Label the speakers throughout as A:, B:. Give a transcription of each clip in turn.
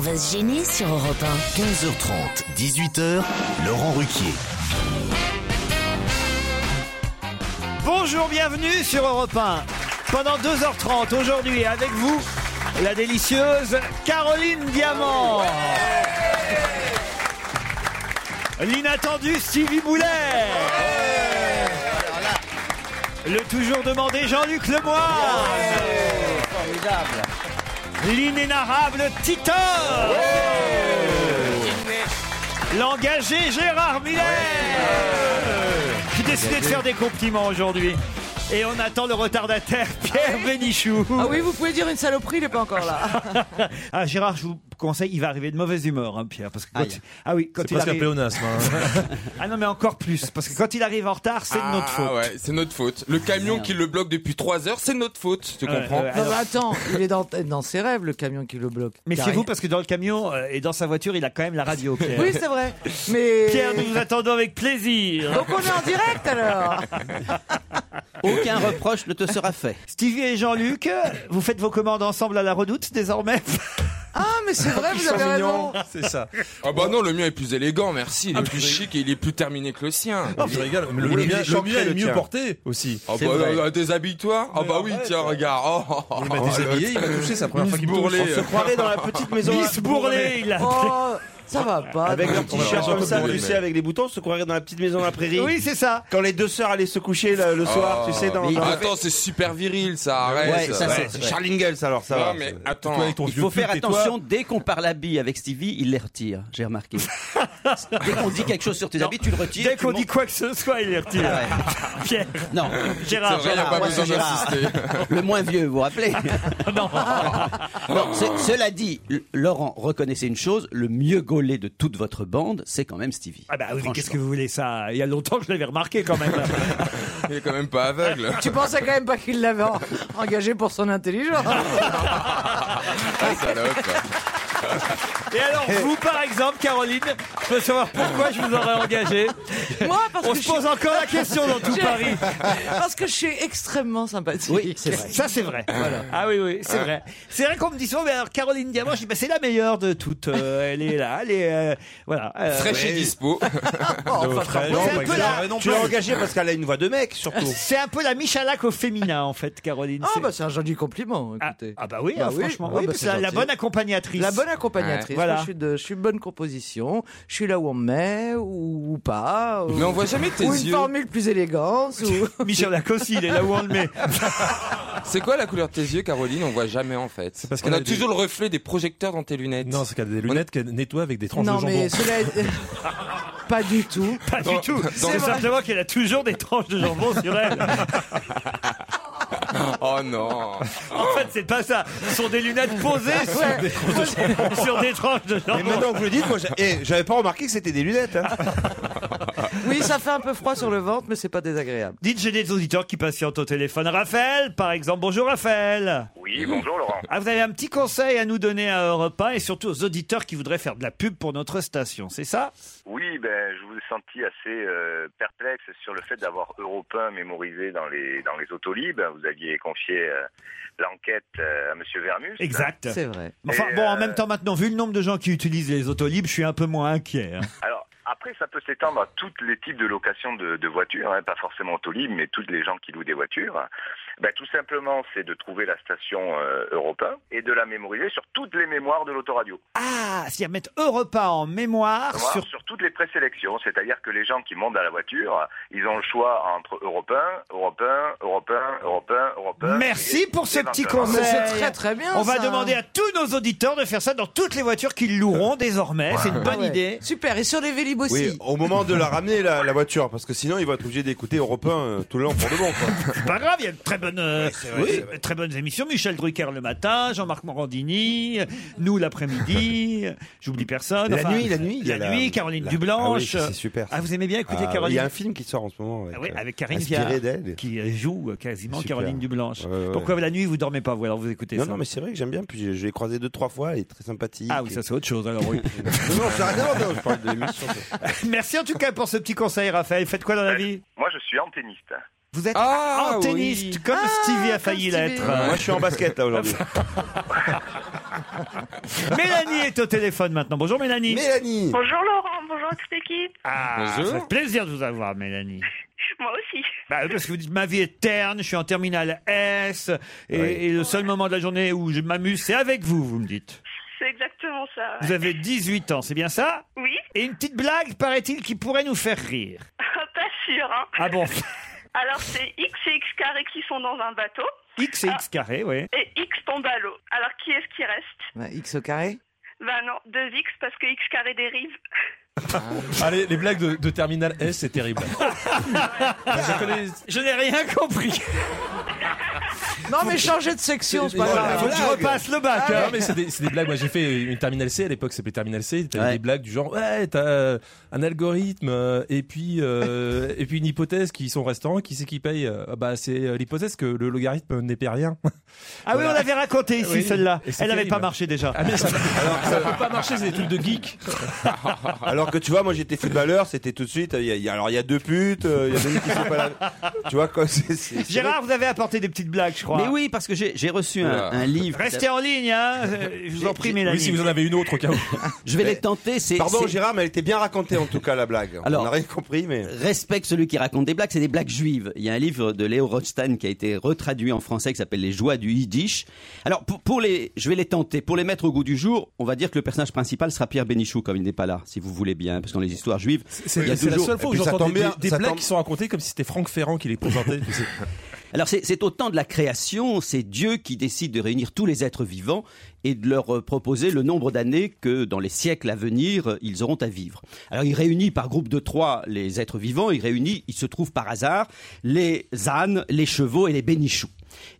A: va se gêner sur Europe 1.
B: 15h30, 18h, Laurent Ruquier.
C: Bonjour, bienvenue sur Europe 1. Pendant 2h30 aujourd'hui, avec vous, la délicieuse Caroline Diamant. L'inattendu Stevie Boulet. Le toujours demandé Jean-Luc Lemoyne. L'inénarrable Tito. L'engagé Gérard Miller J'ai décidé de faire des compliments aujourd'hui. Et on attend le retardataire Pierre Bénichou.
D: Ah oui, vous pouvez dire une saloperie, il n'est pas encore là.
C: Ah, Gérard, je vous conseille, il va arriver de mauvaise humeur, hein, Pierre. Parce que quand
E: Aïe.
C: il- Ah oui, quand
E: C'est
C: il
E: presque un
C: arrive...
E: pléonasme. hein.
C: Ah non, mais encore plus. Parce que quand il arrive en retard, c'est de notre faute.
F: Ah ouais, c'est notre faute. Le camion qui le bloque depuis 3 heures, c'est notre faute, tu
C: Ouais,
F: comprends
C: ouais,
D: Non,
C: alors,
D: mais attends, il est dans, dans ses rêves, le camion qui le bloque.
C: Méfiez-vous
D: Car-
C: parce que dans le camion euh, et dans sa voiture, il a quand même la radio, Pierre.
D: Oui, c'est vrai. Mais.
C: Pierre, nous vous attendons avec plaisir.
D: Donc on est en direct alors
G: Aucun reproche ne te sera fait.
C: Stevie et Jean-Luc, euh, vous faites vos commandes ensemble à la redoute désormais
D: Ah, mais c'est vrai, vous avez raison.
E: C'est ça.
F: Ah bah non, le mien est plus élégant, merci. Il est plus chic et il est plus terminé que le sien.
E: Je rigole. mais Le,
G: Oui,
E: le
G: il
E: mien,
G: est
E: le
G: chancré,
E: mien est
G: le
E: mieux
G: tien.
E: porté aussi.
F: Ah
G: C'est
F: bah
G: vrai.
F: euh, déshabille-toi Ah bah oui, tiens, regarde. Oh, oh,
E: Il m'a
F: oh,
E: déshabillé, il m'a touché, c'est la première fois qu'il me touche.
F: Bourrelet.
E: On se croirait
G: dans la petite maison.
C: Miss Bourrelet, il a...
D: Oh, ça va pas.
G: Avec leur
F: On va
G: t-shirt
F: voir
G: comme ça,
F: comment
G: tu
F: il
G: sais,
F: met.
G: avec les boutons, on se croirait dans la petite maison à la prairie.
C: Oui, c'est ça.
G: Quand les deux sœurs allaient se coucher le, le soir, tu sais, dans.
F: le-
G: dans-
F: Oh. Attends, c'est super viril, ça arrête.
G: Ouais, ça, c'est c'est Charles Ingalls, alors ça va.
F: Non, mais attends.
E: Toi, avec ton
H: Il
E: vieux
H: faut faire
E: pute et toi,
H: attention, dès qu'on parle habits avec Stevie, il les retire, j'ai remarqué. dès qu'on dit quelque chose sur tes habits, tu le retires.
C: Dès
H: tu
C: qu'on
H: le
C: dit quoi que ce soit, il est retiré.
H: montres- Ah ouais.
C: Pierre,
H: Non,
C: Gérard,
F: vrai, il n'y a
C: Gérard.
F: pas
H: moi,
F: besoin
H: c'est Gérard.
F: d'insister.
H: le moins vieux, vous vous rappelez
C: Non.
H: Non, c'est- Cela dit, L- Laurent, reconnaissez une chose, le mieux gaulé de toute votre bande, c'est quand même Stevie.
C: Ah bah oui, mais
H: Franchement.
C: qu'est-ce que vous voulez ça Il y a longtemps que je l'avais remarqué quand même.
F: Il est quand même pas aveugle.
D: Tu pensais quand même pas qu'il l'avait en- engagé pour son intelligence
F: Ah, salope.
C: Et alors vous par exemple, Caroline, je veux savoir pourquoi je vous aurais engagé.
D: Moi, parce
C: On
D: que
C: se
D: je suis-
C: pose encore la question dans tout
D: J'ai-
C: Paris.
D: Parce que je suis extrêmement sympathique. Hein.
H: Oui, c'est vrai.
C: Ça c'est vrai. Ah oui oui, c'est vrai. C'est vrai qu'on me dit souvent, mais alors Caroline Diamant, je dis bah, c'est la meilleure de toutes. Euh, elle est là, elle est euh, voilà. euh,
F: Fraîche et dispo.
E: de frère,
C: c'est
E: non,
C: un
E: pas
C: peu
E: exagéré
C: la-
E: non
G: Tu
E: plus.
G: l'as engagé parce qu'elle a une voix de mec, surtout.
C: C'est un peu la Michalak au féminin en fait, Caroline.
D: Ah,
C: C'est-
D: bah c'est un joli compliment,
C: ah,
D: écoutez.
C: ah bah oui,
D: Bah
C: hein,
D: oui,
C: franchement.
D: ah
C: Oui,
D: bah
C: parce
D: c'est
C: que la, la
D: gentil.
C: bonne accompagnatrice.
D: La bonne accompagnatrice.
C: Ouais.
D: Moi,
C: Voilà.
D: je, suis de, je suis de bonne composition. Je suis là où on me met, ou, ou pas. Ou,
F: Mais on voit jamais tes
D: ou une
F: yeux.
D: formule plus élégante. Ou...
C: Michalak aussi, il est là où on le met.
F: C'est quoi la couleur de tes yeux, Caroline On voit jamais en fait.
E: parce
F: On
E: qu'elle
F: a
E: a des-
F: toujours le reflet des projecteurs dans tes lunettes.
E: Non, c'est qu'elle a des lunettes qu'elle nettoie avec des tranches de
D: Non,
E: jambon.
D: mais cela est- Pas du tout.
C: Pas du tout. C'est
F: vrai.
C: simplement qu'elle a toujours des tranches de jambon sur elle.
F: Oh non.
C: En fait, c'est pas ça. Ce sont des lunettes posées sur, des, sur des tranches de
G: Et
C: jambon.
G: maintenant que vous le dites, moi, j'a- eh, j'avais pas remarqué que c'était des lunettes. hein.
D: Oui, ça fait un peu froid sur le ventre, mais c'est pas désagréable.
C: Dites, j'ai des auditeurs qui patientent au téléphone. Raphaël, par exemple. Bonjour, Raphaël.
I: Oui, bonjour Laurent.
C: Ah, vous avez un petit conseil à nous donner à Europe 1 et surtout aux auditeurs qui voudraient faire de la pub pour notre station, c'est ça
I: Oui, ben, je vous ai senti assez euh, perplexe sur le fait d'avoir Europe 1 mémorisé dans les, dans les autolibes. Vous aviez confié euh, l'enquête euh, à Monsieur Vermus.
C: Exact.
D: C'est vrai.
C: Enfin,
I: Et,
C: bon, en
I: euh,
C: même temps, maintenant, vu le nombre de gens qui utilisent les autolibres, je suis un peu moins inquiet. hein.
I: Alors, après, ça peut s'étendre à tous les types de location de, de voitures, hein, pas forcément autolib, mais tous les gens qui louent des voitures. Ben, tout simplement, c'est de trouver la station euh, Europe 1 et de la mémoriser sur toutes les mémoires de l'autoradio.
C: Ah, si à mettre Europe 1 en mémoire
I: Voir
C: sur...
I: sur toutes les présélections, c'est-à-dire que les gens qui montent à la voiture, ils ont le choix entre Europe 1, Europe 1, Europe 1, Europe 1, Europe
G: Bah,
I: 1.
C: Merci
I: et-
C: pour ce
I: et
C: petit
I: 21.
C: conseil.
D: Mais c'est très très bien.
C: On va
D: ça.
C: demander à tous nos auditeurs de faire ça dans toutes les voitures qu'ils loueront désormais. C'est une bonne
D: Ah ouais.
C: idée.
D: Super. Et sur les vélib aussi.
G: Oui, au moment de la ramener, la, la voiture, parce que sinon, il va être obligé d'écouter Europe 1 euh, tout le long pour de bon. quoi.
C: C'est pas grave, il y a de très bonnes, euh,
G: vrai,
C: oui,
G: c'est vrai.
C: très bonnes émissions. Michel Drucker le matin, Jean-Marc Morandini, euh, nous l'après-midi, euh, j'oublie personne.
G: La
C: enfin,
G: nuit, la nuit, il y
C: La,
G: a la-
C: nuit, Caroline
G: la-
C: Dublanche.
G: Ah oui, c'est super, ça.
C: Ah, vous aimez bien écouter
G: Ah, Il y
C: Caroline
G: a un film qui sort en ce moment avec,
C: Ah oui,
G: euh,
C: avec Karine
G: inspiré
C: Viard,
G: d'elle.
C: qui euh, joue euh, quasiment
G: Super.
C: Caroline Dublanche.
G: Ouais, ouais, ouais.
C: Pourquoi la nuit vous dormez pas vous alors vous écoutez
G: Non,
C: ça
G: non, mais c'est vrai que j'aime bien. Puis je, je l'ai croisé deux, trois fois. Elle est très sympathique.
C: Ah oui, ça c'est autre chose alors oui.
G: Non, non, c'est rien, non, je parle de l'émission.
C: Merci en tout cas pour ce petit conseil Raphaël. Faites quoi dans la vie
I: Moi, je suis antenniste.
C: Vous êtes
F: Ah, oui.
C: antenniste
G: Ah,
C: comme Stevie a
D: comme
C: failli
D: Stevie.
C: l'être.
G: Moi, je suis en basket là aujourd'hui.
C: Mélanie est au téléphone maintenant. Bonjour Mélanie.
G: Mélanie
J: Bonjour Laurent, bonjour à toute l'équipe.
C: Ah,
F: Bonjour.
C: ça fait plaisir de vous avoir, Mélanie.
J: Moi aussi.
C: Bah, oui, parce que vous dites ma vie est terne, je suis en terminale S, et, et le seul moment de la journée où je m'amuse, c'est avec vous, vous me dites.
J: C'est exactement ça. ouais.
C: Vous avez 18 ans, c'est bien ça
J: Oui
C: Et une petite blague, paraît-il, qui pourrait nous faire rire.
J: Pas sûr, hein.
C: Ah bon
J: Alors, c'est X et X carré qui sont dans un bateau,
C: X et X carré, oui.
J: et X tombe à l'eau. Alors, qui est-ce qui reste
H: Bah,
D: Ben, X au carré
J: Ben non, deux X parce que X carré dérive.
E: Ah. Allez, les blagues de, de Terminal S, c'est terrible.
G: Ah.
E: Je connais-
C: Je n'ai rien compris.
D: Non, mais changez de section, c'est pas grave.
C: Faut que tu repasses le bac. hein.
E: Non, mais c'est des, c'est des blagues. Moi, j'ai fait une Terminal C à l'époque, ça s'appelait Terminal C. T'avais
H: Ouais.
E: des blagues du genre, ouais, t'as euh, un algorithme euh, et puis euh, et puis une hypothèse qui sont restants. Qui c'est qui paye Euh, Bah, c'est euh, l'hypothèse que le logarithme n'est pas rien.
C: Ah oui, on l'avait raconté ici,
E: Oui.
C: celle-là.
E: Et c'est
C: Elle n'avait
E: terrible.
C: pas marché déjà.
E: Ah, mais ça, alors, ça peut pas marcher, c'est des trucs de geek.
G: Alors que tu vois, moi j'étais footballeur, c'était tout de suite. il y a- il y a- alors il y a deux putes, euh, il y a deux mecs qui sont pas là. Tu vois, quoi, c'est. c'est- c'est-
C: Gérard, vous avez apporté des petites blagues, je crois.
H: Mais oui, parce que j'ai j'ai reçu un,
F: Oula.
H: un livre.
C: Restez en ligne, hein. Euh, Je vous en prie, Mélanie.
E: Oui, si vous en avez une autre au cas où.
H: Je vais les tenter. c'est-
G: Pardon
H: c'est-
G: Gérard, mais elle était bien racontée en tout cas la blague.
H: Alors-
G: On n'a rien compris, mais.
H: respecte celui qui raconte des blagues, c'est des blagues juives. Il y a un livre de Léo Rothstein qui a été retraduit en français qui s'appelle Les joies du Yiddish. Alors pour, pour les, je vais les tenter, pour les mettre au goût du jour, on va dire que le personnage principal sera Pierre Bénichou comme il n'est pas là, si vous voulez bien, parce que dans les histoires juives, il y a
E: C'est la
H: toujours.
E: seule fois où
G: Et puis ça
E: j'entends
G: tombe
E: des,
G: bien,
E: des
G: ça
E: blagues
G: tombe-
E: qui sont racontées comme si c'était Franck Ferrand qui les présentait. tu sais.
H: Alors c'est c'est au temps de la création, c'est Dieu qui décide de réunir tous les êtres vivants et de leur euh, proposer le nombre d'années que dans les siècles à venir euh, ils auront à vivre. Alors il réunit par groupe de trois les êtres vivants, il réunit, il se trouve par hasard les ânes, les chevaux et les bénichoux.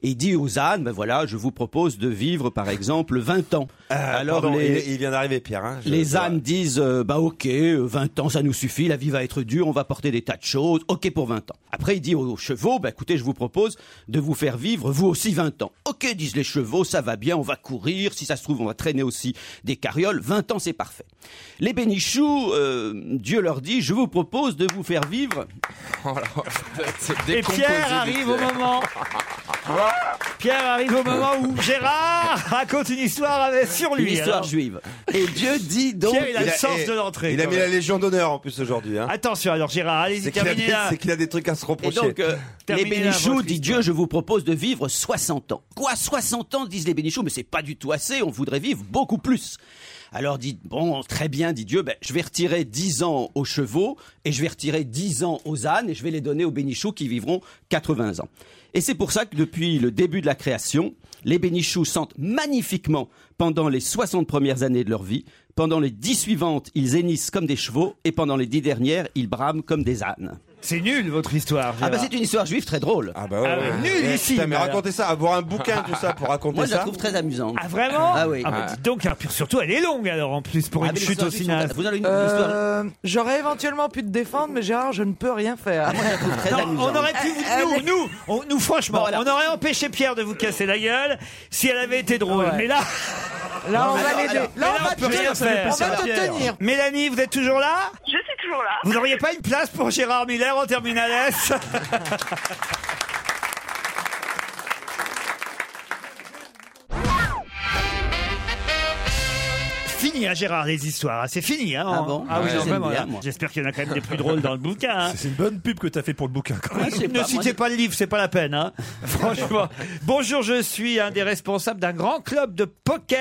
H: Et il dit aux ânes, ben voilà, je vous propose de vivre par exemple 20 ans. Alors
G: Ah, Euh, Pardon,
H: les-
G: il, il vient d'arriver Pierre. hein, je-
H: les ânes disent euh, bah ok, euh, 20 ans ça nous suffit, la vie va être dure, on va porter des tas de choses, ok pour 20 ans. Après il dit aux chevaux bah écoutez je vous propose de vous faire vivre vous aussi 20 ans. Ok disent les chevaux ça va bien, on va courir, si ça se trouve on va traîner aussi des carrioles, 20 ans c'est parfait. Les bénichoux, euh, Dieu leur dit je vous propose de vous faire vivre
G: Oh
C: Et Pierre arrive au moment. Pierre arrive au moment où Gérard raconte une histoire avec- sur
H: une
C: lui.
H: histoire
C: alors.
H: juive. Et Dieu dit donc
C: Pierre, il a le sens
G: eh,
C: de l'entrée.
G: Il a
C: quand
G: mis la
C: même.
G: Légion d'honneur en plus aujourd'hui. Hein.
C: Attention, alors Gérard, allez-y,
G: C'est qu'il a,
C: terminez
G: des-
C: là.
G: c'est qu'il a des trucs à se
H: Et
G: reprocher.
H: donc, euh, les
C: Terminez la
H: Bénichoux,
C: votre
H: dit
C: histoire.
H: Dieu, je vous propose de vivre 60 ans. Quoi, 60 ans, disent les Bénichoux, mais c'est pas du tout assez, on voudrait vivre beaucoup plus. Alors dit, bon, très bien, dit Dieu, ben, je vais retirer 10 ans aux chevaux, et je vais retirer 10 ans aux ânes, et je vais les donner aux Bénichoux qui vivront 80 ans. Et c'est pour ça que depuis le début de la création, les Bénichoux sentent magnifiquement pendant les 60 premières années de leur vie, pendant les 10 suivantes, ils hennissent comme des chevaux, et pendant les 10 dernières, ils brament comme des ânes.
C: C'est nul votre histoire.
H: Ah
C: Gérard.
H: ben c'est une histoire juive très drôle.
G: Ah bah ouais.
C: Ah ouais,
G: ouais.
C: nul
G: Eh,
C: ici,
G: putain, mais
C: mais
G: raconter ça, avoir un bouquin tout ça pour raconter
H: Moi, je
G: ça.
H: la trouve très amusante.
C: Ah, vraiment
H: Ah oui.
C: bah, dites donc, hein, puis surtout elle est longue alors en plus pour
H: Ah,
C: une
H: mais les
C: chute
H: histoires
C: au
H: juives sont-
C: final.
H: Vous avez une une histoire.
D: Euh, J'aurais éventuellement pu te défendre, mais Gérard, je ne peux rien faire.
H: Ah,
D: Eh,
H: Moi, je la trouve très amusante.
C: on aurait pu, vous-
D: Elle-
C: nous, nous, on- nous, franchement,
H: Bon, alors-
C: on aurait empêché Pierre de vous casser la gueule si elle avait été drôle.
D: Ouais.
C: Mais là,
D: Là, on va
H: alors,
D: l'aider.
H: alors,
D: Là,
C: mais
D: on
C: là,
D: va
C: on peut rien
D: te
C: faire.
D: tenir. On va te tenir.
C: Mélanie, vous êtes toujours là
J: Je suis toujours là.
C: Vous n'auriez pas une place pour Gérard Miller en terminale S Fini, hein, Gérard, les histoires. hein, C'est fini. Hein,
H: Ah
C: en-
H: bon
C: oui,
H: Ouais,
C: non,
H: j'aime
C: vraiment,
H: bien,
C: hein.
H: moi.
C: J'espère qu'il y en a quand même des plus drôles dans le bouquin. hein.
E: C'est- C'est une bonne pub que t'as fait pour le bouquin. Quand même.
H: Ah, je sais
C: Ne
H: pas, moi,
C: citez pas le livre, c'est pas la peine. hein. Franchement. Bonjour, je suis un des responsables d'un grand club de poker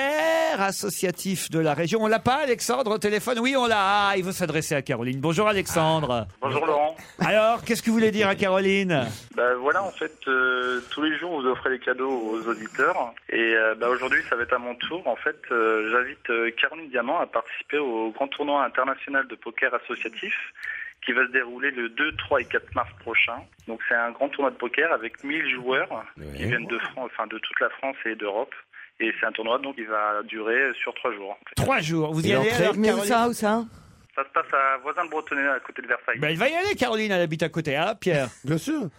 C: associatif de la région. On l'a pas, Alexandre, au téléphone Oui, on l'a. Ah, il veut s'adresser à Caroline. Bonjour, Alexandre.
I: Bonjour Laurent.
C: Alors, qu'est-ce que vous voulez dire à Caroline
I: Bah, voilà, en fait, euh, tous les jours, vous offrez des cadeaux aux auditeurs. Et euh, bah, aujourd'hui, ça va être à mon tour. En fait, euh, j'invite euh, Caroline Diamant à participer au grand tournoi international de poker associatif qui va se dérouler le 2, 3 et 4 mars prochain. Donc, c'est un grand tournoi de poker avec 1000 joueurs qui viennent de France, enfin de toute la France et d'Europe. Et c'est un tournoi donc il va durer sur trois jours. en fait.
C: Trois jours. Vous y
D: Et
C: allez
D: l'entrée-
C: alors,
D: Mais où
C: Caroline
D: ça, où ça
J: Ça se passe à voisin de Bretonneux, à côté de Versailles.
C: Ben, il va y aller, Caroline, elle habite à côté, hein, Pierre
K: Bien sûr.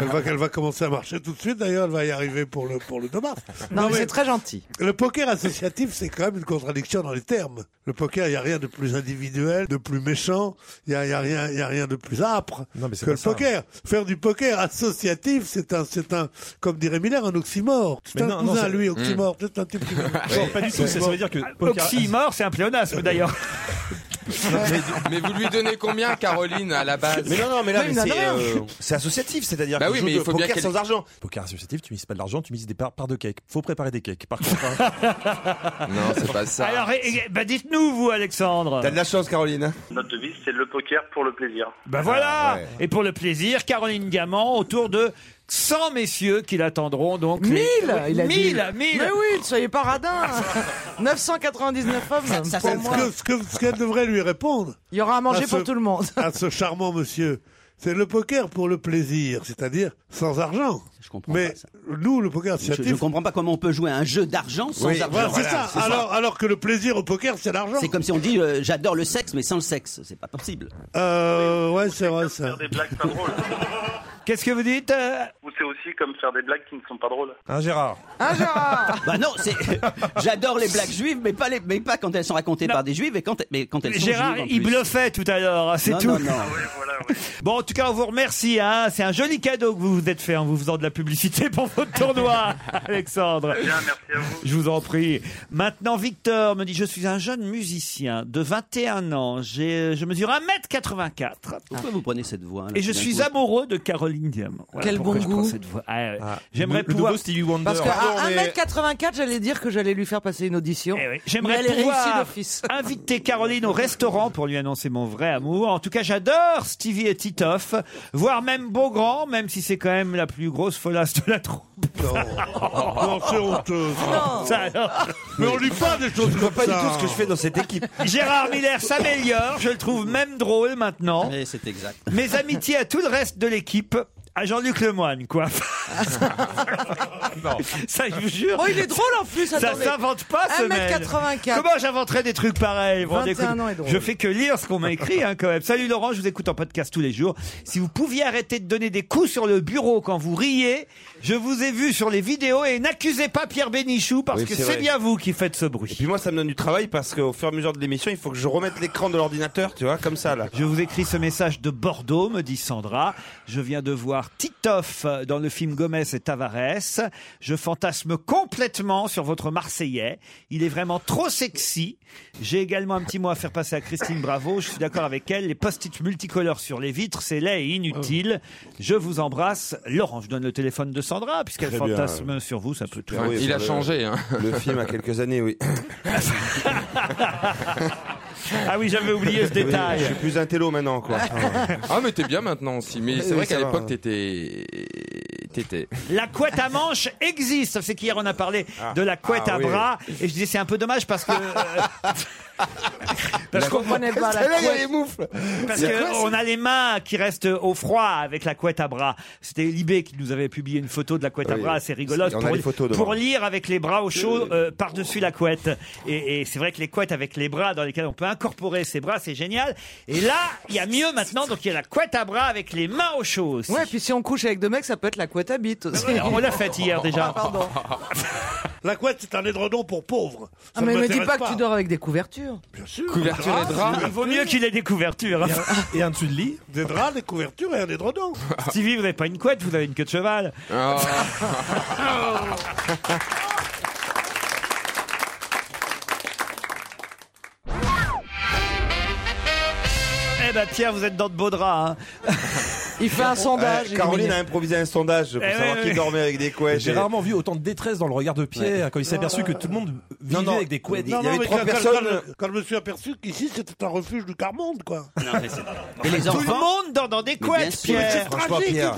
K: Elle va, elle va commencer à marcher tout de suite, d'ailleurs, elle va y arriver pour le, pour le 2 mars.
D: Non, mais c'est très gentil.
K: Le poker associatif, c'est quand même une contradiction dans les termes. Le poker, il n'y a rien de plus individuel, de plus méchant, il n'y a, il y a, rien- il y a rien de plus âpre
E: mais c'est
K: que
E: pas
K: le
E: ça.
K: poker. Faire du poker associatif, c'est un, c'est un, comme dirait Miller, un oxymore. C'est
E: Mais
K: un
E: non, non,
K: cousin,
E: c'est- Hmm.
K: lui, oxymore. C'est un type qui-
E: Non, pas du tout, ça, ça veut dire que poker-
C: Ah, Oxymore, c'est un pléonasme d'ailleurs.
F: mais, mais vous lui donnez combien, Caroline, à la base
G: Mais non, non, mais là, mais c'est, euh, c'est associatif, c'est-à-dire
F: Bah
G: que
F: oui,
G: je
F: mais
G: joue
F: il
G: au
F: faut bien
G: poker
F: qu'elle-
G: sans argent.
E: Poker associatif, tu mises pas de l'argent, tu mises des parts, parts de cake. Faut préparer des cakes. Par contre,
G: hein.
F: Non, c'est pas ça.
C: Alors, eh, eh, bah, dites-nous, vous, Alexandre.
G: T'as de la chance, Caroline. hein.
J: Notre devise, c'est le poker pour le plaisir.
C: Ben voilà
G: Ah, ouais.
C: Et pour le plaisir, Caroline Diamant, autour de 100 messieurs qui l'attendront donc. les-
D: 1000
C: Oui,
D: il a dit.
C: 1000 1000
D: Mais oui, ne soyez pas radin 999 hommes,
H: ça,
D: pour
H: ça-
D: moi.
K: Ce que- ce que- ce qu'elle devrait lui répondre,
D: Il y aura à manger
K: Ah,
D: pour
K: ce-
D: tout le monde.
K: à ce charmant monsieur. C'est le poker pour le plaisir, c'est-à-dire sans argent.
H: Je comprends
K: Mais
H: pas ça.
K: nous, le poker
H: Je,
K: associatif,
H: je comprends pas comment on peut jouer à un jeu d'argent sans
G: Oui,
H: argent.
K: voilà, c'est ça. alors, alors que le plaisir au poker, c'est l'argent.
H: C'est comme si on dit euh, j'adore le sexe mais sans le sexe, c'est pas possible.
K: Euh, ouais, c'est vrai ça.
J: Faire des blagues pas drôles.
C: Qu'est-ce que vous dites euh,
J: Ou c'est aussi comme faire des blagues qui ne sont pas drôles.
E: un Gérard.
D: Hein, Gérard
H: Bah non, c'est j'adore les blagues juives mais pas les mais pas quand elles sont racontées
C: Non.
H: par des juives et quand mais quand elles sont
C: Gérard,
H: juives en
C: il
H: plus.
C: bluffait tout à l'heure, hein, c'est
H: Non,
C: tout.
H: non, non.
J: Ouais, voilà, ouais.
C: Bon, en tout cas, on vous remercie. Hein. C'est un joli cadeau que vous vous êtes fait en vous faisant de la publicité pour votre tournoi, Alexandre.
J: Bien, merci à vous.
C: Je vous en prie. Maintenant, Victor me dit, je suis un jeune musicien de 21 ans. J'ai, euh, je mesure
D: Ah.
C: 1m84.
H: Pourquoi vous prenez cette voix là,
C: Et je
H: tout d'un
C: suis
H: coup
C: amoureux de Caroline Diamant. Voilà
D: Quel
C: pourquoi
D: bon
C: je prends
D: goût.
C: cette voix. Ah, euh,
E: Ah,
C: J'aimerais
E: le, le
C: pouvoir.
E: nouveau Stevie Wonder.
D: Parce
G: Pardon,
D: qu'à
G: mais-
D: 1m84, j'allais dire que j'allais lui faire passer une audition.
C: Eh oui,
D: Mais
C: J'aimerais
D: elle est réussie
C: pouvoir
D: d'office.
C: inviter Caroline au restaurant pour lui annoncer mon vrai amour. En tout cas, j'adore Stevie et Titoff, voire même Beaugrand, même si c'est quand même la plus grosse folasse de la troupe.
K: Non, non c'est honteux. ça.
C: Ça, alors.
K: Mais on lit pas des choses
G: Je vois
K: comme
G: pas
K: ça.
G: du tout ce que je fais dans cette équipe.
C: Gérard Miller s'améliore, je le trouve même drôle maintenant.
H: Oui, c'est exact.
C: Mes amitiés à tout le reste de l'équipe, à Jean-Luc Lemoine, quoi. Ça, je vous jure.
D: Oh, il est drôle en plus,
C: Ça
D: attendez.
C: s'invente pas, ce mec.
D: 1m84.
C: Comment j'inventerais des trucs pareils vous vous rendez
D: 21
C: compte
D: ans est drôle.
C: Je fais que lire ce qu'on m'a écrit hein, quand même. Salut Laurent, je vous écoute en podcast tous les jours. Si vous pouviez arrêter de donner des coups sur le bureau quand vous riez, je vous ai vu sur les vidéos et n'accusez pas Pierre Bénichou parce
G: Oui,
C: que
G: c'est
C: c'est
G: vrai.
C: bien vous qui faites ce
G: Et
C: bruit.
G: puis moi, ça me donne du travail parce qu'au fur et à mesure de l'émission, il faut que je remette l'écran de l'ordinateur, tu vois, comme ça là.
C: Je vous écris ce message de Bordeaux, me dit Sandra. Je viens de voir Titoff dans le film Gomez et Tavares. Je fantasme complètement sur votre Marseillais. Il est vraiment trop sexy. J'ai également un petit mot à faire passer à Christine Bravo. Je suis d'accord avec elle. Les post-it multicolores sur les vitres, c'est laid et inutile.
G: Oh.
C: Je vous embrasse. Laurent, je donne le téléphone de Sandra, puisqu'elle
G: Très bien.
C: fantasme sur vous, ça peut tout.
G: Ah oui,
F: Il a
G: le-
F: changé, hein.
G: Le film a quelques années, oui.
C: Ah oui, j'avais oublié ce
G: Oui,
C: détail.
G: Je suis plus un télo maintenant, quoi.
F: Ah, mais t'es bien maintenant aussi. Mais
G: Oui,
F: c'est vrai
G: ça
F: qu'à
G: va.
F: l'époque, t'étais. T'étais.
C: La couette à manche existe. C'est qu'hier on a parlé de la couette
G: Ah,
C: à
G: oui.
C: bras et je disais c'est un peu dommage parce que euh,
D: Je comprenais pas la
G: Là, il y a
D: couette.
G: les moufles.
C: parce
G: Il y a
C: que
G: quoi, ça
C: on a les mains qui restent au froid avec la couette à bras. C'était Libé qui nous avait publié une photo de la couette à
G: Oui.
C: bras assez rigolote
G: On a
C: pour,
G: les photos devant.
C: pour lire avec les bras au chaud euh, par-dessus la couette. Et, et c'est vrai que les couettes avec les bras dans lesquelles on peut incorporer ses bras, c'est génial. Et là, il y a mieux maintenant donc il y a la couette à bras avec les mains au chaud. aussi.
D: Ouais, puis si on couche avec deux mecs, ça peut être la couette à bite aussi.
C: On l'a faite hier déjà.
D: Ah, pardon.
K: Oh, La couette, c'est un édredon pour pauvres. Ça
D: Ah, mais
K: ne
D: me dis
K: m'intéresse
D: pas que tu dors avec des couvertures.
K: Bien sûr.
F: Couverture et drap.
C: Il vaut mieux qu'il ait des couvertures.
E: Et un dessus de lit.
K: Des draps, des couvertures et un édredon.
C: Stevie, vous n'avez pas une couette, vous avez une queue de cheval.
F: Ah.
C: Eh ben Pierre, vous êtes dans de beaux draps. hein.
D: Il fait un sondage. il est
G: Eh, Caroline
D: mignon.
G: a improvisé un sondage pour
C: Eh
G: savoir
C: oui,
G: qui
C: oui.
G: dormait avec des couettes.
E: J'ai
G: Et-
E: rarement vu autant de détresse dans le regard de Pierre quand il s'est aperçu que tout le monde vivait
G: non.
E: avec des couettes.
G: Il y avait
K: mais
G: trois
K: quand-
G: personnes.
K: Quand, quand je me suis aperçu qu'ici, c'était un refuge du carmonde, quoi.
H: Et les
C: Tout le
H: enfants
C: monde dort dans des
H: bien
C: couettes,
H: sûr.
C: Pierre.
G: Franchement, Pierre.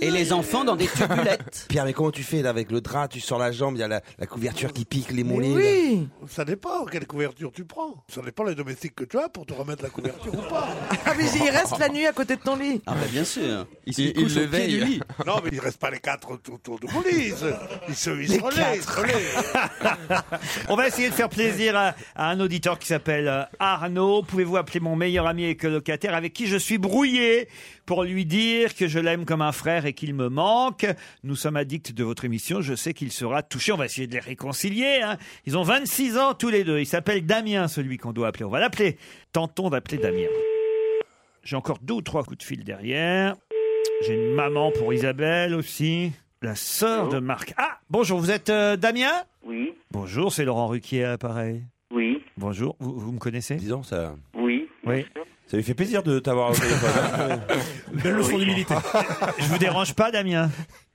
H: et les enfants dans des tubulettes.
G: Pierre, mais comment tu fais là avec le drap Tu sors la jambe, il y a la, la couverture qui pique, les
D: Mais
G: mollets. là.
D: oui.
K: Ça dépend quelle couverture tu prends. Ça dépend les domestiques que tu as pour te remettre la couverture ou pas.
D: Ah, mais il reste la nuit à côté de ton lit.
H: Ah bah bien sûr.
F: Il se couche au pied du lit.
K: Non, mais il reste pas les quatre autour de police. Ils se, ils se
C: Les
K: relaient, ils se
C: quatre.
K: relaient.
C: On va essayer de faire plaisir à, à un auditeur qui s'appelle euh, Arnaud. Pouvez-vous appeler mon meilleur ami et colocataire avec qui je suis brouillé pour lui dire que je l'aime comme un frère et qu'il me manque Nous sommes addicts de votre émission. Je sais qu'il sera touché. On va essayer de les réconcilier. hein. Ils ont 26 ans tous les deux. Il s'appelle Damien, celui qu'on doit appeler. On va l'appeler. Tentons d'appeler Damien. J'ai encore deux ou trois coups de fil derrière. J'ai une maman pour Isabelle aussi. La sœur de Marc. Ah, bonjour, vous êtes euh, Damien
L: Oui.
C: Bonjour, c'est Laurent Ruquier à l'appareil.
L: Oui.
C: Bonjour, vous, vous me connaissez
G: Disons ça.
L: Oui.
C: Oui.
G: Ça lui fait plaisir de t'avoir au téléphone. hein.
C: Belle leçon d'humilité. Je vous dérange pas, Damien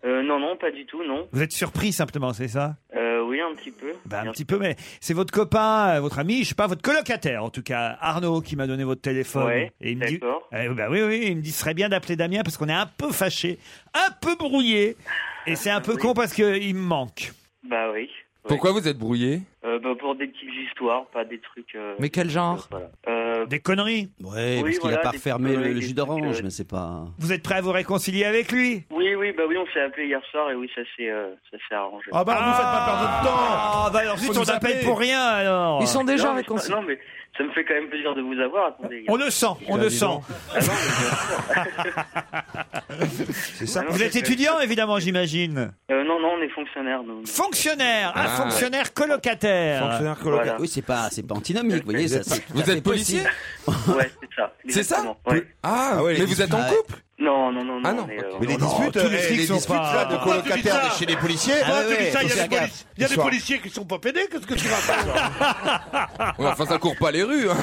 L: Euh, non, non, pas du tout, non.
C: Vous êtes surpris simplement, c'est ça
L: Euh, oui, un petit peu.
C: Bah, Un petit peu, mais c'est votre copain, euh, votre ami, je sais pas, votre colocataire en tout cas, Arnaud, qui m'a donné votre téléphone.
L: Ouais,
C: Et il me dit, Euh, bah oui, oui, il me dit, ce serait bien d'appeler Damien parce qu'on est un peu fâché, un peu brouillé, et c'est un peu con parce qu'il me manque.
L: Bah oui. oui.
F: Pourquoi vous êtes brouillé
L: Euh, bah, Pour des petites histoires, pas des trucs. euh,
F: Mais quel genre
L: voilà. Euh,
C: Des conneries
H: Ouais,
L: Oui,
H: parce qu'il
L: voilà,
H: a pas
L: des
H: refermé
L: petits-
H: le,
L: des
H: jus
L: trucs,
H: d'orange,
L: euh,
H: mais c'est pas.
C: Vous êtes prêt à vous réconcilier avec lui
L: Oui, oui, bah oui, on s'est appelé hier soir et oui, ça s'est euh, ça s'est arrangé.
C: Ah bah, vous faites pas perdre de temps Ah bah alors, zut, on appelle pour rien alors
L: Non, mais c'est pas- Non, mais ça me fait quand même plaisir de vous avoir. Attendez. Ah,
C: On le sent, on le sent.
L: Ah C'est euh,
C: ça. Vous êtes étudiant, évidemment, j'imagine.
L: Non, non, on est fonctionnaire. euh, nous.
C: Fonctionnaire, un
H: Ah.
C: fonctionnaire colocataire.
L: colocataire.
H: Oui, c'est pas, c'est pas antinomique, vous voyez.
L: Vous
H: ça,
L: êtes-
H: c'est tout
L: vous
H: à fait
L: êtes policier
H: possible.
L: Ouais, c'est ça.
H: C'est ça
L: exactement, ouais.
F: Ah,
H: Ah ouais,
F: mais
H: les
F: vous êtes en
H: disputes.
F: couple
L: Non, non, non, non.
F: Ah non,
L: on est,
F: ok.
L: euh,
F: Mais les
L: non, non.
F: disputes,
K: Tous les
F: eh,
K: flics
F: les
K: sont
F: disputes,
K: pas-
F: là, de
K: Pourquoi tu dis
F: colocataires,
K: ça
F: mais chez les policiers
K: Pourquoi
F: Ah
K: tu
F: ouais,
K: dis ça
F: faut
K: Il y a
F: faire
K: des
F: gaffe.
K: polici- il y a des
F: Bonsoir.
K: policiers qui sont pas pédés. Qu'est-ce que tu racontes
F: Ouais, Enfin, ça court pas les rues. hein.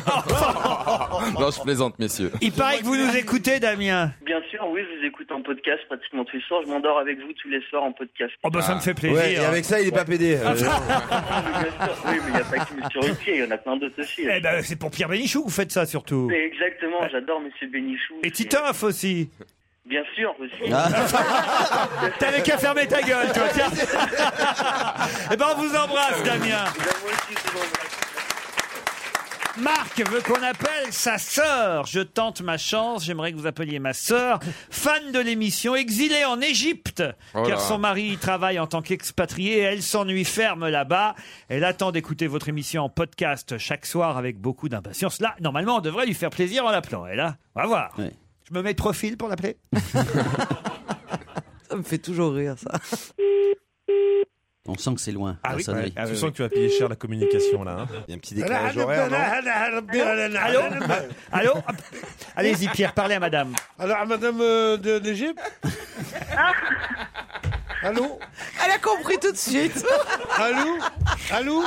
F: non, je plaisante, messieurs.
C: Il paraît que vous nous écoutez, Damien.
L: Bien sûr, oui, je vous écoute en podcast pratiquement tous les soirs. Je m'endors avec vous tous les soirs en podcast.
C: Oh bah ça me fait plaisir.
G: Ouais, et avec ça, il est pas pédé. Euh,
L: Oui, mais il n'y a pas que Monsieur Ruquier, il y en a plein d'autres aussi.
C: Ah. Eh ben, c'est pour Pierre Bénichou que vous faites ça surtout.
L: Mais exactement, j'adore Monsieur Bénichou.
C: Et Titoff aussi.
L: Bien sûr, aussi.
C: Ah. T'avais qu'à fermer ta gueule, toi. tiens. eh ben, on vous embrasse, Damien. Marc veut qu'on appelle sa sœur. Je tente ma chance. J'aimerais que vous appeliez ma sœur, fan de l'émission, exilée en Égypte,
M: Oh là.
C: car son mari y travaille en tant qu'expatrié et elle s'ennuie ferme là-bas. Elle attend d'écouter votre émission en podcast chaque soir avec beaucoup d'impatience. Là, normalement, on devrait lui faire plaisir en l'appelant. Et là, on va voir. Je me mets de profil pour l'appeler.
D: Ça me fait toujours rire, ça.
C: Ah,
H: On sent que c'est loin.
D: Ah
H: la
D: oui,
H: sonnerie.
D: ouais, ah
E: Tu
D: oui,
E: sens que tu vas payer cher la communication là. hein.
H: Il y a un petit
C: Allô Allô Allez-y, Pierre, parlez à madame.
K: Alors, madame euh, de- d'Égypte Allô
D: Ah. Elle a compris tout de suite.
K: Allô Allô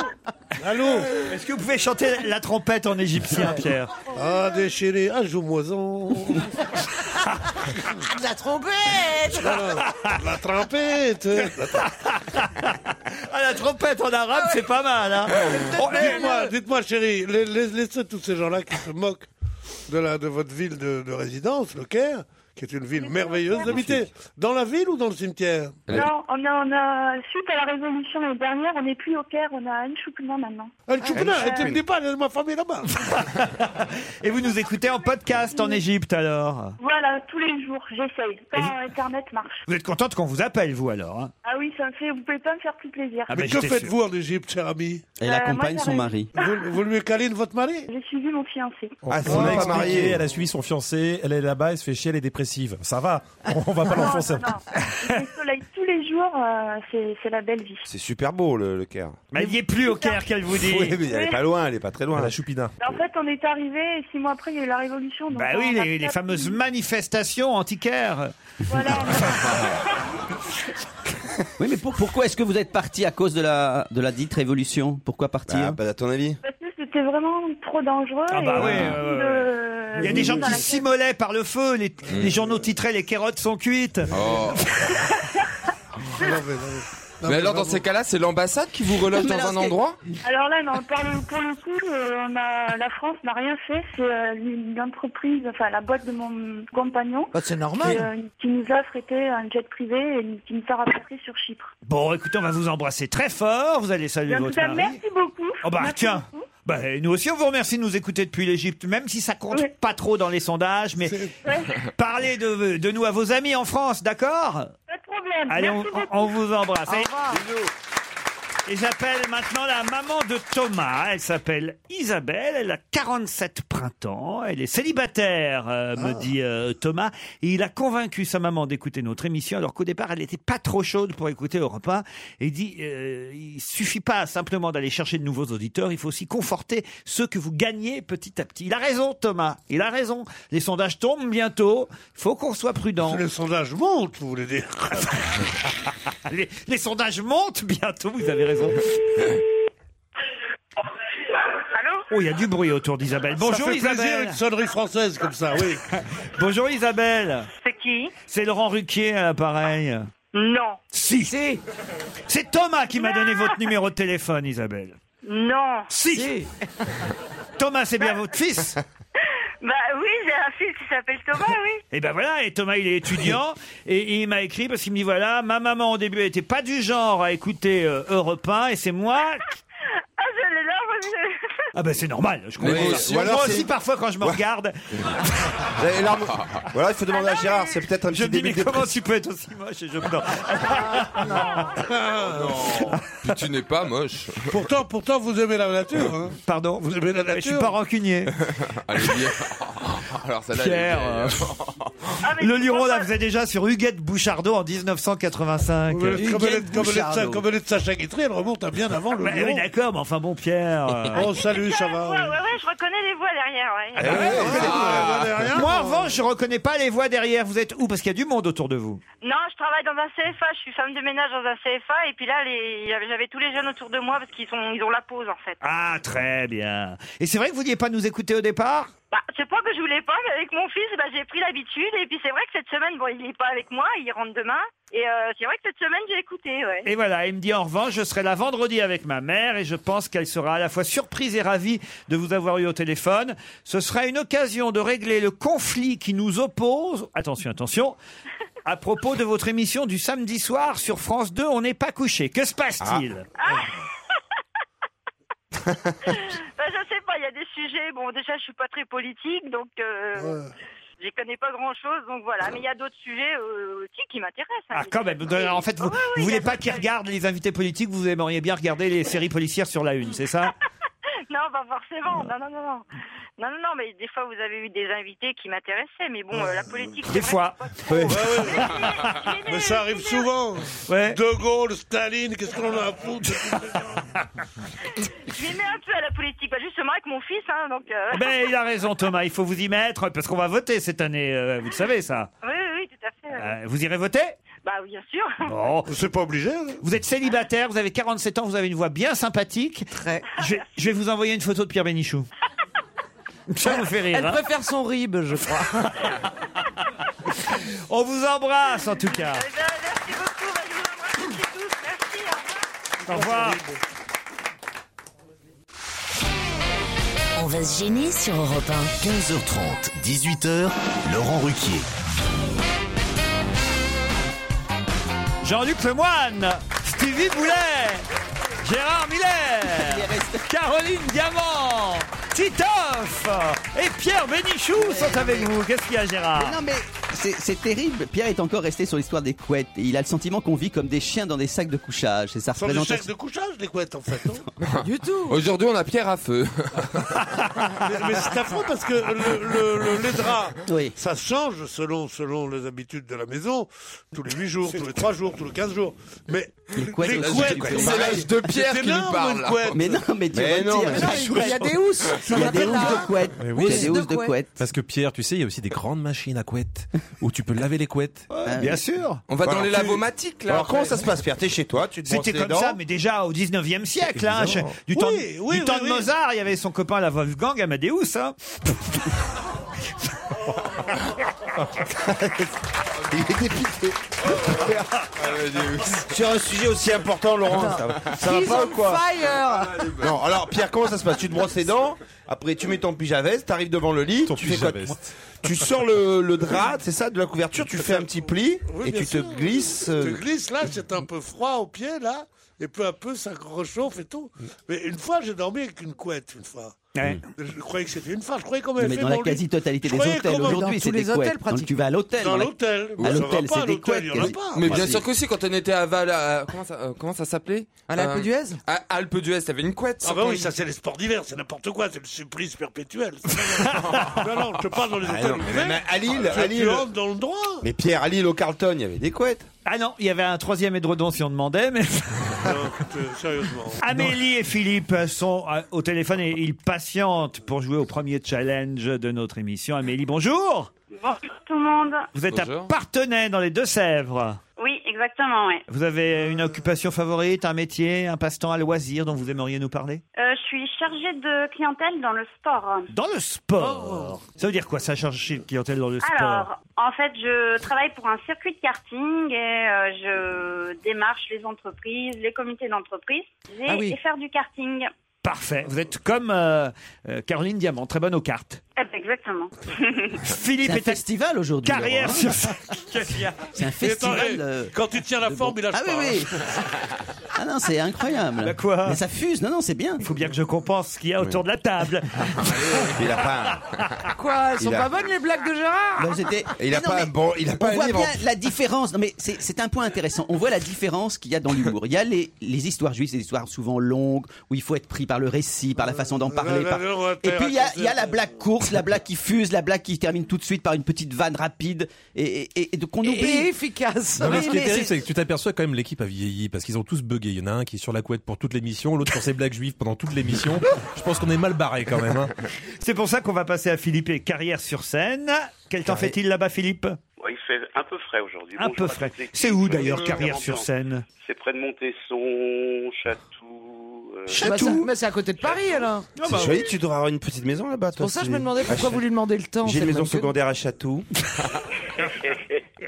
K: Allô
C: Est-ce que vous pouvez chanter la trompette en égyptien, Pierre
K: Ah, déchiré, ah, joue-moi-en.
A: De la trompette
K: La trompette Oh,
C: Ah, la trompette en arabe, c'est pas mal, hein
K: Oh,
C: euh,
K: Dites-moi, dites-moi, chérie, la- la- laissez tous ces gens-là qui se moquent de, la, de votre ville de, de résidence, le Caire, qui est une ville merveilleuse d'habiter. Dans la ville ou dans le cimetière
J: Non, on a, on a, suite à la révolution l'année dernière, on n'est plus au Caire, on a Nchoukna maintenant.
K: Elle Tchoukna, elle
J: Euh,
K: te le dit pas, elle est de ma famille là-bas.
C: Et vous nous écoutez en podcast en Égypte, alors
J: Voilà, tous les jours, j'essaye. Quand Internet marche.
C: Vous êtes contente qu'on vous appelle, vous, alors hein
J: Ah oui, ça me fait, vous pouvez pas me faire plus plaisir.
C: Ah
K: Mais
C: ben,
K: que
C: j'étais
K: faites-vous en Égypte, cher ami
J: Elle Euh, accompagne moi, ça son va. mari.
K: Vous, vous lui câlinez votre mari Oh,
J: J'ai suivi mon fiancé.
E: Ah,
K: on
E: on
K: l'a
E: l'a
K: pas
E: expliqué,
K: marié.
E: elle a suivi son fiancé, elle est là-bas, elle se fait chier, elle est dépressive. Ça va, on
C: Ah,
E: va pas l'enfoncer.
J: Le soleil tous les jours, euh, c'est c'est la belle vie.
G: C'est super beau, le, le Caire.
C: Mais elle n'y est plus au Caire, qu'elle vous dit.
G: Oui, mais elle est pas loin, elle est pas très loin. La
E: choupina.
J: En fait, on est arrivé et six mois après, il y a eu la révolution. donc
C: Bah
J: on
C: oui,
J: a
C: les, les
J: pas-
C: fameuses manifestations antiquaires.
H: Oui, mais pour- pourquoi est-ce que vous êtes parti à cause de la, de la dite révolution Pourquoi
F: Bah,
H: partir
G: À ton avis
J: Parce que c'était vraiment trop dangereux.
C: Ah bah
J: et-
C: oui, ouais, ouais,
J: euh,
C: Il y a des gens qui s'immolaient par le feu, les,
F: Mmh.
C: les journaux titraient les carottes sont cuites.
F: Oh. mais alors, dans ces cas-là, c'est l'ambassade qui vous reloge dans un endroit
J: Alors là, non, par le- pour le coup, euh, on a- la France n'a rien fait. C'est euh, une- l'entreprise, enfin la boîte de mon compagnon.
D: Bah, c'est normal.
J: Qui, euh, qui nous a prêté un jet privé et qui nous a rapatriés sur Chypre.
C: Bon, écoutez, on va vous embrasser très fort. Vous allez saluer
J: Bien, en tout
C: votre
J: cas,
C: mari.
J: merci beaucoup.
C: Oh bah
J: Merci
C: tiens,
J: beaucoup.
C: Bah, nous aussi, on vous remercie de nous écouter depuis l'Égypte, même si ça compte pas trop dans les sondages. Mais parlez de, de nous à vos amis en France, d'accord
J: Pas de problème.
C: Allez, on,
J: Merci beaucoup.
C: on vous embrasse.
J: Au
C: Et-
J: revoir.
C: Et j'appelle maintenant la maman de Thomas. Elle s'appelle Isabelle. Elle a 47 printemps. Elle est célibataire, euh,
K: Ah.
C: me dit euh, Thomas. Et il a convaincu sa maman d'écouter notre émission, alors qu'au départ, elle n'était pas trop chaude pour écouter Europe 1. Et il dit, euh, il suffit pas simplement d'aller chercher de nouveaux auditeurs. Il faut aussi conforter ceux que vous gagnez petit à petit. Il a raison, Thomas. Il a raison. Les sondages tombent bientôt. Il faut qu'on soit prudent.
K: Les sondages montent, vous voulez dire
C: les, les sondages montent bientôt, vous avez raison. Oh, il y a du bruit autour d'Isabelle. Bonjour
K: Ça fait plaisir,
C: Isabelle.
K: une sonnerie française comme ça, oui.
C: Bonjour Isabelle.
J: C'est qui
C: C'est Laurent Ruquier à l'appareil.
J: Non.
C: Si. C'est Thomas qui m'a donné votre numéro de téléphone, Isabelle.
J: Non.
C: Si. Thomas, c'est bien votre fils.
J: Bah oui, j'ai un fils qui s'appelle Thomas, oui.
C: Et ben voilà, et Thomas il est étudiant, et il m'a écrit parce qu'il me dit voilà, ma maman au début elle était pas du genre à écouter euh, Europe 1, et c'est moi
J: Ah, je l'ai là, moi, je-
C: Ah ben c'est normal, je comprends.
G: Mais
C: ça.
G: aussi,
C: Moi
G: ou alors
C: aussi
G: c'est-
C: parfois quand je me
G: Ouais.
C: regarde,
G: Et là, voilà, il faut demander à Gérard, c'est peut-être un petit
C: je me dis mais
G: début de
C: comment tu peux être aussi moche et je non.
K: Oh
F: Puis tu n'es pas moche.
K: Pourtant, pourtant, vous aimez la nature. hein.
C: Pardon
K: Vous aimez la nature.
C: Je suis pas rancunier.
F: Allez, bien. Alors, ça
C: Pierre, euh, le Luron la faisait déjà sur Huguette Bouchardot en 1985.
K: Comme elle- comme elle- comme elle est de Sa- comme elle est de Sacha Guitry, elle remonte à bien avant le
C: Bah oui,
K: Lion.
C: d'accord, mais enfin bon, Pierre. euh,
K: Oh, salut, ça va Eh
J: Ouais, ouais, ouais, je reconnais les voix derrière, ouais.
C: Ah
K: Ah,
C: Moi, en revanche, je reconnais pas les voix derrière. Vous êtes où Parce qu'il y a du monde autour de vous.
J: Non, je travaille dans un CFA, je suis femme de ménage dans un CFA, et puis là, les... j'avais tous les jeunes autour de moi parce qu'ils sont... ils ont la pause, en fait.
C: Ah, très bien. Et c'est vrai que vous vouliez pas nous écouter au départ
J: Bah, c'est pas que je voulais pas, mais avec mon fils, bah, j'ai pris l'habitude, et puis c'est vrai que cette semaine, bon, il est pas avec moi, il rentre demain, et euh, c'est vrai que cette semaine, j'ai écouté, ouais.
C: Et voilà, il me dit en revanche, je serai là vendredi avec ma mère et je pense qu'elle sera à la fois surprise et ravie de vous avoir eu au téléphone. Ce sera une occasion de régler le conflit qui nous oppose. Attention, attention. À propos de votre émission du samedi soir sur France 2, on n'est pas couché. Que se passe-t-il
J: Ah. Bah, je sais pas, il y a des sujets, bon, déjà, je suis pas très politique, donc... Euh... J'y connais pas grand chose, donc voilà. Mais il y a d'autres sujets euh, aussi qui m'intéressent. hein.
C: Ah, quand même. En fait, vous, vous voulez pas qu'ils regardent les invités politiques, vous aimeriez bien regarder les séries policières sur la une, c'est ça
J: Non, pas forcément. Non, non, non, non. Non, non, non, mais des fois, vous avez eu des invités qui m'intéressaient, mais bon, euh, la politique.
C: Des fois.
K: Ah Mais ça arrive souvent. De Gaulle, Staline, qu'est-ce qu'on en a à foutre
J: Je m'y mets un peu à la politique, bah, justement, avec mon fils, hein, donc. euh,
C: Eh Ben, il a raison, Thomas. Il faut vous y mettre parce qu'on va voter cette année. euh, vous le savez, ça.
J: Oui, oui, oui, tout à fait. ouais.
C: Euh, vous irez voter
J: Bah, oui, bien sûr.
K: C'est pas obligé. hein.
C: Vous êtes célibataire, vous avez 47 ans, vous avez une voix bien sympathique. Je, vais- je vais vous envoyer une photo de Pierre Bénichou. Ça vous fait rire.
D: Elle
C: hein.
D: préfère son rib, je crois.
C: On vous embrasse en tout cas. Au revoir.
A: On va se gêner sur Europe 1.
B: 15h30, 18h, Laurent Ruquier.
C: Jean-Luc Lemoine, Stevie Boulet, Gérard Miller, Caroline Diamant, Titoff et Pierre Bénichou sont avec vous. Qu'est-ce qu'il y a, Gérard
H: Mais non, mais c'est- c'est terrible. Pierre est encore resté sur l'histoire des couettes. Et il a le sentiment qu'on vit comme des chiens dans des sacs de couchage. C'est sa
K: Sans des
H: représentation.
K: chèques de couchage, les couettes, en fait. non
H: du tout.
F: Aujourd'hui, on a Pierre à feu.
K: mais mais c'est affreux parce que le, le- le- les draps,
H: Oui.
K: ça change selon, selon les habitudes de la maison, tous les 8 jours, tous les 3 jours, tous les 15 jours. Mais les
H: couettes
K: couettes,
H: aussi, les couettes.
F: C'est l'âge de Pierre
K: C'est
F: qui nous
K: énorme,
F: parle,
K: une
F: là.
K: couette.
H: Mais non, mais tu
F: Mais non,
H: retires.
F: mais
H: les
F: c'est
H: couettes.
F: chaud.
D: housses.
H: Il y a des housses de couettes.
E: Mais
H: Il y a des housses de couettes.
E: Eh Parce que Pierre, tu sais, il y a aussi des grandes machines à couettes où tu peux laver les couettes.
H: Ah,
C: Bien sûr.
F: On va dans
G: Alors,
F: les
G: tu-
F: lavomatiques, là.
G: Alors, comment ça se passe, Pierre T'es chez toi, tu te brosses
C: C'était
G: les
C: comme
G: dents.
C: ça, mais déjà au 19e siècle. Hein,
G: Évidemment.
C: chez- du temps, de-
K: Oui, oui,
C: du
K: oui,
C: temps de
K: oui.
C: Mozart, il y avait son copain, la Wolfgang Amadeus. Hein.
G: Il est dépité. Ah, Sur un sujet aussi important, Laurent, ça va, ça va pas ou quoi Non, alors Pierre, comment ça se passe Tu te brosses les dents, après tu mets ton pyjama veste, t'arrives devant le lit, tu fais quoi
E: pyjama
G: Tu sors le, le drap, c'est ça, de la couverture, tu fais un petit pli
K: Oui,
G: et
K: bien
G: tu
K: sûr.
G: te glisses.
K: Tu
G: euh,
K: glisses là, c'est un peu froid au pied là, et peu à peu, ça rechauffe et tout. Mais une fois, j'ai dormi avec une couette, une fois.
H: Ouais.
K: Je croyais que c'était une fois, je croyais qu'on
H: Non,
K: m'avait
H: mais
K: fait
H: dans la
K: mon lit.
H: quasi-totalité
K: Je
H: des
K: croyais
H: hôtels,
K: qu'on m'avait-
H: aujourd'hui, c'est des couettes. Dans- Tu vas à l'hôtel.
K: Dans
H: la-
K: l'hôtel.
H: À
K: Ça va
H: l'hôtel,
K: pas, à
H: c'est des
K: l'hôtel,
H: couettes.
K: il y en a pas.
F: Mais bien
H: Bah,
F: sûr
H: si.
F: que si, quand on était à Val, à- comment ça, euh, comment ça s'appelait
K: À l'Alpe
F: Euh,
K: d'Huez
F: À Alpe d'Huez, t'avais une couette.
K: Ah bah oui, ça c'est les sports d'hiver, c'est n'importe quoi, c'est le supplice perpétuel. non, non, je te parle dans les
G: Ah
K: hôtels
G: non,
K: d'hiver,
G: mais à Lille,
K: tu-
G: à
K: Tu
G: Lille.
K: rentres dans le droit.
G: Mais Pierre, à Lille, au Carlton, il y avait des couettes.
C: Ah non, il y avait un troisième édredon si on demandait, mais.
K: Non, écoute, euh, sérieusement.
H: Ah,
C: Amélie et Philippe sont euh, au téléphone et ils patientent pour jouer au premier challenge de notre émission. Amélie, bonjour
J: Bonjour tout le monde.
C: Vous êtes à Partenay, dans les Deux-Sèvres.
J: Oui, exactement, ouais.
C: Vous avez une occupation favorite, un métier, un passe-temps, à loisir dont vous aimeriez nous parler
J: Euh, je suis chargée de clientèle dans le sport.
C: Dans le sport Ça veut dire quoi Ça change chez le clientèle dans le sport
J: Alors, en fait, je travaille pour un circuit de karting et euh, je démarche les entreprises, les comités d'entreprise et,
C: Ah oui.
J: et faire du karting.
C: Parfait. Vous êtes comme euh, euh, Caroline Diamant, très bonne aux cartes.
J: Eh ben, exactement.
C: Philippe
H: C'est un
C: est à-
H: festival aujourd'hui.
C: Carrière
H: Laurent.
C: sur ça.
H: C'est un
K: Mais attends,
H: festival.
K: eh,
H: euh,
K: Quand tu tiens la forme, il lâche
H: Ah
K: pas.
H: oui, oui.
K: hein.
H: Ah non, c'est incroyable.
C: Bah quoi
H: Mais ça fuse. Non, non, c'est bien.
C: Il faut bien que je compense ce qu'il y a autour de la table.
G: Il a pas.
D: Quoi, elles sont
G: Il a-
D: pas bonnes les blagues de
C: Ah.
D: Gérard
H: Bah, c'était-
G: Et il a
H: Mais non,
G: pas
H: mais
G: un bon- il a pas
H: on
G: un
H: voit
G: livre
H: bien
G: en-
H: la différence. Non, mais c'est c'est un point intéressant. On voit la différence qu'il y a dans l'humour. Il y a les, les histoires juives, des histoires souvent longues où il faut être pris par le récit, par la façon d'en parler.
K: non,
H: par-
K: non, on va te
H: Et puis il y, a, il y a la
K: raconter.
H: blague course, la blague qui fuse, la blague qui termine tout de suite par une petite vanne rapide et, et, et- et donc on oublie.
D: Et efficace.
E: Non, mais
D: Oui,
E: ce qui est
D: mais
E: terrible,
D: c'est-
E: c'est que tu t'aperçois quand même l'équipe a vieilli parce qu'ils ont tous bugué. Il y en a un qui est sur la couette pour toute l'émission, l'autre sur ses blagues juives pendant toute l'émission. Je pense qu'on est mal barré quand même. hein.
C: C'est pour ça qu'on va passer à Philippe et Carrière sur scène. Quel temps fait-il là-bas, Philippe
M: Ouais, il fait un peu frais aujourd'hui.
C: Un
M: Bonjour
C: peu
M: à
C: frais.
M: toutes les équipes.
C: C'est où d'ailleurs
M: Euh,
C: Carrière sur
M: 40 ans.
C: scène
M: C'est près de Montesson, Chatou. euh,
D: Bah, ça- Mais c'est à côté de Paris alors.
K: Ah, bah
G: C'est joli, tu devrais avoir une petite maison là-bas.
D: Pour ça, je me demandais pourquoi vous lui demandez le temps.
G: Ah, J'ai
D: c'est
G: une
D: le
G: maison
D: même que nous.
G: secondaire à Château.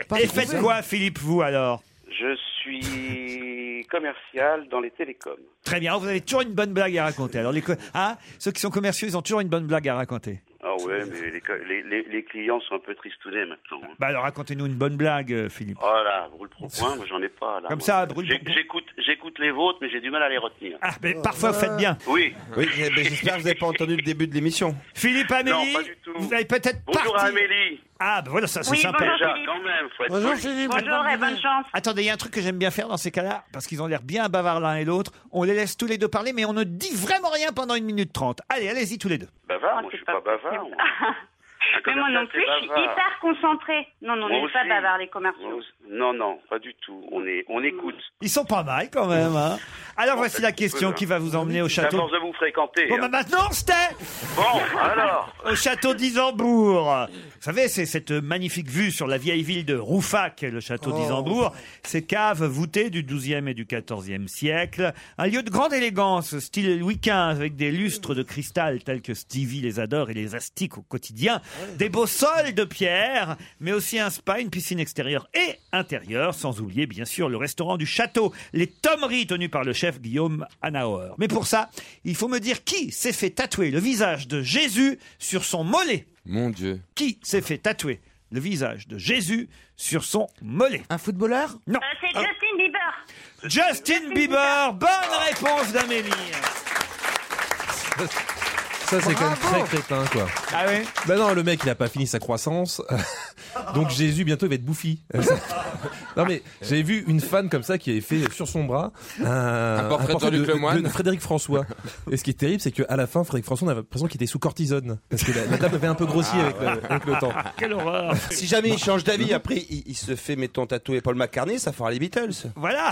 D: Pas
C: Et
D: trouvé.
C: faites quoi, Philippe, vous alors
M: Je suis commercial dans les télécoms.
C: Très bien, vous avez toujours une bonne blague à raconter. Alors, les co- ah, ceux qui sont commerciaux, ils ont toujours une bonne blague à raconter.
M: Ah ouais, mais les, co- les, les- les clients sont un peu tristounés maintenant. hein.
C: Bah alors, racontez-nous une bonne blague, euh, Philippe.
M: Oh là, brûle pour point, moi j'en ai pas là.
C: Comme
M: moi.
C: ça, à brûle
M: J'ai- J'écoute, j'écoute les vôtres, mais j'ai du mal à les retenir.
C: Ah, mais parfois, faites bien.
M: Euh, Oui.
G: Oui, j'ai- ben, j'espère que vous n'avez pas entendu le début de l'émission.
C: Philippe, Amélie,
M: Non, pas du tout.
C: vous avez peut-être
M: Bonjour
C: parti.
M: à Amélie.
C: Ah, bah voilà, ça c'est
J: Oui,
C: sympa.
J: bonjour.
M: Déjà,
J: Philippe.
M: quand même, faut être
K: Bonjour
M: poli.
K: Philippe.
J: Bonjour et bonne chance.
C: Attendez, il y a un truc que j'aime bien faire dans ces cas-là, parce qu'ils ont l'air bien bavards l'un et l'autre. On les laisse tous les deux parler, mais on ne dit vraiment rien pendant une minute trente. Allez, allez-y tous les deux.
J: Oh,
M: Bavard, moi je suis pas bavard. moi. Un
J: Mais moi
M: commercial,
J: non
M: c'est
J: plus, je suis
M: bavard.
J: hyper concentrée. Non, non, on
M: Moi
J: n'est pas
M: aussi.
J: bavards, les
M: Moi
J: commerciaux.
M: aussi. Non, non, pas du tout. On, est, on écoute.
C: Ils sont pas mal quand même. hein. Alors,
M: Bon,
C: voici
M: ça,
C: la
M: tu peux,
C: question
M: hein.
C: qui va vous emmener au
M: À
C: château.
M: force de vous fréquenter.
C: Bon, bah
M: hein.
C: maintenant, c'était
M: Bon, alors.
C: au château d'Isambourg. Vous savez, c'est cette magnifique vue sur la vieille ville de Roufac, le château
M: Oh.
C: d'Isambourg. Ces caves voûtées du XIIe et du XIVe siècle. Un lieu de grande élégance, style Louis XV, avec des lustres de cristal tels que Stevie les adore et les astique au quotidien. Des beaux sols de pierre, mais aussi un spa, une piscine extérieure et intérieure, sans oublier bien sûr le restaurant du château, les tomeries tenues par le chef Guillaume Anahor. Mais pour ça, il faut me dire qui s'est fait tatouer le visage de Jésus sur son mollet.
F: Mon Dieu.
C: Qui s'est fait tatouer le visage de Jésus sur son mollet
D: Un footballeur
C: Non. Ah.
J: Euh, c'est Justin Bieber.
C: Justin Bieber, bonne réponse d'Amélie.
E: Ça, c'est quand même très crétin, quoi.
C: Ah oui
E: Bah non, le mec, il a pas fini sa croissance. Donc Jésus, bientôt, il va être bouffi. non, mais j'ai vu une fan comme ça qui avait fait sur son bras un,
F: Un portrait de Jean-Luc Lemoyne.
E: Frédéric François. Et ce qui est terrible, c'est qu'à la fin, Frédéric François, on avait l'impression qu'il était sous cortisone. Parce que la, la dame avait un peu grossi avec, le- avec le temps.
C: Ah, Quelle horreur
G: Ah, Si jamais il change d'avis, après il, il se fait, mettons, tatouer Paul McCartney, ça fera les Beatles.
C: Voilà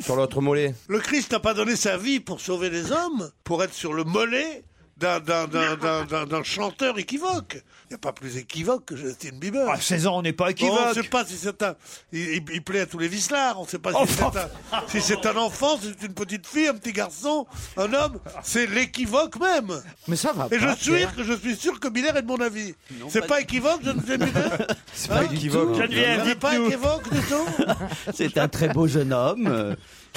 G: Sur l'autre mollet.
K: Le Christ n'a pas donné sa vie pour sauver les hommes, pour être sur le mollet d'un- d'un- d'un d'un- d'un- d'un chanteur équivoque. Il n'y a pas plus équivoque que Justin Bieber.
C: À 16 Ah, ans, on n'est pas
K: Bon, on ne
C: équivoque.
K: sait pas si c'est un. Il, il- il plaît à tous les vislards. On ne sait pas
C: Oh,
K: si c'est un, si c'est un enfant, si c'est une petite fille, un petit garçon, un homme. C'est l'équivoque même.
D: Mais ça va.
K: Et je
D: pas,
K: suis,
D: Pierre.
K: je suis sûr que Miller est de mon avis. C'est pas,
H: pas
K: équivoque, je ne sais Hein pas.
G: C'est pas équivoque.
C: Geneviève,
K: pas
C: dites-nous.
K: équivoque du tout.
H: C'est un très beau jeune homme. euh,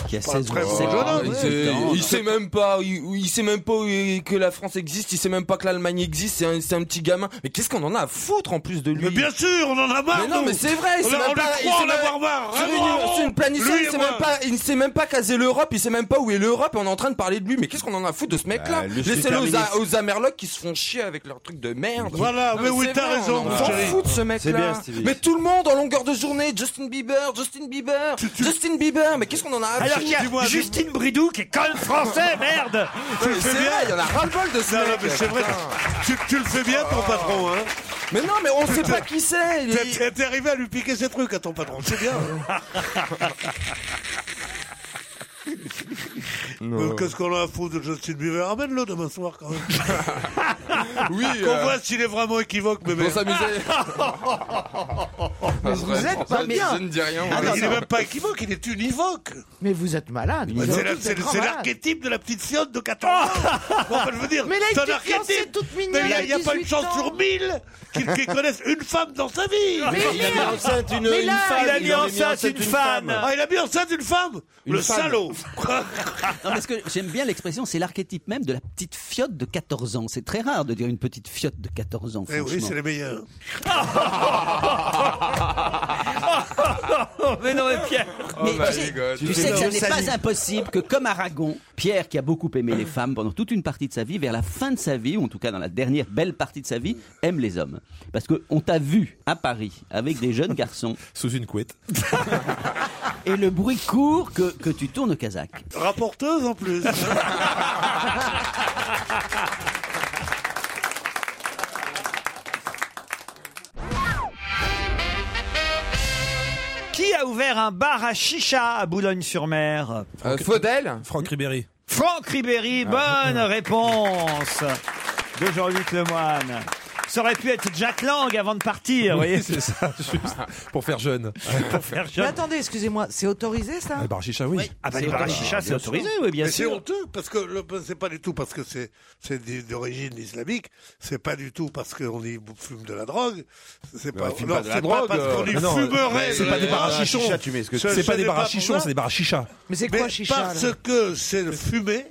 H: qui a
K: Pas
H: 16 ou
K: très beau
H: 17
K: jeune
H: ans.
K: homme.
F: Il sait,
H: hein.
F: il sait même pas, il, il sait même pas où- que la France existe, il sait même pas que l'Allemagne existe. C'est un, c'est un petit gamin. Mais qu'est-ce qu'on en a à foutre en plus de lui Mais
K: bien sûr, on en a marre,
F: Mais non,
K: nous.
F: mais c'est vrai.
K: On
F: c'est
K: a-
F: même
K: on est
F: pas-
K: trois
F: il sait
K: en
F: même-
K: avoir marre.
F: Sur
K: Vraiment,
F: une, sur une planète,
K: lui et
F: il sait
K: moi.
F: même pas, il sait même pas caser l'Europe, il sait même pas où est l'Europe. Et on est en train de parler de lui. Mais qu'est-ce qu'on en a à foutre de ce mec-là
G: Bah, le
F: Laissez-le aux,
G: superministre.
F: A- aux Amerlocs qui se font chier avec leur truc de merde.
K: Voilà,
F: Non,
K: mais oui,
F: c'est
K: t'as
F: vrai,
K: raison,
F: On
K: mon
F: en- on s'en
K: chéri.
F: fout de ce
K: C'est bien,
F: mec-là.
K: Stevie.
F: Mais tout le monde en longueur de journée, Justin Bieber, Justin Bieber, Justin Bieber. Mais qu'est-ce qu'on en a à
C: Alors
F: foutre
C: qu'il y a
F: Dis-moi,
C: Justine Bridou qui est quand même français, merde
F: Ouais, mais Euh, c'est vrai, il y en a ras-le-bol de ce
K: Non, non,
F: mec,
K: mais c'est vrai,
F: putain.
K: tu, tu le fais bien, ton patron, hein
F: Mais non, mais on sait
K: T'es-
F: pas qui c'est, il-
K: t'es- T'es t'es arrivé à lui piquer ses trucs à ton patron, c'est bien.
G: Non.
K: Mais Euh, Qu'est-ce qu'on a à foutre de Justin Bieber Amène-le demain soir, quand même.
F: oui,
K: Qu'on
F: euh,
K: voit s'il est vraiment équivoque, bébé.
F: Pour s'amuser.
K: Mais
F: vous êtes pas bien. Je ne dis rien,
K: Ah,
F: ouais.
K: non, il n'est même pas équivoque, il est univoque.
D: Mais vous êtes malade.
K: Bah,
D: vous
K: c'est
D: êtes
K: la-
D: tous
K: c'est-
D: des grands
K: c'est
D: malades.
K: l'archétype de la petite fiotte de 14 ans. Bon, enfin, je veux dire,
D: Mais là, elle
K: c'est un
D: était fiancée
K: archétype.
D: toute mignonne,
K: Mais il y a-
D: elle
K: il n'y a,
D: a
K: pas une
D: 18
K: chance
D: ans.
K: sur 1000 qu'il qu'il connaisse une femme dans sa vie.
C: Mais Il a mis merde. enceinte une- Mais une là, femme,
K: Il a
C: il
K: mis
C: en a mis
K: enceinte
C: enceinte
K: une
C: une
K: femme.
C: femme.
K: Ah, il a mis enceinte une femme
H: Une
K: Le
H: femme.
K: salaud.
H: Non, parce que j'aime bien l'expression, c'est l'archétype même de la petite fiotte de 14 ans. C'est très rare de dire une petite fiotte de 14 ans.
K: Eh oui,
H: franchement.
K: c'est les meilleurs.
C: mais non, mais Pierre.
H: Mais
F: Oh, bah,
H: tu sais, tu sais que ça n'est pas impossible que, comme Aragon, Pierre, qui a beaucoup aimé les femmes pendant toute une partie de sa vie, vers la fin de sa vie, ou en tout cas dans la dernière belle partie de sa vie, aime les hommes. Parce qu'on t'a vu à Paris avec des jeunes garçons.
E: Sous une couette.
H: Et le bruit court que, que tu tournes au Kazakh. Bah,
K: Rapporteuse en plus.
C: Qui a ouvert un bar à chicha à Boulogne-sur-Mer
F: Faudel
E: Franck Ribéry.
C: Franck Ribéry, bonne réponse de Jean-Luc Lemoine. Ça aurait pu être Jack Lang avant de partir, Ah, vous voyez.
E: c'est ça, juste pour faire jeune.
C: pour faire
D: Mais
C: jeune.
D: attendez, excusez-moi, c'est autorisé ça
E: Le bar à chicha, oui.
C: Ah bah les bars à chicha, c'est autorisé, oui, bien
K: Mais c'est
C: sûr.
K: honteux, parce que le- bah, c'est pas du tout parce que c'est c'est d- d'origine islamique, c'est pas du tout parce qu'on y bou- fume de la drogue, c'est
G: Mais
K: pas,
G: on fume
K: non,
G: pas de la
K: c'est
G: drogue,
K: parce qu'on y
E: Mais non,
K: fumerait.
E: C'est
K: de
E: pas
K: la
E: des bars à
K: drogue.
E: chichons.
G: chicha, tu mets ce que
K: Ce-
G: tu-
E: C'est
K: ce
E: pas des
K: n'est
E: bars à
K: pour
E: chichons,
K: ça.
E: c'est des bars à chicha.
D: Mais c'est
K: Mais
D: quoi chicha
K: Parce
D: là
K: que c'est le fumé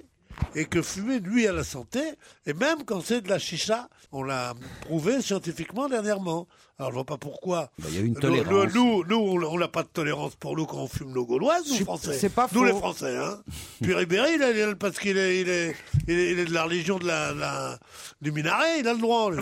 K: et que fumer nuit à la santé, et même quand c'est de la chicha, on l'a prouvé scientifiquement dernièrement. Alors je vois pas pourquoi.
H: Bah, il y a une
K: Nous-
H: tolérance.
K: Nous, nous, nous, on l'a- on n'a pas de tolérance pour nous quand on fume nos Gauloises, nous Français.
D: c'est pas
K: Nous
D: faux.
K: les Français, hein. Puis Ribéry, il a- il a- parce qu'il est, il est, il est, il est de la religion de la, la- du minaret, il a le droit. lui.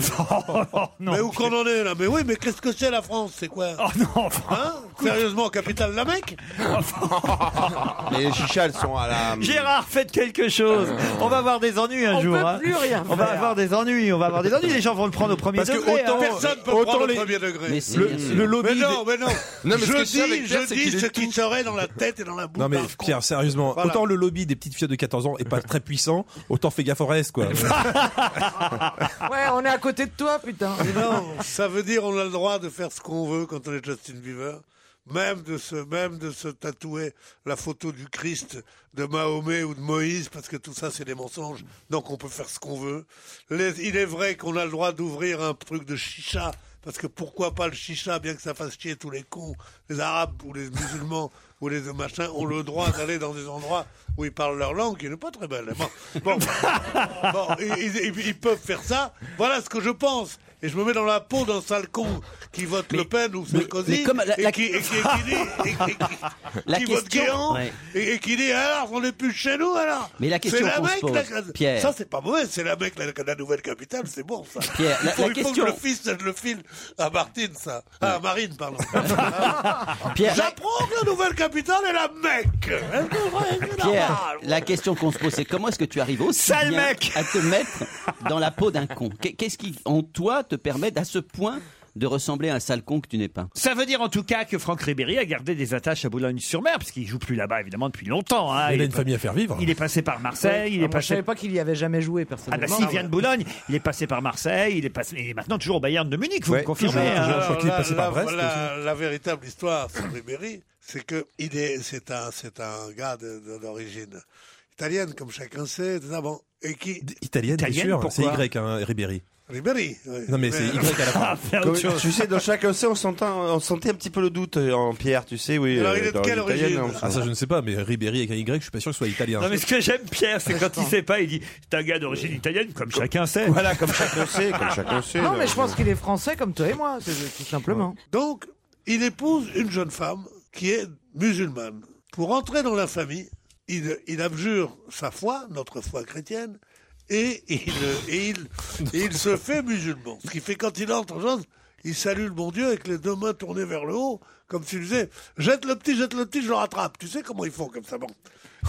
K: mais où qu'on en est là Mais oui, mais qu'est-ce que c'est la France C'est quoi
C: Oh non, Franck.
K: Hein Sérieusement, capitale de la Mecque Ah.
G: Les chichas, elles sont à la.
C: Gérard, faites quelque chose. On va avoir des ennuis un
D: On
C: jour.
D: peut
C: hein.
D: plus rien
C: on va
D: faire.
C: avoir des ennuis. On va avoir des ennuis. Les gens vont le prendre au premier
F: Parce que
C: degré.
F: autant-
C: hein.
K: Personne peut
F: Autant
K: prendre
F: les-
K: le premier degré.
H: Mais si,
E: Le-
H: bien sûr.
E: le lobby
K: Mais
E: des-
K: non, mais non.
F: Non, mais ce
K: je
F: que je sais avec
K: dis,
F: Pierre,
K: je
F: c'est qu'il
K: dis
F: est
K: ce qui serait dans la tête et dans
C: Ah
K: la bouche.
E: Non mais
K: d'un con.
E: Pierre, sérieusement,
K: Voilà.
E: autant le lobby des petites filles de 14 ans est pas très puissant, autant fais gaffe au reste, quoi.
C: Ah,
D: Ouais, on est à côté de toi, putain.
K: Mais non, ça veut dire on a le droit de faire ce qu'on veut quand on est Justin Bieber. Même de se, même de se tatouer la photo du Christ, de Mahomet ou de Moïse, parce que tout ça c'est des mensonges. Donc on peut faire ce qu'on veut. Les- il est vrai qu'on a le droit d'ouvrir un truc de chicha, parce que pourquoi pas le chicha, bien que ça fasse chier tous les cons, les Arabes ou les musulmans ou les machins, ont le droit d'aller dans des endroits où ils parlent leur langue, qui n'est pas très belle. Bon, bon. Bon, ils, ils- ils- ils peuvent faire ça. Voilà ce que je pense. Et je me mets dans la peau d'un sale con qui vote Le Pen ou
H: mais
K: Sarkozy
H: comme la-
K: et
H: la-
K: qui et qui- et qui dit et- et- et-
H: La
K: qui vote
H: question-
K: Guéant
H: Ouais.
K: et, et qui dit ah, alors on n'est plus chez nous alors.
H: Mais la question
K: C'est la
H: qu'on se
K: mec,
H: pose,
K: la-
H: Pierre.
K: Ça c'est pas mauvais, c'est la mec la, la nouvelle capitale, c'est bon ça.
H: Pierre, la-
K: il faut,
H: la
K: il faut
H: question-
K: que le fils je le file à Martine ça, Ah, à Marine pardon.
H: Pierre, la-
K: J'apprends que la nouvelle capitale est la Mecque. Hein, c'est vrai, c'est
H: Pierre,
K: normal.
H: la question qu'on se pose, c'est comment est-ce que tu arrives aussi
C: Sale
H: bien
C: mec
H: à te mettre dans la peau d'un con Qu'est- Qu'est-ce qui, en toi, te permet à ce point de ressembler à un sale con que tu n'es pas
C: Ça veut dire en tout cas que Franck Ribéry a gardé des attaches à Boulogne-sur-Mer, parce qu'il joue plus là-bas évidemment depuis longtemps. hein.
E: Il a
C: est
E: une
C: pas-
E: famille à faire vivre.
C: Il est passé par Marseille, il
D: Ah,
C: est
D: moi, Je savais
C: passé.
D: pas qu'il y avait jamais joué,
C: Ah bah
D: personnellement.
C: s'il vient de Boulogne, il est passé par Marseille, il est passé, il est maintenant toujours au Bayern de Munich, vous
E: Ouais,
C: me confirmez
E: toujours,
C: hein
E: toujours. Je crois qu'il est
K: là,
E: passé par
K: là,
E: Brest
K: euh, La, la véritable histoire sur Ribéry, c'est que il est, c'est un, c'est un gars de, de- d'origine italienne, comme chacun sait. tout ça, bon, et qui
E: Italienne, bien
C: Italienne,
E: sûr, c'est
C: pourquoi
E: Y, hein, Ribéry.
K: Ribéry. oui.
E: Non, mais c'est Y à la
K: Ah,
E: fin. Faire autre chose.
G: Tu sais, dans chaque océan, on sentait, on sentait un petit peu le doute euh, en Pierre, tu sais, oui. euh, dans l'italienne, hein,
E: Ah, ça, je ne sais pas, mais Ribéry avec un Y, je suis pas sûr que ce soit italien.
C: Non mais ce que j'aime Pierre, c'est quand il sait pas, il dit c'est un gars d'origine italienne comme chacun sait.
G: Voilà, comme chacun sait, comme chacun
D: Non,
E: euh,
D: mais je pense qu'il est français comme toi et moi, c'est tout simplement.
K: Donc, il épouse une jeune femme qui est musulmane. Pour entrer dans la famille, il, il abjure sa foi, notre foi chrétienne, et il, et il, et il se fait musulman. Ce qui fait quand il entre en France, il salue le bon Dieu avec les deux mains tournées vers le haut, comme s'il disait Jette le petit, jette le petit, je le rattrape. Tu sais comment ils font comme ça, bon.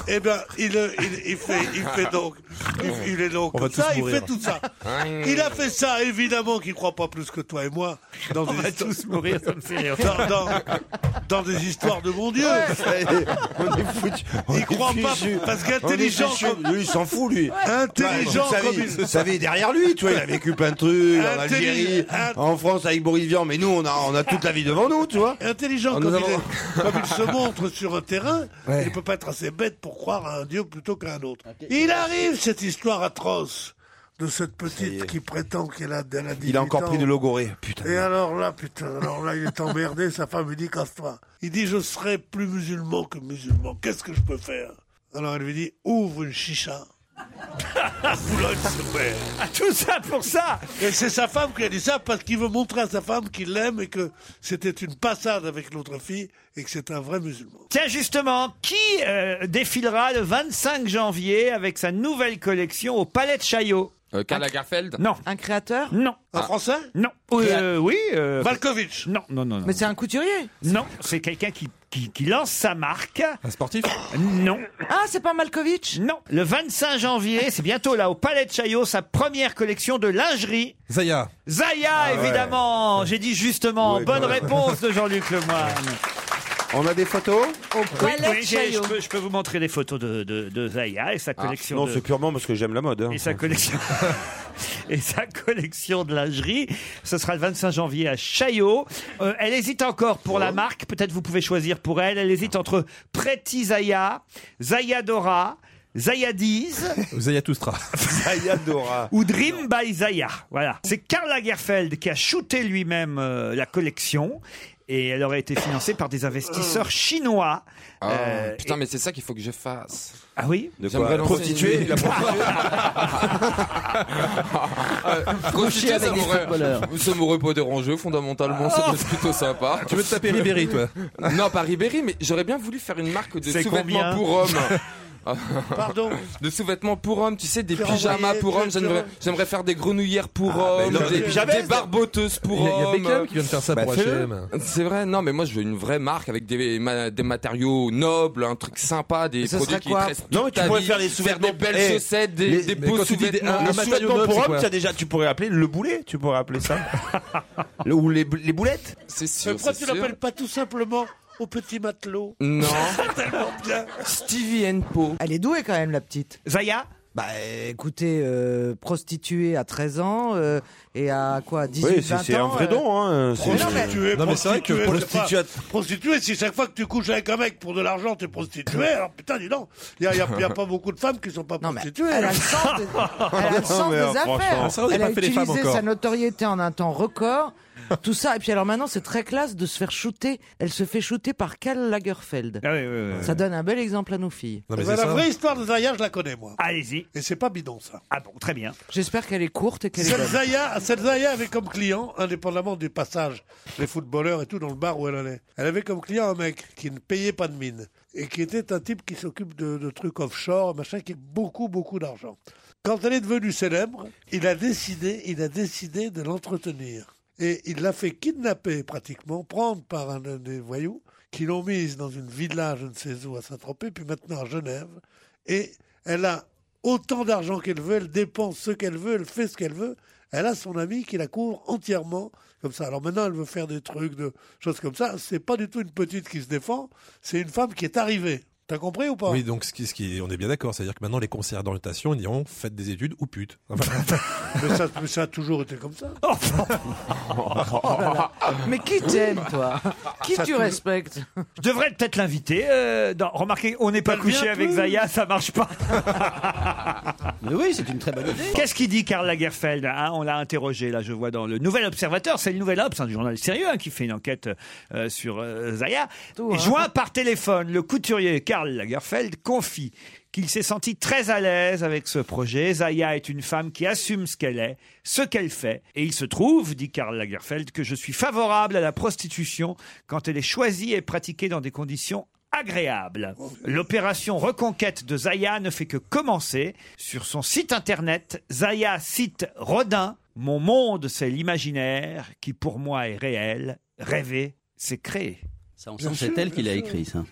K: Eh bien, il, il, il fait, il fait donc, il, il est donc
E: On va
K: comme ça,
E: tous
K: il
E: mourir.
K: fait tout ça.
G: Mmh.
K: Il a fait ça, évidemment qu'il croit pas plus que toi et moi. Dans On va tous
C: mourir, ça me fait rire.
K: Dans, dans- dans des histoires de mon Dieu.
G: On est foutu.
K: Il croit pas, parce qu'intelligent comme...
G: Lui, il s'en fout, lui.
K: Intelligent
G: Bah, sa
K: comme
G: vie-
K: il-
G: Sa vie est derrière lui, tu vois. Il a vécu plein de trucs en
K: Intelligent.
G: Algérie, en France avec Boris Vian, mais nous, on a, on a toute la vie devant nous, tu vois.
K: Intelligent
G: On
K: comme,
G: nous
K: il
G: avons-
K: est- comme il se montre sur un terrain, il ne peut pas être assez bête pour croire à un dieu plutôt qu'à un autre. Il arrive cette histoire atroce de cette petite qui prétend qu'elle a, elle a 18
G: Il a encore
K: ans.
G: pris de l'ogoré. Putain.
K: Et alors là, putain, alors là, il est emmerdé, sa femme lui dit, casse-toi. Il dit, je serai plus musulman que musulman, qu'est-ce que je peux faire Alors elle lui dit, ouvre une chicha.
C: Ah,
K: Boulogne se perd.
C: Tout ça pour ça
K: Et c'est sa femme qui a dit ça parce qu'il veut montrer à sa femme qu'il l'aime et que c'était une passade avec l'autre fille et que c'est un vrai musulman.
C: Tiens justement, qui euh, défilera le 25 janvier avec sa nouvelle collection au Palais de Chaillot
F: Euh, Karl Lagerfeld
C: Non.
D: Un créateur
C: Non.
K: Un Français
C: Non. Euh, oui. euh,
K: Malkovich
C: Non, non, non. non.
D: Mais c'est un couturier
C: Non, c'est quelqu'un qui, qui, qui lance sa marque.
E: Un sportif
C: Non.
D: Ah, c'est pas Malkovich
C: Non. Le 25 janvier, c'est bientôt là, au Palais de Chaillot, sa première collection de lingerie.
E: Zaya.
C: Zaya,
G: Ah ouais.
C: évidemment J'ai dit justement,
G: Ouais,
C: bonne
G: quand même.
C: réponse de Jean-Luc Lemoyne.
G: On a des photos
C: Oui, oui, j'ai- je, peux, je peux vous montrer des photos de, de, de Zaya et sa
G: Ah,
C: collection
G: Non,
C: de...
G: c'est purement parce que j'aime la mode. hein.
C: et sa collection et sa collection de lingerie. Ce sera le 25 janvier à Chaillot. Euh, elle hésite encore pour la marque. Peut-être vous pouvez choisir pour elle. Elle hésite entre Pretty Zaya, Zaya Dora, Zaya Deez
E: Zaya Toustra.
G: Zaya Dora.
C: ou Dream by Zaya. Voilà. C'est Karl Lagerfeld qui a shooté lui-même euh, la collection. Et elle aurait été financée par des investisseurs chinois.
F: Oh. Ah,
C: Euh,
F: putain, mais c'est ça qu'il faut que je fasse.
C: Ah oui
G: De
F: J'aimerais
G: quoi
F: lancer
G: Prostituée,
F: une-
G: la
F: ah, Prostituée, ça me re- ça me repos dérangeux, fondamentalement, c'est plutôt sympa.
E: Tu veux te taper Ribéry, toi
F: Non, pas Ribéry, mais j'aurais bien voulu faire une marque de
E: C'est combien
F: sous-vêtements pour hommes.
K: Pardon
F: De sous-vêtements pour hommes, tu sais, des
K: J'ai
F: pyjamas
K: envoyé,
F: pour hommes.
K: j'ai-
F: J'aimerais, j'aimerais faire des grenouillères pour
G: Ah,
E: ben
F: hommes,
E: non,
F: des,
E: mais pyjamas,
F: des
E: c'est-
F: barboteuses pour
E: Il y a- il y a
F: hommes.
E: Beckham qui vient de faire ça Bah, pour fais-le. H&M.
F: C'est vrai, non, mais moi je veux une vraie marque avec des, ma- des matériaux nobles, un truc sympa, des
G: Et ce
F: produits
G: serait
F: qui
G: quoi
F: restent.
G: Non, mais tu pourrais faire les sous-vêtements-
F: des belles
G: Eh,
F: chaussettes, des,
G: les-
F: des
G: mais
F: beaux
G: quand tu dis des-
F: sous-vêtements.
G: un- un
F: Les
G: matériau
F: sous-vêtements
G: noble,
F: pour
G: c'est
F: hommes,
G: quoi
F: t'as déjà-
G: tu pourrais appeler le boulet, tu pourrais appeler ça. Le- ou les, bou- les boulettes
F: C'est
K: Mais
F: sûr,
K: pourquoi
F: c'est
K: tu
F: sûr.
K: l'appelles pas tout simplement au petit matelot
F: Non.
K: Tellement bien
F: Stevie Enpo.
D: Elle est douée quand même, la petite.
C: Zaya
D: Bah écoutez, euh, prostituée à 13 ans euh, et à quoi 18
G: Oui, c'est-
D: 20
G: c'est un
D: ans,
G: vrai
D: euh,
G: don. Hein. c'est-
D: non, mais-
K: Prostituée,
G: Non, mais c'est vrai que
K: prostituée,
G: prostituée-
K: c'est pas- Prostituée, si chaque fois que tu couches avec un mec pour de l'argent, t'es prostituée, alors putain, dis donc, il n'y a, y a pas beaucoup de femmes qui sont pas prostituées. hein.
D: elle a le sens des, elle a le sens des
K: Ah,
D: affaires. elle a utilisé sa notoriété en un temps record. Tout ça. Et puis alors maintenant, c'est très classe de se faire shooter. Elle se fait shooter par Karl Lagerfeld.
K: Ah
D: Ça donne un bel exemple à nos filles.
K: Eh ben, la vraie histoire de Zaya, je la connais, moi.
C: Allez-y.
K: Et c'est pas bidon, ça.
C: Ah bon, très bien.
D: J'espère qu'elle est courte et qu'elle est
K: Cette
D: bonne.
K: Zaya, cette Zaya avait comme client, indépendamment des passages, les footballeurs et tout, dans le bar où elle allait, elle avait comme client un mec qui ne payait pas de mine et qui était un type qui s'occupe de, de trucs offshore, machin, qui a beaucoup, beaucoup d'argent. Quand elle est devenue célèbre, il a décidé, il a décidé de l'entretenir. Et il l'a fait kidnapper pratiquement, prendre par un des voyous, qui l'ont mise dans une villa, je ne sais où, à Saint-Tropez, puis maintenant à Genève. Et elle a autant d'argent qu'elle veut, elle dépense ce qu'elle veut, elle fait ce qu'elle veut. Elle a son ami qui la couvre entièrement comme ça. Alors maintenant, elle veut faire des trucs, de choses comme ça. C'est pas du tout une petite qui se défend, c'est une femme qui est arrivée. T'as compris ou pas
E: Oui, donc ce qui, ce qui, on est bien d'accord, c'est-à-dire que maintenant les conseillers d'orientation ils diront faites des études ou pute.
K: mais, ça, mais ça a toujours été comme ça.
D: Oh là là. Mais qui t'aime, toi
F: Ah,
D: Qui
C: Ça
D: tu
C: touche.
D: respectes
C: Je devrais peut-être l'inviter. euh, dans- remarquez, on n'est
F: Bah,
C: pas couché
D: vient
C: avec
D: plus.
C: Zaya, ça marche pas.
H: Mais oui, c'est une très bonne idée.
C: Qu'est-ce qu'il dit Karl Lagerfeld hein On l'a interrogé, là, je vois dans le Nouvel Observateur. C'est le Nouvel Obs, un journal sérieux hein, qui fait une enquête euh, sur euh, Zaya. Et Joint par téléphone, le couturier Karl Lagerfeld confie qu'il s'est senti très à l'aise avec ce projet. Zaya est une femme qui assume ce qu'elle est, ce qu'elle fait. Et il se trouve, dit Karl Lagerfeld, que je suis favorable à la prostitution quand elle est choisie et pratiquée dans des conditions agréable. L'opération reconquête de Zaya ne fait que commencer. Sur son site internet, Zaya cite Rodin Mon monde, c'est l'imaginaire qui pour moi est réel. Rêver, c'est créer.
H: Ça, on
C: Bien
H: sent que
C: sûr,
H: c'est elle
C: bien
H: qui l'a
C: sûr.
H: écrit, ça.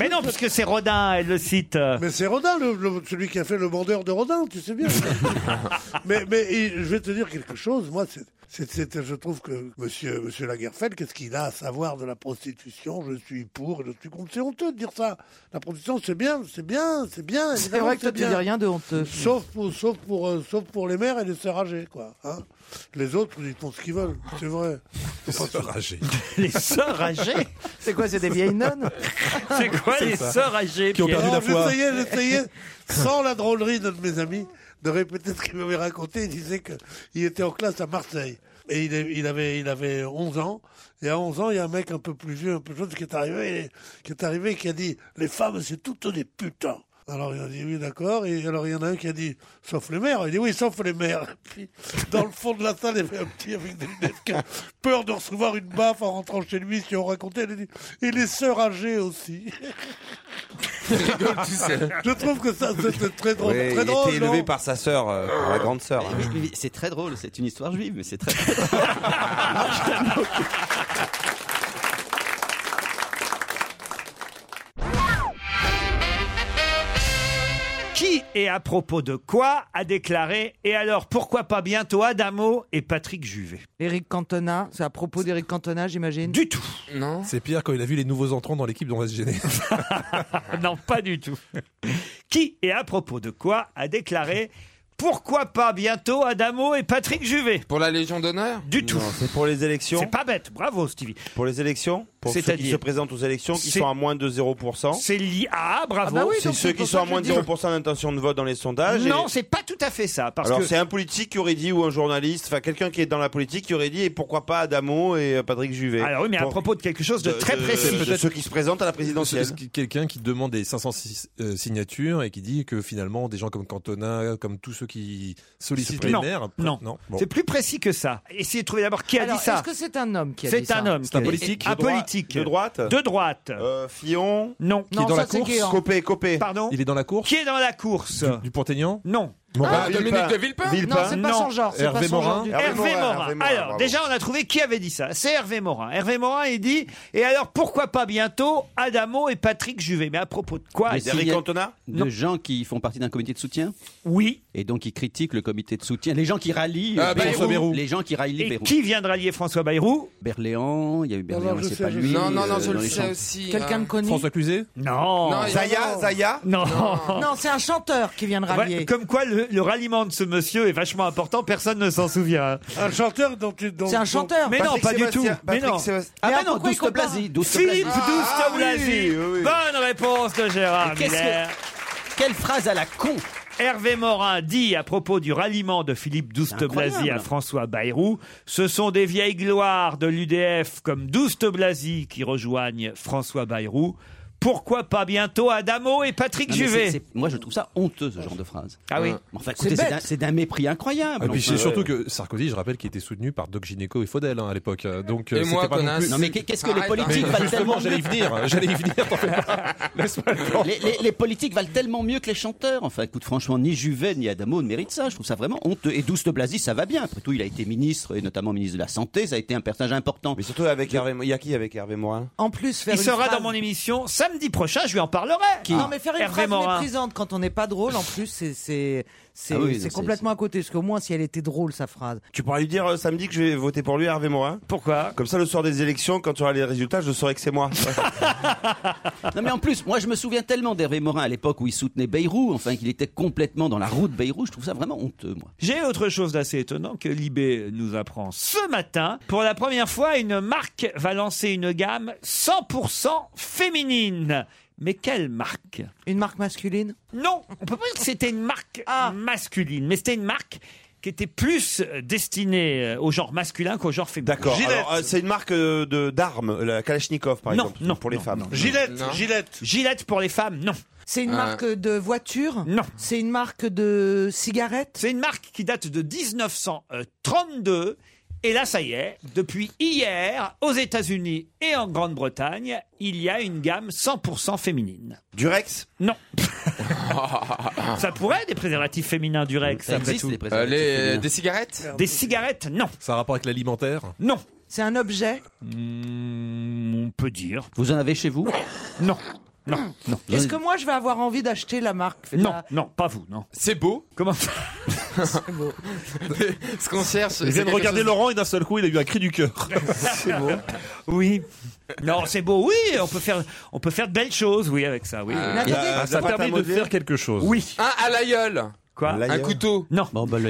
C: Mais non, parce que c'est Rodin, elle le cite. euh.
K: Mais c'est Rodin, le- le- celui qui a fait le bandeur de Rodin, tu sais bien. mais mais il- je vais te dire quelque chose, moi, c'est, c'est- c'est- je trouve que monsieur, monsieur Lagerfeld, qu'est-ce qu'il a à savoir de la prostitution Je suis pour, je suis contre. C'est honteux de dire ça. La prostitution, c'est bien, c'est bien, c'est bien.
D: C'est
K: évidemment
D: vrai
K: que
D: que toi, tu dis
K: bien.
D: rien de honteux.
K: Sauf pour, sauf pour, euh, sauf pour les mères et les sœurs âgées, quoi. hein. les autres, ils font ce qu'ils veulent, c'est vrai.
E: Les sœurs âgées.
C: Les sœurs âgées
D: C'est quoi, c'est des vieilles nonnes
C: C'est quoi
K: C'est
C: les
K: ça.
C: sœurs âgées
K: Qui ont
C: Pierre
K: perdu la foi. J'essayais, j'essayais, sans la drôlerie de mes amis, de répéter ce qu'il m'avait raconté. Il disait qu'il était en classe à Marseille. Et il, est- il avait, il avait 11 ans. Et à 11 ans, il y a un mec un peu plus vieux, un peu jeune, qui est arrivé, qui est arrivé, et qui a dit, les femmes, c'est toutes des putains. Alors il a dit oui d'accord et alors il y en a un qui a dit sauf les mères il dit oui sauf les mères puis dans le fond de la salle il y avait un petit avec des lunettes qui a peur de recevoir une baffe en rentrant chez lui si on racontait il a dit, et les sœurs âgées aussi je trouve que ça, c'est- c'est très drôle.
G: Ouais,
K: très
G: il
K: drôle,
G: était élevé
K: non
G: par sa sœur, euh, par la grande sœur.
H: Mais- mais- mais C'est très drôle, c'est une histoire juive, mais c'est très
C: Qui et à propos de quoi a déclaré Et alors pourquoi pas bientôt Adamo et Patrick Juvet
D: Eric Cantona, c'est à propos d'Eric Cantona, j'imagine
C: Du tout
E: Non. C'est pire quand il a vu les nouveaux entrants dans l'équipe, on va se gêner.
C: non, pas du tout. Qui et à propos de quoi a déclaré pourquoi pas bientôt Adamo et Patrick Juvet
F: Pour la Légion d'honneur
C: Du tout.
G: C'est pour les élections
C: C'est pas bête, bravo Stevie.
G: Pour les élections Pour ceux
C: C'est-à-dire
G: qui se présentent aux élections, qui
C: C'est-
G: sont à moins de 0%.
C: C'est lié. Ah, bravo.
G: bah c'est ceux qui sont à moins de 0% d'intention de vote dans les sondages. et-
C: Non, c'est pas tout à fait ça. Parce
G: Alors
C: que
G: c'est un politique qui aurait dit ou un journaliste, enfin quelqu'un qui est dans la politique qui aurait dit et pourquoi pas Adamo et euh, Patrick Juvet.
C: Alors oui, mais à propos de quelque chose de très précis.
G: c'est peut-être ceux qui se présentent à la présidentielle.
E: Ce- ce qui- Quelqu'un qui demande des 500 si- euh, signatures et qui dit que finalement des gens comme Cantona, comme tous ceux qui sollicitent les
C: non,
E: maires,
C: non.
E: bon.
C: C'est plus précis que ça. Essayez de trouver d'abord qui a
D: Alors,
C: dit ça.
D: Est-ce que c'est un homme qui a dit
C: C'est
D: ça
C: un homme.
G: C'est un
C: qui a dit-
G: politique
C: Un
G: De droite-
C: politique.
G: de droite Euh,
C: De droite.
G: Fillon
C: Non.
G: Qui est Non, dans ça, la c'est course Guéant. Copé, Copé.
C: Pardon
E: Il est dans la course
C: Qui est dans la course Du,
E: Pontaignan
C: Non.
E: Morin.
C: bah,
E: Ah, Dominique de
G: Villepin
E: Non, c'est pas son genre, c'est Hervé pas son Morin. genre du tout.
C: Hervé
E: Hervé
C: Morin.
E: Morin, Hervé Morin,
C: Alors,
E: bravo.
C: déjà, on a trouvé qui avait dit ça. C'est Hervé Morin. Hervé Morin, il dit Et alors, pourquoi pas bientôt Adamo et Patrick Juvet Mais à propos de quoi
H: Des
C: est-ce qu'il y a-
H: De
C: Non.
H: gens qui font partie d'un comité de soutien
C: Oui.
H: Et donc ils critiquent le comité de soutien. Les gens qui rallient
C: Ah,
H: euh,
C: Bayrou.
H: François Bayrou. Les gens qui rallient
C: Et
H: Bayrou.
C: qui vient de rallier François Bayrou
H: Berléand, il y a eu Berléand,
C: non, je
H: c'est
C: sais,
H: pas
C: je
H: lui.
C: sais. Non, non, non,
H: euh,
C: je
H: dans
C: le
H: les
C: sais
H: champs.
C: aussi. hein.
D: Quelqu'un de connu
H: François
E: Cluzet
C: Non.
D: Non, Zaya, non. Zaya
C: Non.
D: Ah. Non, c'est un chanteur qui vient de rallier.
C: Ouais, comme quoi le, le ralliement de ce monsieur est vachement important, personne ne s'en souvient.
K: Un chanteur dont tu. dont-
D: C'est un chanteur.
C: Mais non,
D: Patrick
C: pas du
D: Sébastien,
C: tout. Mais
D: Patrick
C: non.
D: Sébastien. Ah Mais bah non, pourquoi Douste il compare Blasi, Douste
C: Philippe
D: Blasi.
C: Douste
D: Ah oui,
C: Blasi.
D: oui.
C: Bonne réponse de Gérard
H: Mais qu'est-ce que-
C: Miller.
H: Quelle phrase à la con
C: Hervé Morin dit à propos du ralliement de Philippe Douste-Blazy à
H: incroyable.
C: François Bayrou, ce sont des vieilles gloires de l'UDF comme Douste-Blazy qui rejoignent François Bayrou. Pourquoi pas bientôt Adamo et Patrick
H: Non, mais
C: Juvet
H: c'est- c'est- Moi, je trouve ça honteux, ce genre de phrase.
C: Ah oui.
H: Enfin,
C: C'est
H: écoutez, c'est
C: bête.
H: d'un- c'est d'un mépris incroyable.
E: Ah, Et puis
H: enfin.
E: c'est surtout que Sarkozy, je rappelle, qui était soutenu par Doc Gynéco et Faudel hein, à l'époque. euh, Donc euh,
H: Et
E: c'était
H: moi,
E: pas non,
H: connasse.
E: plus...
H: Non, mais qu'est-ce que les Arrête, hein. politiques
E: Mais
H: valent
E: Justement,
H: tellement
E: j'allais y
H: mieux
E: venir. hein, J'allais y venir. t'en fais pas. Laisse-moi le temps.
H: les, les- les politiques valent tellement mieux que les chanteurs. Enfin, écoute, franchement, ni Juvet ni Adamo ne méritent ça. Je trouve ça vraiment honteux. Et Douste Blasi, ça va bien. Après tout, il a été ministre et notamment ministre de la Santé. Ça a été un personnage important. Mais
G: surtout avec Hervé, il y a qui avec Hervé Morin
D: En plus, faire
C: Il
D: une
C: sera
D: phrase-
C: dans mon émission. Ça, samedi prochain, je lui en parlerai.
D: Non, mais faire une
C: Hervé
D: phrase
C: Morin.
D: méprisante quand on n'est pas drôle, en plus, c'est c'est c'est
G: Ah oui, non,
D: c'est
G: c'est-
D: complètement à côté. Parce qu'au moins, si elle était drôle, sa phrase.
G: Tu pourras lui dire euh, samedi que je vais voter pour lui, Hervé Morin.
C: Pourquoi
G: Comme ça, le soir des élections, quand tu auras les résultats, je saurai que c'est moi.
H: Non mais en plus, moi je me souviens tellement d'Hervé Morin à l'époque où il soutenait Bayrou, enfin qu'il était complètement dans la roue de Bayrou, je trouve ça vraiment honteux moi.
C: J'ai autre chose d'assez étonnant que l'IB nous apprend ce matin. Pour la première fois, une marque va lancer une gamme 100% féminine. Mais quelle marque
D: Une marque masculine Ah.
C: Non, on peut pas dire que c'était une marque masculine, mais c'était une marque qui était plus destinée euh, au genre masculin qu'au genre féminin.
G: D'accord. Alors, euh, c'est une marque euh, de d'armes, la Kalachnikov par
C: Non,
G: exemple, pour les femmes.
C: Gillette. Gillette pour les femmes, non.
D: C'est une
G: Ah.
D: marque de voiture
C: Non.
D: C'est une marque de cigarette
C: C'est une marque qui date de 1932. Et là, ça y est, depuis hier, aux États-Unis et en Grande-Bretagne, il y a une gamme 100% féminine.
G: Durex
C: Non. ça pourrait des préservatifs féminins Durex.
E: Ça
C: après
E: existe,
C: tout.
E: les préservatifs Euh, les- féminins. des
F: cigarettes
C: Des cigarettes, non.
E: Ça a rapport avec l'alimentaire
C: Non.
D: C'est un objet
C: Hmm, on peut dire.
H: Vous en avez chez vous
C: Non. Non, non.
D: Est-ce que moi, je vais avoir envie d'acheter la marque
C: Non, non, pas vous, non.
F: C'est beau.
C: Comment
D: C'est beau.
F: Ce qu'on cherche.
E: Il vient de regarder Laurent et d'un seul coup, il a eu un cri du cœur.
C: C'est beau. Oui. Non, c'est beau. Oui, on peut faire, on peut faire de belles choses, oui, avec ça. Oui.
E: Euh, Mais attendez. Ah, ça permet de faire
C: quelque chose. Oui.
F: Un Ah, à l'aïeul.
C: Quoi
F: Un couteau.
C: Non.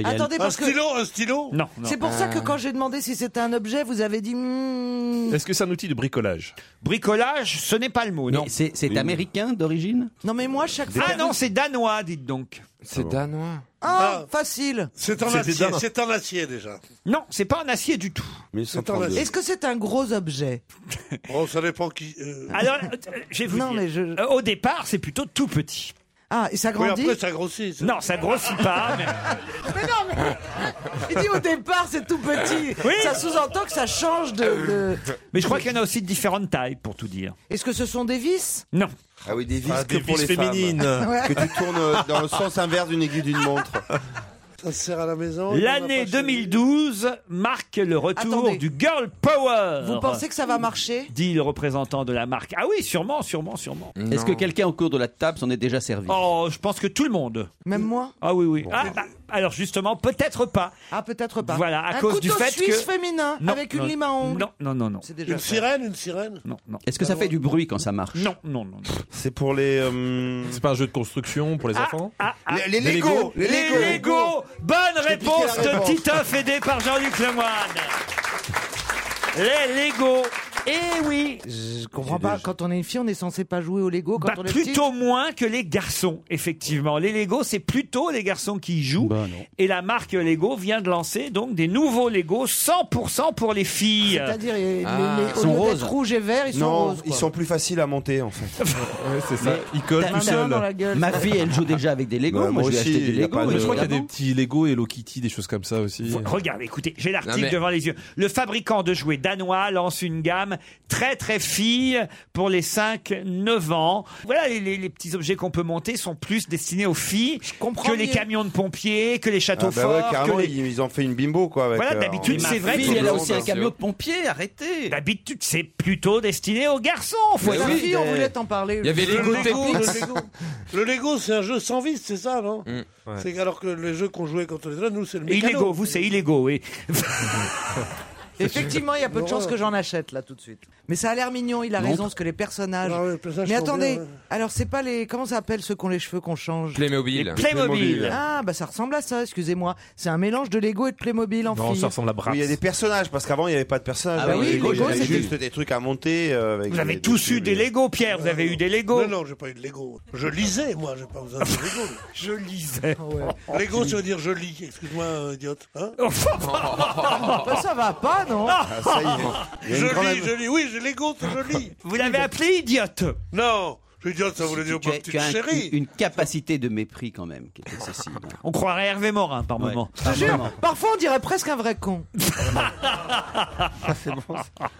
D: Attendez, parce que-
K: un stylo
C: Non. Ah.
D: C'est pour ça que quand j'ai demandé si c'était un objet, vous avez dit. hmm.
C: Euh,
E: Est-ce que c'est un outil de bricolage
C: Bricolage, ce n'est pas le mot.
H: C'est c'est américain d'origine
D: Non, mais moi, chaque fois.
C: Ah non, c'est danois, dites donc.
F: C'est danois.
D: Ah, facile
K: C'est en acier, c'est en acier déjà.
C: Non, c'est pas en acier du tout.
K: C'est en acier.
D: Est-ce que c'est un gros objet
K: Bon, Oh, ça dépend qui. euh.
C: Alors, euh, je vais vous
K: Non,
C: dire,
K: mais
C: euh, au départ, c'est plutôt tout petit.
D: Ah, et ça
K: Oui,
D: grandit
K: après, ça grossit.
C: Non, ça grossit pas. mais-
D: Mais non, mais. Il dit au départ, c'est tout petit.
C: Oui.
D: Ça sous-entend que ça change de. de-
C: Mais je crois qu'il y en a aussi de différentes tailles, pour tout dire.
D: Est-ce que ce sont des vis
C: Non.
G: Ah oui, des vis
E: Ah,
G: que
E: des
G: pour
E: vis
G: les
E: féminines.
G: femmes.
D: Ouais.
G: Que tu tournes euh, dans le sens inverse d'une aiguille d'une montre.
K: Ça se sert à la maison.
C: L'année 2012 marque le retour
D: Attendez.
C: du girl power.
D: Vous pensez que ça va marcher
C: Dit le représentant de la marque. Ah oui, sûrement, sûrement, sûrement.
H: Est-ce que quelqu'un au cours de la table s'en est déjà servi
C: Oh, je pense que tout le monde.
D: Même moi
C: Ah oui, oui. Ah, bah, alors justement, peut-être pas.
D: Ah, peut-être pas.
C: Voilà, à
D: un
C: cause
D: couteau
C: du fait
D: suisse
C: que.
D: féminin
C: Non,
D: avec une
C: non,
D: lime à ongles.
C: Non, non, non, non.
D: C'est déjà
K: Une
D: fait.
K: sirène, une sirène
C: Non, non.
H: Est-ce que ça fait du bruit quand ça marche
C: Non, Ah, non, non.
G: C'est pour les. euh, Ah,
E: C'est pas un jeu de construction pour les enfants
G: les, les
E: Les
G: Lego,
E: Lego.
G: les Lego.
C: Ah, Les Lego Bonne
G: t'ai piqué la
C: réponse de
G: réponse.
C: Titoff, aidé par Jean-Luc Lemoine. Les Lego Eh oui
D: Je comprends pas. Quand on est une fille, on est censé pas jouer au Lego quand
C: Bah,
D: on est
C: plutôt moins que les garçons, effectivement. Les Lego, c'est plutôt les garçons qui y jouent. Et la marque Lego vient de lancer donc des nouveaux Lego 100% pour les filles.
D: petite. C'est-à-dire, les-
G: Ah.
D: les-
G: Ils
D: au
G: sont
D: lieu d'être
G: roses.
D: rouges et verts, ils sont
G: non,
D: roses.
G: ils
D: quoi.
G: sont plus faciles à monter en
C: Ah,
G: fait.
C: bah
G: Ah,
E: c'est ça. Il colle
H: T'as-
E: tout
H: t'as-
E: seul.
D: dans la gueule.
H: Ma fille, elle joue déjà avec des Lego.
E: Bah,
H: moi, je lui ai acheté des
E: il y a
H: Lego.
E: pas de-
H: et
E: je crois qu'il y a
H: avant.
E: des petits Lego, Hello Kitty, des choses comme ça aussi.
C: Regardez, écoutez, j'ai l'article
E: Non, mais-
C: devant les yeux. Le fabricant de jouets danois lance une gamme très très fille pour les 5-9 ans. Voilà, les, les- les petits objets qu'on peut monter sont plus destinés aux filles
D: comprends
C: que les
D: mieux.
C: camions de pompiers, que les châteaux
G: Ah bah ouais,
C: forts.
G: carrément,
C: que les-
G: ils ils ont fait une bimbo quoi. Avec,
C: Voilà,
G: euh,
C: d'habitude,
G: en-
C: c'est vrai
G: en-
C: qu'il y a là
G: en-
C: aussi un
G: en-
C: camion
H: de pompiers, arrêtez
C: D'habitude, c'est plutôt destiné aux garçons. Faut
D: Mais
C: être-
D: la fille, on voulait t'en parler.
F: Il y avait
K: Le
F: Lego
K: Lego,
F: Technics.
K: le Lego. Le Lego, c'est un jeu sans vis, c'est ça, non C'est alors que les jeux qu'on jouait quand on était là, nous, c'est le mécano.
C: Illégaux, vous c'est illégaux, oui.
D: Effectivement, il y a peu de chances que j'en achète là tout de suite. Mais ça a l'air mignon, il a
F: Non.
D: raison, parce que les personnages.
K: Ah ouais, les personnages
D: Mais
K: sont
D: attendez,
K: bien, ouais.
D: alors c'est pas les. Comment ça s'appelle ceux qui ont les cheveux qu'on change
F: Playmobil.
D: Ah, bah ça ressemble à ça, excusez-moi. C'est un mélange de Lego et de Playmobil en fille.
E: à Bratz.
G: Oui, il y a des personnages parce qu'avant il n'y avait pas de personnages.
D: Ah bah oui,
G: Les Lego,
D: Lego,
G: il y avait
D: c'était-
G: juste des trucs à monter. euh, avec
C: Vous avez
G: des-
C: tous eu des Lego, Pierre. Vous avez eu des Lego.
K: Non, non, j'ai pas eu de Lego. Je lisais, moi, j'ai pas besoin de Lego.
C: Je lisais. Oh,
K: Lego, ça veut dire je lis. Excuse-moi, euh, idiote. Hein
C: Ah,
D: Bah, ça va pas, non
K: Ah,
G: ça y est. Il y a une
K: je
G: grande-
K: lis, je lis. Oui, j'ai Lego, c'est je lis.
C: Vous l'avez appelé idiote.
K: Non, idiote, ça voulait dire
H: Tu
K: pas
H: as, tu
K: petite
H: as un-
K: chérie.
H: une, une capacité de mépris quand même qui est excessive.
C: On croirait Hervé Morin par
H: Ouais.
C: moment.
H: Par
D: Je te jure,
H: moment.
D: parfois on dirait presque un vrai con. Ah,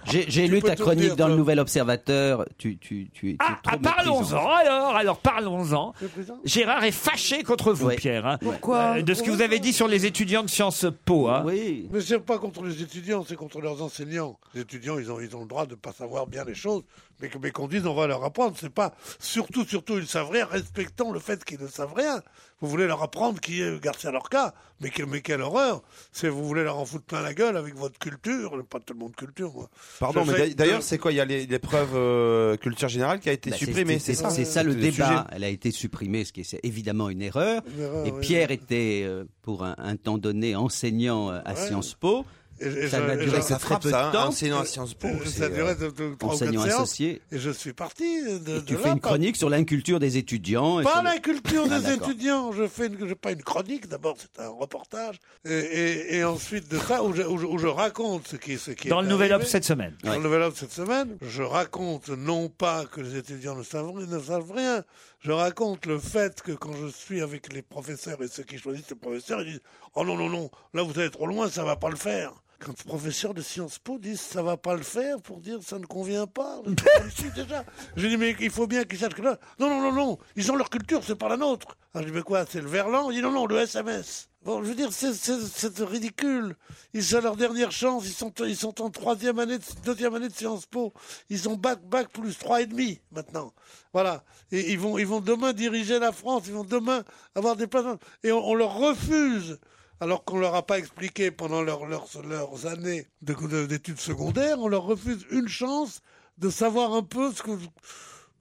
H: J'ai j'ai lu ta chronique dans le Nouvel Observateur. Tu, tu, tu, es- tu es trop
C: Ah, parlons-en alors, alors parlons-en.
K: présent.
C: Gérard est fâché contre vous, Pierre. hein.
D: Pourquoi
C: Euh, De ce que vous avez dit sur les étudiants de Sciences Po.
H: Ah.
C: hein.
H: Oui.
K: Mais c'est pas contre les étudiants, c'est contre leurs enseignants. Les étudiants, ils ont, ils ont le droit de ne pas savoir bien les choses, mais, que- mais qu'on dise on va leur apprendre. C'est pas surtout, surtout, ils savent rien, respectons le fait qu'ils ne savent rien. Vous voulez leur apprendre qui est Garcia Lorca, mais, que- mais quelle horreur C'est Vous voulez leur en foutre plein la gueule avec votre culture, pas tellement de culture, moi.
G: Pardon, mais
K: J'essaye
G: d'ailleurs- d'ailleurs,
K: de-
G: c'est quoi Il y a les- l'épreuve euh, culture générale qui a été
H: Bah, c'est-
G: supprimée, c'est ça
H: C'est ça le
G: sujet.
H: débat. Elle a été supprimée, ce qui est c'est évidemment une erreur.
K: Une erreur,
H: et
K: oui.
H: Pierre était, euh, pour un, un temps donné, enseignant euh, à
K: Ouais.
H: Sciences Po.
K: Et- et
H: ça
K: je-
H: n'a
K: et
H: duré
K: je-
H: que très peu de temps.
K: Euh, Ça
H: c'est,
K: durait de- de-
H: euh,
K: trois ou quatre
H: enseignant
K: séances,
H: associé.
K: Et je suis parti de, Euh, de
H: Tu
K: là,
H: fais une
K: par-
H: chronique sur l'inculture des étudiants. et
K: Pas
H: sur le-
K: la culture
H: Ah,
K: des
H: d'accord.
K: étudiants. Je fais une, je- pas une chronique. D'abord, c'est un reportage. Et, et- et ensuite de ça, où je, où je- où je raconte ce qui, ce qui
C: Dans
K: est
C: le Nouvel
K: arrivé.
C: Obs cette semaine.
K: Dans
C: Ouais.
K: le Nouvel Obs cette semaine, je raconte non pas que les étudiants ne savent, ne savent rien. Je raconte le fait que quand je suis avec les professeurs et ceux qui choisissent les professeurs, ils disent Oh non, non, non, là vous allez trop loin, ça va pas le faire. Quand les professeurs de Sciences Po disent ça va pas le faire pour dire ça ne convient pas. Je dis, déjà. Je dis mais il faut bien qu'ils sachent que là. Non, non, non, non, ils ont leur culture, c'est pas la nôtre. Alors, je dis mais quoi, c'est le verlan Il dit non, non, le SMS. Bon, je veux dire, c'est- c'est c'est ridicule. Ils ont leur dernière chance. Ils sont, ils sont en troisième année, de- deuxième année de Sciences Po. Ils ont bac, bac plus trois et demi maintenant. Voilà. Et ils vont, ils vont demain diriger la France. Ils vont demain avoir des places. Et on, on leur refuse. Alors qu'on leur a pas expliqué pendant leur- leurs- leurs années de- de- d'études secondaires, on leur refuse une chance de savoir un peu ce que,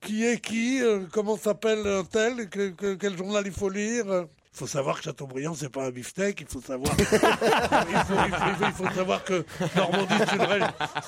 K: qui est qui, euh, comment s'appelle un tel, que- que- quel journal il faut lire. euh. Il faut savoir que Chateaubriand, c'est pas un beefsteak, il faut savoir. il, faut, il faut- il faut- il faut savoir que Normandie, c'est une, ré-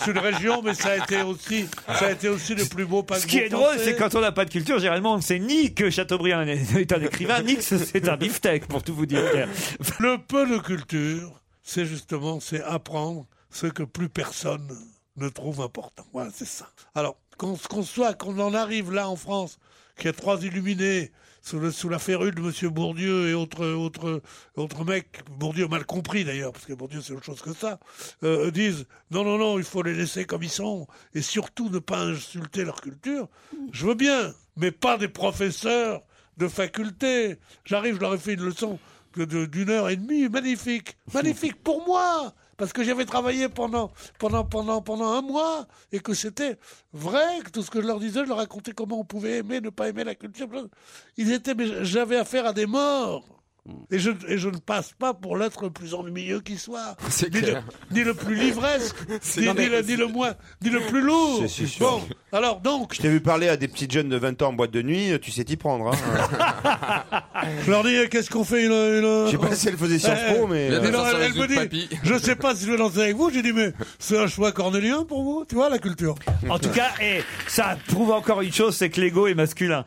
K: c'est une région, mais ça a été aussi, ça a été aussi le plus beau paquebot.
C: Ce qui est drôle,
K: français.
C: c'est quand on n'a pas de culture, généralement, on ne sait ni que Chateaubriand est un écrivain, ni que c'est un beefsteak, pour tout vous dire. Pierre.
K: Le peu de culture, c'est justement, c'est apprendre ce que plus personne ne trouve important. Voilà, c'est ça. Alors, qu'on qu'on soit, qu'on en arrive là en France, qu'il y a trois illuminés sous, le- sous la férule de M. Bourdieu et autres, autres, autres mecs, Bourdieu mal compris d'ailleurs, parce que Bourdieu c'est autre chose que ça, euh, disent non, non, non, il faut les laisser comme ils sont, et surtout ne pas insulter leur culture. Je veux bien, mais pas des professeurs de faculté. J'arrive, je leur ai fait une leçon de- de- d'une heure et demie, magnifique, magnifique pour moi, parce que j'avais travaillé pendant, pendant, pendant, pendant un mois et que c'était vrai, que tout ce que je leur disais, je leur racontais comment on pouvait aimer, ne pas aimer la culture. Ils étaient, mais j'avais affaire à des morts. Et je, et je ne passe pas pour l'être le plus ennuyeux qui soit.
F: C'est
K: ni,
F: clair.
K: Le, ni le plus livresque,
G: C'est-
K: ni,
G: non, mais-
K: ni le, ni le moins, ni le plus lourd.
G: C'est- c'est sûr.
K: Bon, alors donc,
G: Je t'ai vu parler à des petites jeunes de 20 ans en boîte de nuit, tu sais t'y prendre. Hein.
K: Je leur dis, euh, qu'est-ce qu'on fait une, une...
G: Je sais pas si elle faisait Sciences Po, mais, euh,
K: Elle,
G: La
K: elle me
G: danseuse
K: dit,
G: du papy.
K: je sais pas si je vais danser avec vous. J'ai dit, mais c'est un choix cornélien pour vous, tu vois, la culture.
C: En tout cas, et ça prouve encore une chose, c'est que l'ego est masculin.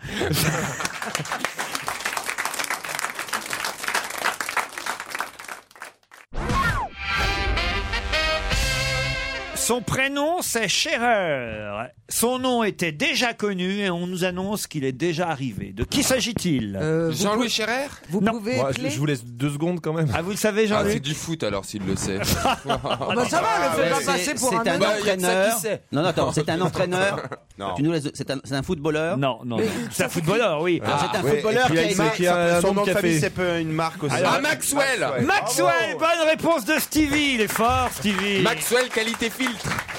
C: Son prénom, c'est Scherer. Son nom était déjà connu et on nous annonce qu'il est déjà arrivé. De qui s'agit-il
F: Jean-Louis Scherrer
D: Euh, Vous pouvez
F: Moi, je-
D: appeler-
F: je
E: vous laisse deux secondes quand même.
C: Ah, vous le savez,
F: Ah,
C: Jean-Luc
F: c'est du foot alors s'il le sait.
G: Ah,
D: bah, ça va, le fait
F: Ah,
D: pas
F: ouais.
D: passer pour un
H: C'est un
D: nain.
H: entraîneur. Non, non, attends, c'est un entraîneur.
G: Non.
H: Tu nous laisses- C'est un, c'est un footballeur.
C: Non, non. C'est un footballeur, oui.
H: Alors, Ah, c'est un
G: Ouais, et
H: footballeur
G: puis
H: qui
G: là,
H: a
G: il
H: une marque,
G: sait qu'il y a
H: ça-
G: un
H: son
G: nom
H: nom
G: de
H: de
G: famille,
H: café.
G: c'est pas une marque aussi. Oh.
C: Alors- Ah,
F: Maxwell.
C: Maxwell, bonne réponse de Stevie. Il est fort, Stevie.
F: Maxwell qualité filtre.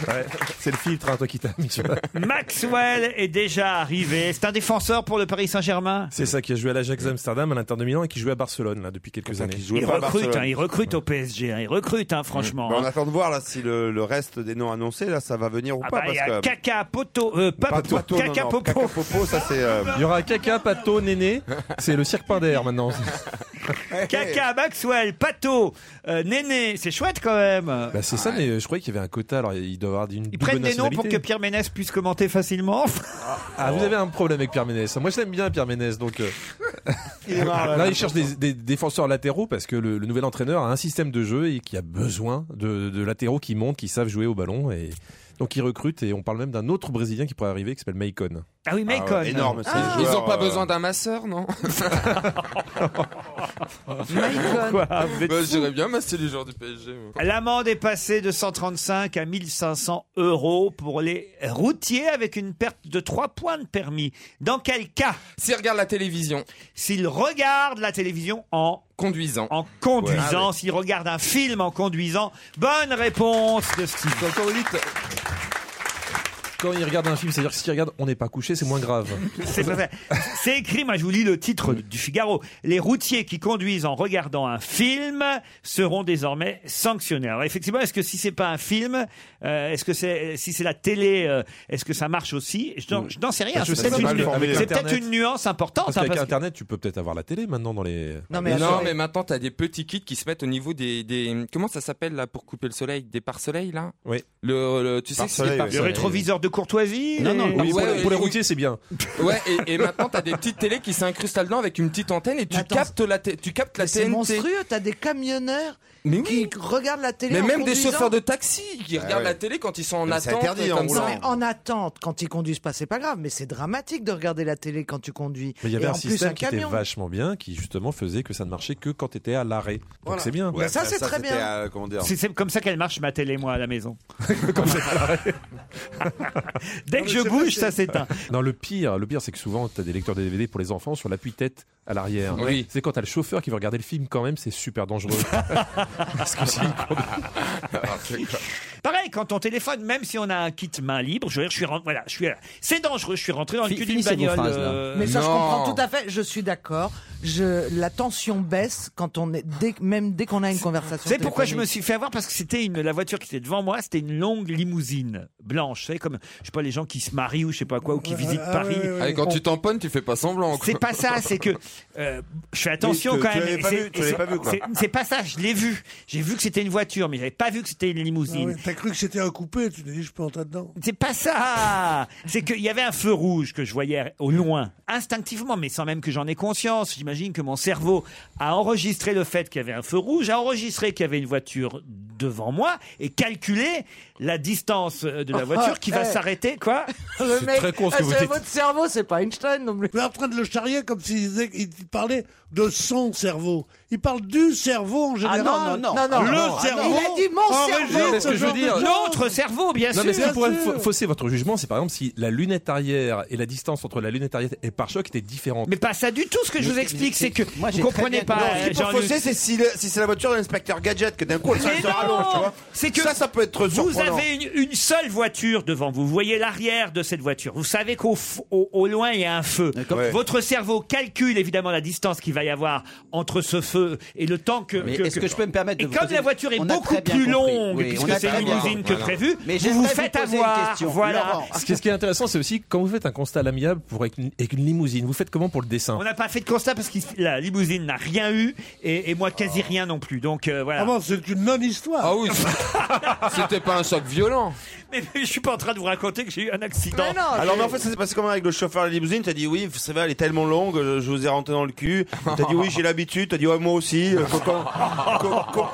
E: Ouais, c'est le filtre, hein, toi qui t'as mis sur la-
C: Maxwell est déjà arrivé. C'est un défenseur pour le Paris Saint-Germain.
E: C'est ça qui a joué à l'Ajax Amsterdam, à l'Inter de Milan et qui joue à Barcelone là depuis quelques années.
C: Il recrute, hein, il recrute au PSG, hein, il recrute, hein, franchement.
G: Bah, on
C: hein.
G: attend de voir là si le, le reste des noms annoncés là ça va venir ou
C: Ah
G: pas
C: bah, il y
G: parce
C: a
G: que
C: Kaka, Poto, euh, Papo-
G: Pas Pato, non,
C: Kaka,
G: non,
C: Popo.
G: Kaka Popo, ça c'est euh,
E: Il y aura Caca, Pato, Néné. C'est le cirque Pinder maintenant.
C: Kaka, Maxwell, Pato, euh, Néné, c'est chouette quand même.
E: Bah, c'est ça, mais euh, je croyais qu'il y avait un quota. Alors il doit y avoir une.
C: Ils prennent des noms pour que Pierre Ménès puisse commenter facilement.
E: Ah, vous avez un problème avec Pierre Ménès. Moi, je l'aime bien, Pierre Ménès. Donc, euh,
C: Il est marrant, Ah, là,
E: Ah, là,
C: là,
E: il cherche des, des défenseurs latéraux parce que le, le nouvel entraîneur a un système de jeu et qui a besoin de, de latéraux qui montent, qui savent jouer au ballon. Et donc, il recrute. Et on parle même d'un autre Brésilien qui pourrait arriver qui s'appelle Maicon.
C: Ah oui, Ah. Macon.
G: énorme, c'est
F: Ils ont
E: euh,
F: pas besoin d'un masseur, non
C: Pourquoi Vous êtes
F: Bah,
C: fous.
F: J'irais bien masser les joueurs du PSG. moi.
C: L'amende est passée de 135 à 1500 euros pour les routiers avec une perte de 3 points de permis. Dans quel cas
F: S'ils regardent la télévision.
C: S'ils regardent la télévision en
F: conduisant.
C: En
G: Ah
C: conduisant, s'ils regardent un film en conduisant. Bonne réponse de Steve.
E: Quand il regarde un film, c'est-à-dire que s'il regarde On n'est pas couché, c'est moins grave.
C: C'est pas vrai. C'est écrit, moi je vous lis le titre du Figaro. Les routiers qui conduisent en regardant un film seront désormais sanctionnés. Alors effectivement, est-ce que si c'est pas un film, euh, est-ce que c'est si c'est la télé, euh, est-ce que ça marche aussi Je n'en- je n'en sais rien.
E: Bah, je
C: C'est
E: sais
C: peut-être
E: pas,
C: une,
E: parce qu'avec
C: c'est peut-être
E: Internet-
C: une nuance importante.
E: Parce
C: hein,
E: qu'avec
C: parce que-
E: Internet, tu peux peut-être avoir la télé maintenant dans les.
C: Non, mais attends.
F: maintenant t'as des petits kits qui se mettent au niveau des, des- comment ça s'appelle là pour couper le soleil des pare-soleil là.
E: Oui.
F: Le, le- tu sais que c'est des
C: le
F: pare-soleil.
C: rétroviseur de courtoisie
F: Non, non,
C: les-
F: oui, pour- pour les routiers,
E: c'est bien.
F: Ouais et, et maintenant t'as des petites télés qui s'incrustent là-dedans avec une petite antenne et tu captes la t- tu captes la
D: Mais C'est
F: TNT.
D: monstrueux, t'as des camionneurs qui regardent la télé.
F: Mais
D: en
F: même des
D: conduisant.
F: chauffeurs de taxi qui regardent la télé quand ils sont en attente comme
D: Non,
F: ça.
D: mais en attente, quand ils conduisent pas, c'est pas grave, mais c'est dramatique de regarder la télé quand tu conduis.
E: Mais il y
D: Et
E: avait
D: en
E: un
D: plus,
E: système
D: un
E: qui était
D: camion.
E: vachement bien, qui justement faisait que ça ne marchait que quand tu étais à l'arrêt. Donc
D: Voilà.
E: c'est bien.
D: Mais Ouais, ça, ça, c'est ça, très c'était bien. à- euh,
G: comment
C: C'est c'est comme ça qu'elle marche ma télé moi à la maison. Dès que je bouge, ça s'éteint.
E: Non, le pire, le pire, c'est que souvent, tu as des lecteurs de DVD pour les enfants sur l'appui-tête à l'arrière.
F: Oui.
E: C'est quand t'as le chauffeur qui veut regarder le film quand même, c'est super dangereux. Parce que s'il conduit-
C: Pareil, quand on téléphone, même si on a un kit main libre, je veux dire, je suis rentré, voilà, je suis, euh, c'est dangereux, je suis rentré dans le
H: Fi-
C: cul d'une
H: finissez vos
C: bagnole.
H: phrases, là.
C: euh,
D: Mais ça, je comprends tout à fait. Je suis d'accord. Je, la tension baisse quand on est, dès, même dès qu'on a une conversation.
C: C'est pourquoi je me
D: téléphonique.
C: suis fait avoir parce que c'était une la voiture qui était devant moi, c'était une longue limousine blanche, vous savez comme je sais pas les gens qui se marient ou je sais pas quoi ou qui visitent Paris.
F: Ah, et quand
C: On-
F: tu tamponnes, tu fais pas semblant. quoi.
C: C'est pas ça, c'est que euh, je fais attention
F: Oui, tu-
C: quand
F: tu
C: même.
F: l'avais pas
C: C'est-
F: vu, tu
C: c'est-
F: l'avais pas vu, quoi.
C: c'est- C'est pas ça, je l'ai vu. J'ai vu que c'était une voiture, mais j'avais pas vu que c'était une
K: Ah ouais,
C: limousine.
K: T'as cru que c'était un coupé, tu t'es dit je peux entrer dedans.
C: C'est pas ça C'est qu'il y avait un feu rouge que je voyais au loin, instinctivement, mais sans même que j'en ai conscience. J'imagine que mon cerveau a enregistré le fait qu'il y avait un feu rouge, a enregistré qu'il y avait une voiture devant moi et calculé la distance euh, de la voiture qui va
D: Eh.
C: s'arrêter, quoi
D: Le mec, euh, c'est Votre cerveau, c'est pas Einstein non plus.
K: Tu es en train de le charrier comme s'il disait- il parlait de son cerveau. Il parle du cerveau en général.
H: non, non, non.
K: Le
H: Ah non,
K: cerveau.
H: il a dit mon
K: enregistre
H: cerveau.
E: Mais ce que je veux
K: genre de
E: dire-
K: choses.
C: L'autre cerveau, Oh, bien
E: non, mais ce
C: sûr.
E: qui pourrait
C: Bien sûr.
E: fa- fausser votre jugement, c'est par exemple si la lunette arrière et la distance entre la lunette arrière et le pare-choc étaient différentes.
C: Mais pas ça du tout. Ce que je vous explique, c'est que vous comprenez pas.
G: Non, ce qui peut
C: euh, Jean-Luc.
G: fausser, c'est si, le- si c'est la voiture de l'inspecteur Gadget que d'un coup elle
C: Mais
G: se rallonge,
C: non
G: tu vois.
C: C'est que
G: ça, ça peut être
C: Vous
G: surprenant.
C: avez une, une seule voiture devant vous. Vous voyez l'arrière de cette voiture. Vous savez qu'au f- au, au loin il y a un feu.
G: Ouais.
C: Votre cerveau calcule évidemment la distance qu'il va y avoir entre ce feu et le temps que.
H: Mais est-ce que je peux me permettre de
C: Et
H: vous
C: comme
H: poser
C: la
H: une-
C: voiture est
H: On a
C: beaucoup
H: très bien
C: plus
H: compris.
C: longue,
H: Oui, on
C: puisque
H: a
C: c'est
H: très
C: une
H: bien
C: limousine que
H: compris.
C: prévu,
H: Mais
C: vous vous
H: j'aimerais
C: faites
H: vous poser une
C: avoir.
H: question.
C: Voilà.
H: Laurent.
E: Ce qui, ce qui est intéressant, c'est aussi quand vous faites un constat à l'amiable pour avec une, avec une limousine, vous faites comment pour le dessin
C: On n'a pas fait de constat parce que la limousine n'a rien eu et, et moi quasi rien non plus. Donc euh, voilà.
K: Ah bon, c'est une non-histoire.
F: Ah oui, c'est- c'était pas un choc violent.
C: Mais je suis pas en train de vous raconter que j'ai eu un accident.
G: Alors, mais en fait, ça s'est passé comment avec le chauffeur de la limousine T'as dit oui, vous savez, elle est tellement longue, euh, je vous ai rentré dans le cul. T'as dit oui, j'ai l'habitude. T'as dit ouais, moi aussi. Euh, co- co- co- co-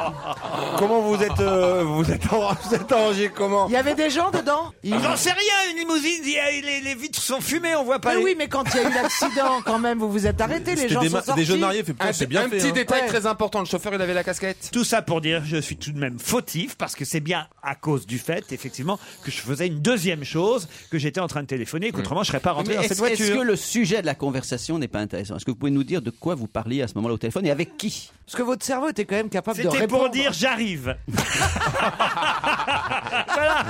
G: comment vous êtes, euh, vous êtes, en- vous êtes arrangé comment Ah,
D: Il y avait des gens dedans. Il-
C: J'en sais rien, une limousine, il y a- les, les vitres sont fumées, on voit pas.
D: Mais
C: les-
D: oui, mais quand il y a eu l'accident, quand même, vous vous êtes arrêtés, les
C: C'était
D: gens
C: des ma-
D: sont
C: des
D: sortis.
C: jeunes mariés, fait, putain,
F: Un,
C: c'est
F: p-
C: bien
F: un
C: fait,
F: petit
C: hein.
F: détail
C: Ouais.
F: très important, le chauffeur il avait la casquette.
C: Tout ça pour dire, je suis tout de même fautif parce que c'est bien à cause du fait, effectivement, que je faisais une deuxième chose, que j'étais en train de téléphoner, qu'autrement je serais pas rentré
H: Mais
C: dans
H: est-ce-
C: cette voiture.
H: Est-ce que le sujet de la conversation n'est pas intéressant Est-ce que vous pouvez nous dire de quoi vous parliez à ce moment-là au téléphone et avec qui
D: Parce que votre cerveau était quand même capable de
C: C'était
D: répondre.
C: pour dire j'arrive. voilà.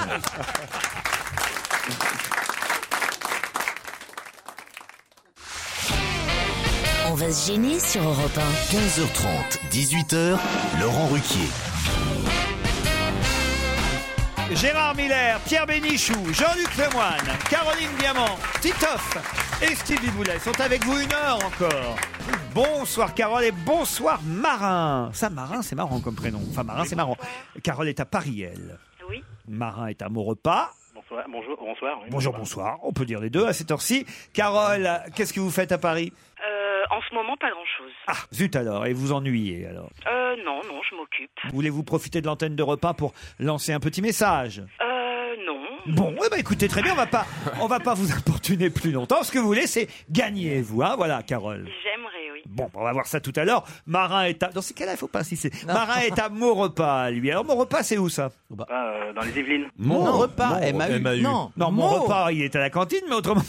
A: On va se gêner sur Europe 1.
B: 15h30, 18h, Laurent Ruquier.
C: Gérard Miller, Pierre Bénichou, Jean-Luc Lemoine, Caroline Diamant, Titoff et Stevie Boulet sont avec vous une heure encore. Bonsoir Carole et bonsoir Marin. Ça, Marin, c'est marrant comme prénom. Enfin, Marin, c'est marrant. Carole est à Paris, elle.
M: Oui.
C: Marin est à Maurepas.
M: Bonsoir, bonjour, bonsoir. oui.
C: Bonjour, bonsoir. On peut dire les deux à cette heure-ci. Carole, qu'est-ce que vous faites à Paris
M: Euh, en ce moment, pas grand-chose.
C: Ah, zut alors, et vous ennuyez alors.
M: Euh, non, non, je m'occupe.
C: Voulez-vous profiter de l'antenne de repas pour lancer un petit message
M: Euh, non.
C: Bon, eh ben, écoutez, très bien, on va pas, on va pas vous importuner plus longtemps. Ce que vous voulez, c'est gagner, vous, hein, voilà, Carole.
M: J'aimerais, oui.
C: Bon, on va voir ça tout à l'heure. Marin est à... Dans ces cas-là, il faut pas insister. Marin est à Maurepas, lui. Alors, Maurepas, c'est où, ça
M: Euh, dans les Yvelines.
C: Maurepas,
H: Maurepas,
C: Non,
H: MAU. Non,
C: non Maurepas, il est à la cantine, mais autrement...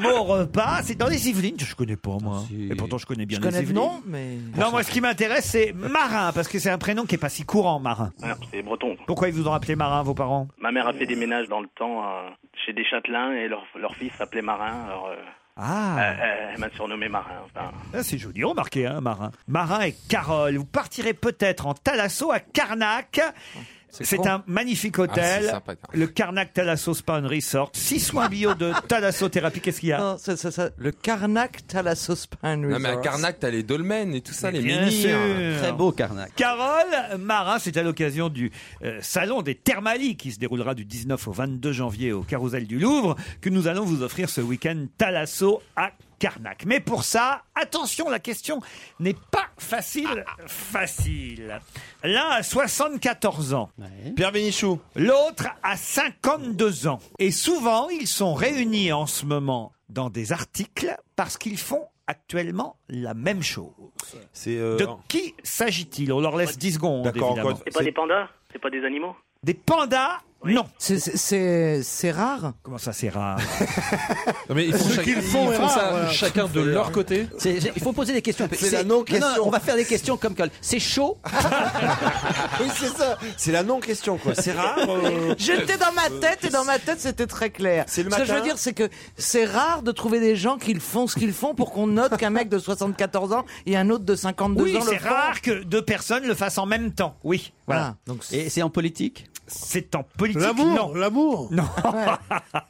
C: Mon repas, c'est dans les Yvelines. Je connais pas, moi. Et pourtant, je connais bien
D: Je connais
C: les
D: le
C: Yvelines.
D: nom, mais.
C: Non, moi, ce qui m'intéresse, c'est Marin, parce que c'est un prénom qui est pas si courant, Marin.
M: Ah, c'est breton.
C: Pourquoi ils vous ont appelé Marin, vos parents
M: Ma mère a fait des ménages dans le temps euh, chez des châtelains et leur, leur fils s'appelait Marin. Alors, euh,
C: Ah.
M: euh, euh, elle m'a surnommé Marin. enfin.
C: Ah, c'est joli, remarquez, hein, Marin. Marin et Carole, vous partirez peut-être en Thalasso à Carnac. C'est
F: con.
C: un magnifique
F: Ah,
C: hôtel,
F: c'est sympa, Carnac.
C: le Carnac Thalasso Spa and Resort. Six soins bio de thalassothérapie, qu'est-ce qu'il y a
D: Non, ça, ça, ça, le Carnac Thalassos Pan
F: Non, mais à Carnac, t'as les dolmens et tout ça, les
C: Bien
F: menhirs.
C: sûr. Carole Marin, c'est à l'occasion du euh, salon des Thermalies qui se déroulera du 19 au 22 janvier au Carrousel du Louvre que nous allons vous offrir ce week-end Talasso à Carnac. Mais pour ça, attention, la question n'est pas facile, facile. L'un a 74 ans, Pierre Bénichou. L'autre a 52 ans. Et souvent, ils sont réunis en ce moment dans des articles parce qu'ils font actuellement la même chose.
G: C'est euh,
C: De qui s'agit-il On leur laisse 10 secondes, euh, évidemment.
M: C'est pas des pandas C'est pas des animaux
C: Des pandas Non.
D: C'est- c'est- C'est c'est rare
C: Comment ça, c'est rare
E: mais ils font, chaque- ils font ça chacun de leur côté.
H: C'est- c'est- Il faut poser des questions.
E: C'est la
H: C'est-
E: non-question.
H: non, non, on va faire des questions comme colle. C'est chaud.
G: oui, c'est ça. C'est la non-question, quoi. C'est rare. euh,
D: J'étais dans ma tête et dans ma tête c'était très clair.
G: C'est le
D: Ce que je veux
G: matin
D: dire c'est que c'est rare de trouver des gens qui le font ce qu'ils font pour qu'on note qu'un mec de 74 ans et un autre de 52
C: Oui,
D: ans le
C: c'est
D: font.
C: rare que deux personnes le fassent en même temps. Oui,
G: Ah,
C: voilà.
H: Et c'est en politique
C: C'est en politique.
K: L'amour,
C: non.
K: l'amour.
C: Non.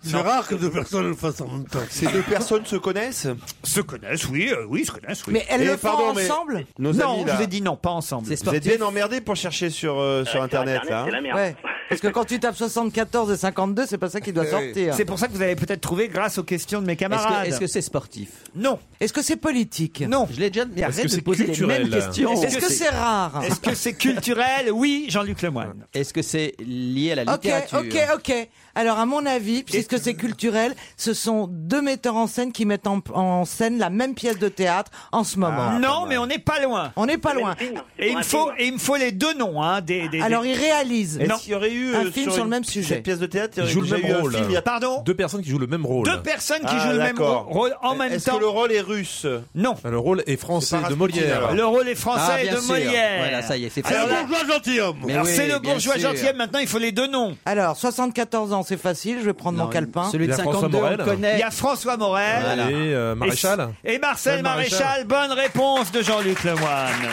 K: C'est rare que deux personnes le fassent en même temps.
G: Ces deux personnes se connaissent
C: Se connaissent, oui, euh, oui, se connaissent, oui.
G: Mais elles Et le font pardon, mais ensemble nos
C: Non,
G: amis,
C: je
G: là-
C: vous ai dit non, pas ensemble.
G: Vous êtes bien emmerdé pour chercher sur, euh, sur Internet, là. hein.
D: Ouais. Parce que quand tu tapes 74 et 52, c'est pas ça qui doit
G: Eh oui.
D: sortir.
C: C'est pour ça que vous avez peut-être trouvé grâce aux questions de mes camarades.
D: est-ce que c'est
H: sportif
C: Non.
D: Est-ce que c'est politique
C: Non.
H: Je l'ai déjà.
C: Est-ce
H: Mais
C: que
H: arrête de
C: c'est
H: poser
C: culturel
H: les mêmes questions.
C: Est-ce que c'est rare Est-ce que c'est culturel Oui, Jean-Luc Lemoyne.
H: Est-ce que c'est lié à la
D: Ok,
H: littérature
D: ok, ok. Alors, à mon avis, puisque c'est culturel, ce sont deux metteurs en scène qui mettent en, en scène la même pièce de théâtre en ce moment.
C: non, mais on n'est pas loin.
D: On n'est pas loin.
C: Et il, me faut, et il me faut les deux noms. Hein, des, des-
D: Alors,
C: des-
D: il réalise.
C: Non.
G: Est-ce qu'il y aurait eu
C: euh,
D: Un film sur le même sujet.
G: Cette pièce de théâtre, il y
E: Ils
G: aurait
E: jouent le
G: déjà
E: même
G: eu un
E: rôle.
G: film, il y a-
C: Pardon
E: Deux personnes qui jouent le même rôle.
C: Deux personnes qui
G: Ah,
C: jouent le même
G: d'accord.
C: rôle en même
G: Est-ce que
C: temps.
G: le rôle est russe
C: Non.
E: Le rôle est français
G: C'est pas
E: de
G: Rasputin,
E: Molière.
G: alors.
C: Le rôle est français
E: Ah,
C: et
E: bien
C: de
E: sûr.
C: Molière.
E: Voilà, ça y est, c'est
C: Alors
E: facile.
C: là-
E: Le bourgeois
K: gentilhomme.
E: Mais
C: Alors
E: oui,
C: c'est le
E: bien
C: bourgeois
E: sûr.
C: gentilhomme, maintenant il faut les deux noms.
D: Alors, 74 ans, c'est facile, je vais prendre mon calepin.
E: celui de Il y a François 52, on Morel. le connaît.
C: Il y a François Morel.
E: Voilà. Et, euh,
C: Et-
E: Maréchal
C: Et, Marcel
E: Marcel
C: Maréchal.
E: Maréchal.
C: Bonne réponse de Jean-Luc Lemoyne.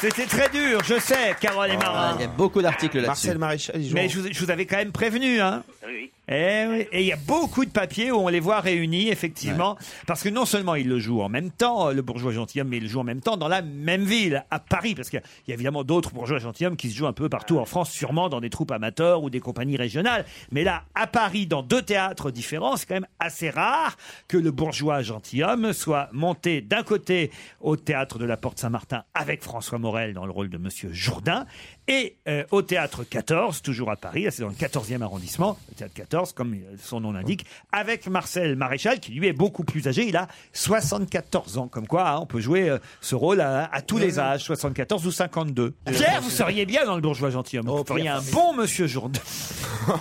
C: C'était très dur, je sais, Carole et Marin.
H: Oh, Il y a beaucoup d'articles là-dessus.
G: Marcel Maréchal, il joue.
C: Mais
G: en-
C: je vous, je vous avais quand même prévenu, hein
M: Oui.
C: Eh oui. Et il y a beaucoup de papiers où on les voit réunis, effectivement, parce que non seulement ils le jouent en même temps, euh, le bourgeois gentilhomme, mais ils le jouent en même temps dans la même ville, à Paris, parce qu'il y a évidemment d'autres bourgeois gentilhommes qui se jouent un peu partout en France, sûrement dans des troupes amateurs ou des compagnies régionales. Mais là, à Paris, dans deux théâtres différents, c'est quand même assez rare que le bourgeois gentilhomme soit monté d'un côté au théâtre de la Porte Saint-Martin avec François Morel dans le rôle de Monsieur Jourdain et euh, au théâtre 14, toujours à Paris, là c'est dans le 14e arrondissement, le théâtre 14 comme euh, son nom l'indique, avec Marcel Maréchal qui lui est beaucoup plus âgé, il a 74 ans, comme quoi hein, on peut jouer euh, ce rôle à, à tous les âges, 74 ou 52.
K: Euh,
C: Pierre, vous seriez bien dans le bourgeois gentilhomme,
K: Oh,
C: vous feriez un bon Monsieur Jourdain. Non,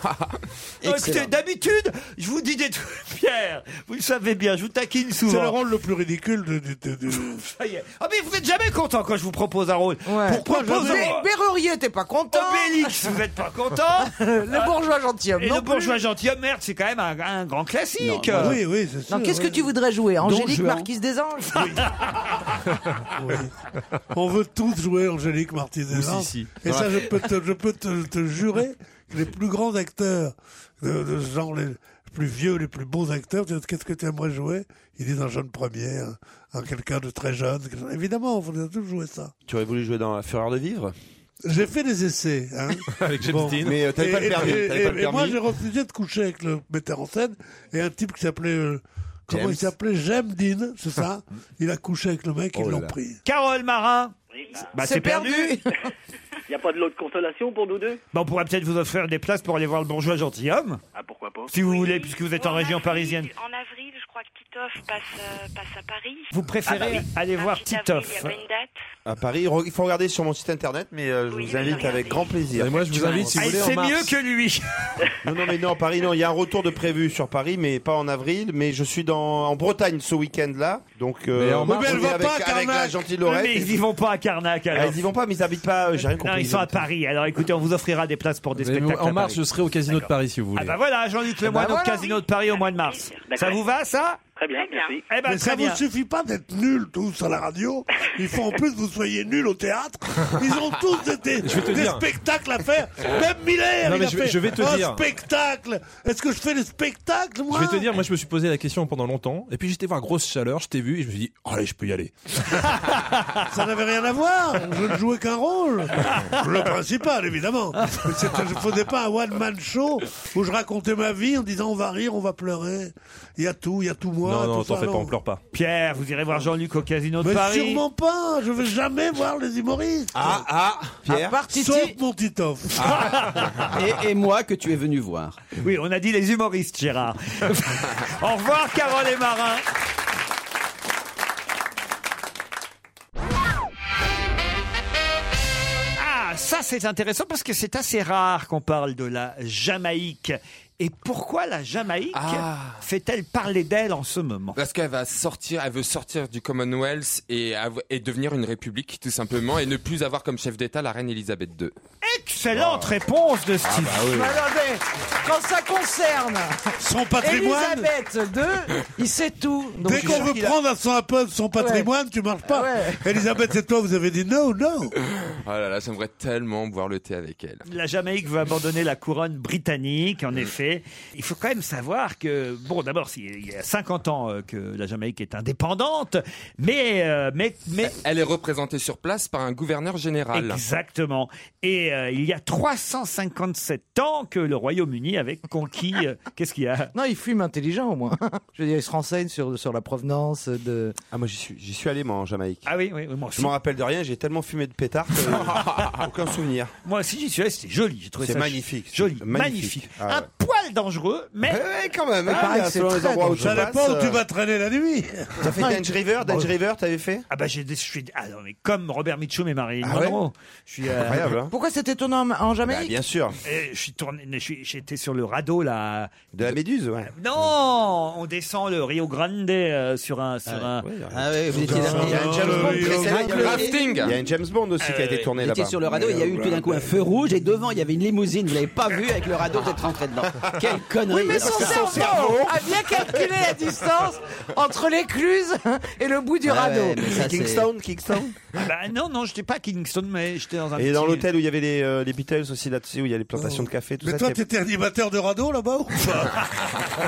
K: Excellent.
C: écoutez, d'habitude, je vous dis des trucs, Pierre, vous le savez bien, je vous taquine souvent.
K: C'est le rôle le plus ridicule de. de, de- de-
C: Ça y est. Ah mais vous n'êtes jamais content quand je vous propose un rôle. Pourquoi propose
D: Mais
C: un-
D: Berrurier, t'es pas content
C: Obélix, vous n'êtes pas content euh,
D: Le bourgeois gentilhomme.
C: Et
D: non
C: le bourgeois
D: plus.
C: gentilhomme, merde, c'est quand même un, un grand classique.
D: Non, voilà.
C: Euh,
D: Non, qu'est-ce que tu voudrais jouer Angélique,
C: Juan.
D: Marquise des Anges
K: On veut tous jouer Angélique Martinez.
E: Oui, si, si.
K: Et ça,
E: Ouais.
K: je peux, te, je peux te, te jurer que les plus grands acteurs, de, de ce genre les plus vieux, les plus bons acteurs, tu dis, qu'est-ce que tu aimerais jouer Ils disent un jeune premier, un- un quelqu'un de très jeune. Évidemment, on voudrait tous jouer ça.
G: Tu aurais voulu jouer dans La Fureur de Vivre
K: J'ai fait des essais. Hein.
G: Avec James Dean. Mais, euh, t'avais
K: Et-
G: pas le permis,
K: Et,
G: t'avais pas le
K: et- et moi,
G: permis.
K: j'ai refusé de coucher avec le metteur en scène et un type qui s'appelait. euh, comment
G: James.
K: il s'appelait James Dean, c'est ça
E: Hmm.
K: Il a couché avec le mec,
G: Oh
K: ils l'ont
G: là.
K: pris.
C: Carole Marin. Bah, c'est perdu.
M: Il n'y a pas de l'autre consolation pour nous deux
C: Bah, on pourrait peut-être vous offrir des places pour aller voir le bourgeois gentilhomme,
M: Ah, pourquoi pas
C: si vous voulez, puisque vous êtes en région parisienne.
J: En avril, je crois que Tito Titoff passe, euh, passe à Paris.
C: Vous préférez
J: Ah bah oui.
C: aller
J: Un
C: voir
J: petit
C: Titoff.
J: avril, Il y avait une date.
G: À Paris, re- il faut regarder sur mon site internet, mais euh, je vous invite avec grand plaisir.
E: Et moi, je vous invite, si vous Ah, voulez, en c'est mars. mieux
C: que lui.
G: non, non, mais non, Paris, non. Il y a un retour de prévu sur Paris, mais pas en avril. Mais je suis dans, en Bretagne ce week-end-là, donc.
C: Mais
K: Euh,
C: en
G: on
C: mars-
G: est
C: Mais elle va
G: avec,
C: pas à
G: avec
C: Carnac.
G: la gentille Lorette.
C: Mais ils y vont pas à Carnac. alors.
G: Ah, ils y vont pas, mais ils habitent pas. euh, J'ai rien
C: Non,
G: compris.
C: ils sont à Paris. Alors écoutez, on vous offrira des places pour des
E: Mais
C: spectacles.
E: en
C: à
E: mars,
C: Paris.
E: je serai au casino de Paris si vous voulez.
C: Ah bah voilà, Jean-Luc
E: Ah
C: Lemoyne
E: bah
C: au
E: voilà.
C: Casino de Paris au mois de mars. Ça vous va, ça
M: Très bien, merci.
C: Eh ben, très
K: Mais ça
C: bien.
K: vous suffit pas d'être nuls tous à la radio. Il faut en plus que vous soyez nuls au théâtre. Ils ont tous des, des-
E: Je vais te
K: des
E: dire.
K: spectacles à faire. Même Miller,
E: Non,
K: il
E: mais
K: a
E: je vais-
K: fait
E: je vais te
K: un
E: dire.
K: spectacle. Est-ce que je fais des spectacles moi
E: Je vais te dire, moi je me suis posé la question pendant longtemps, et puis j'étais voir grosse chaleur, je t'ai vu, et je me suis dit, oh, allez, je peux y aller.
K: Ça n'avait rien à voir. Je ne jouais qu'un rôle. Le principal, évidemment. Mais c'était- je ne faisais pas un one-man show où je racontais ma vie en disant on va rire, on va pleurer. Il y a tout, il y a tout moi.
E: non, non,
K: tout
E: t'en
K: ça,
E: fais pas, on pleure pas.
C: Pierre, vous irez voir Jean-Luc au Casino de
K: Mais
C: Paris.
K: sûrement pas. Je ne veux jamais voir les humoristes.
H: Ah, ah, Pierre.
K: Sauf mon Titoff.
H: et, et moi que tu es venu voir.
C: Oui, on a dit les humoristes, Gérard. Au revoir, Carole et Marin. Ah, ça c'est intéressant parce que c'est assez rare qu'on parle de la Jamaïque. Et pourquoi la Jamaïque
H: Ah.
C: fait-elle parler d'elle en ce moment
F: Parce qu'elle va sortir, elle veut sortir du Commonwealth et, av- et devenir une république tout simplement et ne plus avoir comme chef d'État la reine Elisabeth II.
H: Oh.
C: Excellente réponse
H: Ah,
C: de Steve.
F: bah oui.
D: Attendez, quand ça concerne
K: son patrimoine.
D: Elisabeth II, il sait tout. Donc
K: Dès
D: je
K: qu'on
D: suis
K: veut
D: sûr qu'il a-
K: prendre à son, un peu de son patrimoine, tu marches pas.
D: Ouais.
K: Elisabeth et toi, vous avez dit non, non.
F: Oh là là, j'aimerais tellement boire le thé avec elle.
C: La Jamaïque veut abandonner la couronne britannique, en effet. Il faut quand même savoir que, bon, d'abord, c'est- il y a 50 ans euh, que la Jamaïque est indépendante, mais... euh, mais, mais...
F: Elle est représentée sur place par un gouverneur général.
C: Exactement. Et euh, il y a 357 ans que le Royaume-Uni avait conquis... euh, Qu'est-ce qu'il y a
D: Non, il fume intelligent au moins. Je veux dire, il se renseigne sur, sur la provenance de.
G: Ah, moi j'y suis, j'y suis allé moi en Jamaïque.
C: Ah oui, oui, oui, moi
G: Je m'en rappelle de rien, j'ai tellement fumé de pétard que aucun souvenir.
C: Moi aussi j'y suis allé, c'était joli. J'ai trouvé
G: C'est
C: ça
G: magnifique,
C: Joli,
G: c'est
C: magnifique.
G: magnifique. Ah ouais.
C: Un poil dangereux, mais...
G: Ouais, quand même,
C: Ah,
G: pareil, selon les endroits où tu
K: Ça
G: passes,
K: dépend où tu
G: euh,
K: vas traîner la nuit.
G: T'as fait Dance River, Dance
C: Bon.
G: River, t'avais fait
C: Ah bah j'ai des- je suis ah non, mais comme Robert Mitchum et Marilyn
G: Ah ouais
C: Monroe. Je suis euh,
G: Incroyable, hein.
D: Pourquoi c'était ton homme en
G: Bah,
D: Jamaïque
G: bien sûr.
C: Et je suis tourné, je suis- j'étais sur le radeau là. Euh,
G: De la méduse, ouais.
C: Non, on descend le Rio Grande euh, sur un sur un.
H: Ah oui, vous étiez
G: Il y a un James
H: Euh,
C: Euh,
G: Bond qui est célèbre.
H: le rafting.
G: Il y a un James Bond aussi qui a été tourné
H: Vous étiez
G: là-bas.
H: sur le radeau, il y a eu tout d'un coup un feu rouge et devant il y avait une limousine. Vous l'avez pas vu avec le radeau, vous êtes rentré dedans.
G: Ah,
H: Quelle connerie
D: Oui, mais son cerveau, a bien calculé la distance entre l'écluse et le bout du
H: Ah ouais,
D: radeau.
H: mais ça, c'est-
G: Kingstown, Kingstown.
C: Ah bah non non, j'étais pas à Kingston mais j'étais dans un.
G: Et dans
C: petit-
G: l'hôtel où il y avait les, euh, les Beatles aussi là-dessus, où il y a les plantations de café, tout
K: Mais
G: ça.
K: toi,
G: c'était-
K: t'étais animateur de radeau là-bas ou pas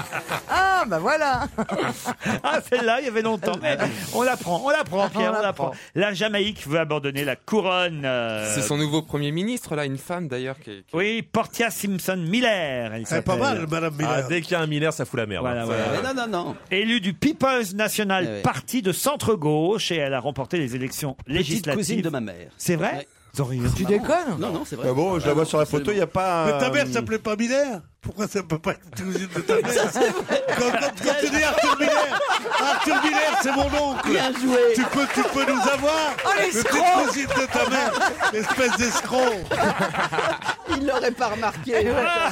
D: Ah, bah voilà.
C: Ah celle-là, il y avait longtemps. Mais on la prend, on la prend, Pierre, on la prend.
D: prend.
C: La Jamaïque veut abandonner la couronne. euh,
F: C'est son nouveau premier ministre là, une femme d'ailleurs qui est-
C: Oui, Portia Simpson Miller. Elle
K: C'est pas
C: s'appelle.
K: mal, Madame
E: Ah,
K: Miller.
E: dès qu'il y a un Miller, ça fout la merde. Hein.
C: Voilà,
E: Ça-
C: voilà.
H: Mais non, non, non.
C: Élue du People's National
H: Eh oui.
C: Party de centre-gauche et elle a remporté les élections
H: Petite cousine
C: législatives.
H: de ma mère.
C: C'est vrai
H: Ouais.
C: Ils ont rien.
D: Tu déconnes
H: Non, non, c'est vrai.
K: Bah
G: Ah bon, je la vois sur la photo, il n'y a pas.
K: Mais ta
G: euh,
K: mère s'appelait pas Miller Pourquoi ça peut pas être une cousine de ta mère quand, quand- quand tu dis Arthur Miller, Arthur Miller, c'est mon oncle.
H: Bien joué.
K: Tu peux, tu peux nous avoir
D: Oh,
K: Mais t'es
D: l'escroc
K: une cousine de ta mère, espèce d'escroc.
H: Il l'aurait pas remarqué.
D: Ah.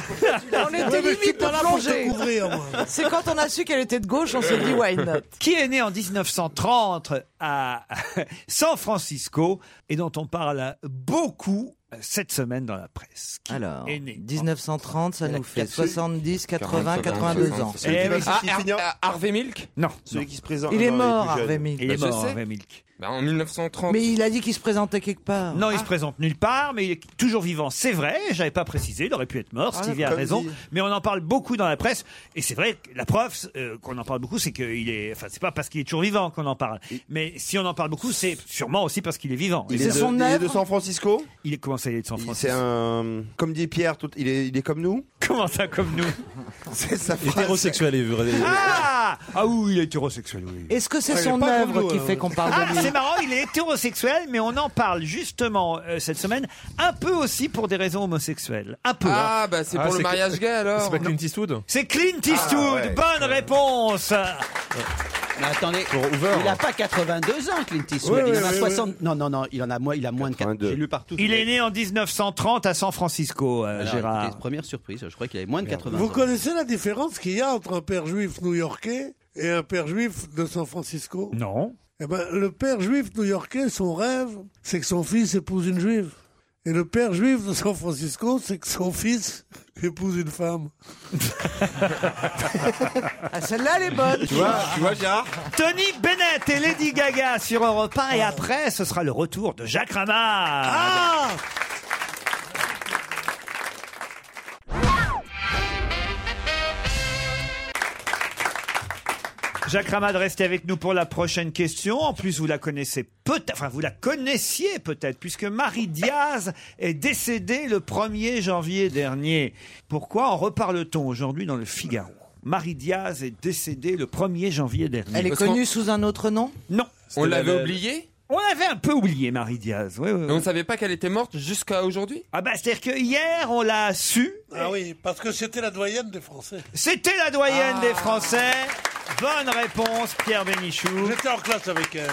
K: Ouais,
D: On était
K: mais je suis
D: limite
K: pas là
D: de
K: pour te
D: plongée.
K: couvrir, moi.
D: C'est quand on a su qu'elle était de gauche, on s'est dit why not.
C: qui est né en 1930 à San Francisco et dont on parle beaucoup cette semaine dans la presse. Qui
D: Alors,
C: est né en-
D: 1930, ça nous fait 70, 80,
F: 40,
D: 82 ans.
G: celui
C: Eh
G: qui va-
C: oui,
F: Ah,
G: qui
F: Har-
G: finit en-
F: ah, Harvey Milk
C: Non,
G: celui qui se présente.
D: Il est
G: non, plus
D: mort,
G: jeune.
D: Harvey Milk.
C: il est
F: Bah, je
C: mort,
F: sais.
C: Harvey Milk.
F: Bah, en 1930.
D: Mais il a dit qu'il se présentait quelque part.
C: Non,
G: Ah.
C: il se présente nulle part, mais il est toujours vivant. C'est vrai, j'avais pas précisé, il aurait pu être mort,
G: Ah,
C: Stevie a
G: comme
C: raison.
G: dit.
C: Mais on en parle beaucoup dans la presse, et c'est vrai, que la preuve euh, qu'on en parle beaucoup, c'est qu'il est, enfin, c'est pas parce qu'il est toujours vivant qu'on en parle. Mais si on en parle beaucoup, c'est sûrement aussi parce qu'il est vivant.
G: Il
D: C'est
G: est, de,
D: son
G: il est de
D: œuvre
G: San Francisco.
C: Il est comment ça, il est de San
G: Il- C'est
C: Francisco
G: un, comme dit Pierre, tout- il est, il est comme nous.
C: Comment ça, comme nous
G: C'est sa phrase.
E: Hétérosexuel et vrai.
C: Ah Ah oui, il est hétérosexuel, oui.
D: Est-ce que c'est
K: Ouais, il est
D: son
K: pas
D: œuvre
K: boulot,
D: qui
K: hein.
D: fait qu'on parle
C: Ah,
D: de lui
C: c'est marrant, il est hétérosexuel, mais on en parle justement euh, cette semaine, un peu aussi pour des raisons homosexuelles. Un peu. hein.
F: Ah bah c'est
E: Ah,
F: pour
E: c'est
F: le
E: que-
F: mariage gay Ah,
E: C'est
F: alors.
E: pas Clint Eastwood
C: C'est Clint Eastwood,
G: ouais.
C: bonne réponse
H: Mais attendez, il
E: hein.
H: n'a pas 82 ans, Clint Eastwood.
C: Ouais,
H: il
C: ouais,
H: en a
C: ouais,
H: 60. Non, non, non, il en a moins, il a moins de 4. J'ai lu partout.
C: Il est né en 1930 à San Francisco, euh,
H: Alors,
C: Gérard.
H: écoutez, première surprise, je crois qu'il avait moins de 80
K: Vous
H: ans.
K: connaissez la différence qu'il y a entre un père juif new-yorkais et un père juif de San Francisco
C: Non.
K: Eh ben, le père juif new-yorkais, son rêve, c'est que son fils épouse une juive. Et le père juif de San Francisco, c'est que son fils épouse une femme.
D: Ah, celle-là, elle est bonne.
G: Gérard
C: Tony Bennett et Lady Gaga sur Europe 1 et après ce sera le retour de Jacques Ramard.
K: Ah
C: Jacques Ramad, restez avec nous pour la prochaine question. En plus, vous la connaissez peut-être, enfin, vous la connaissiez peut-être, puisque Marie Diaz est décédée le 1er janvier dernier. Pourquoi en reparle-t-on aujourd'hui dans le Figaro Marie Diaz est décédée le 1er janvier dernier.
D: Elle est
C: Parce
D: connue
C: qu'on-
D: sous un autre nom
C: Non.
F: On l'avait oublié
C: On l'avait un peu oublié, Marie Diaz. Oui, oui,
F: On ne savait pas qu'elle était morte jusqu'à aujourd'hui
C: Ah bah, c'est-à-dire que hier, on l'a su.
K: Ah oui, parce que c'était la doyenne des Français.
C: C'était la doyenne
K: Ah.
C: des Français. Bonne réponse, Pierre Bénichou.
K: J'étais en classe avec elle.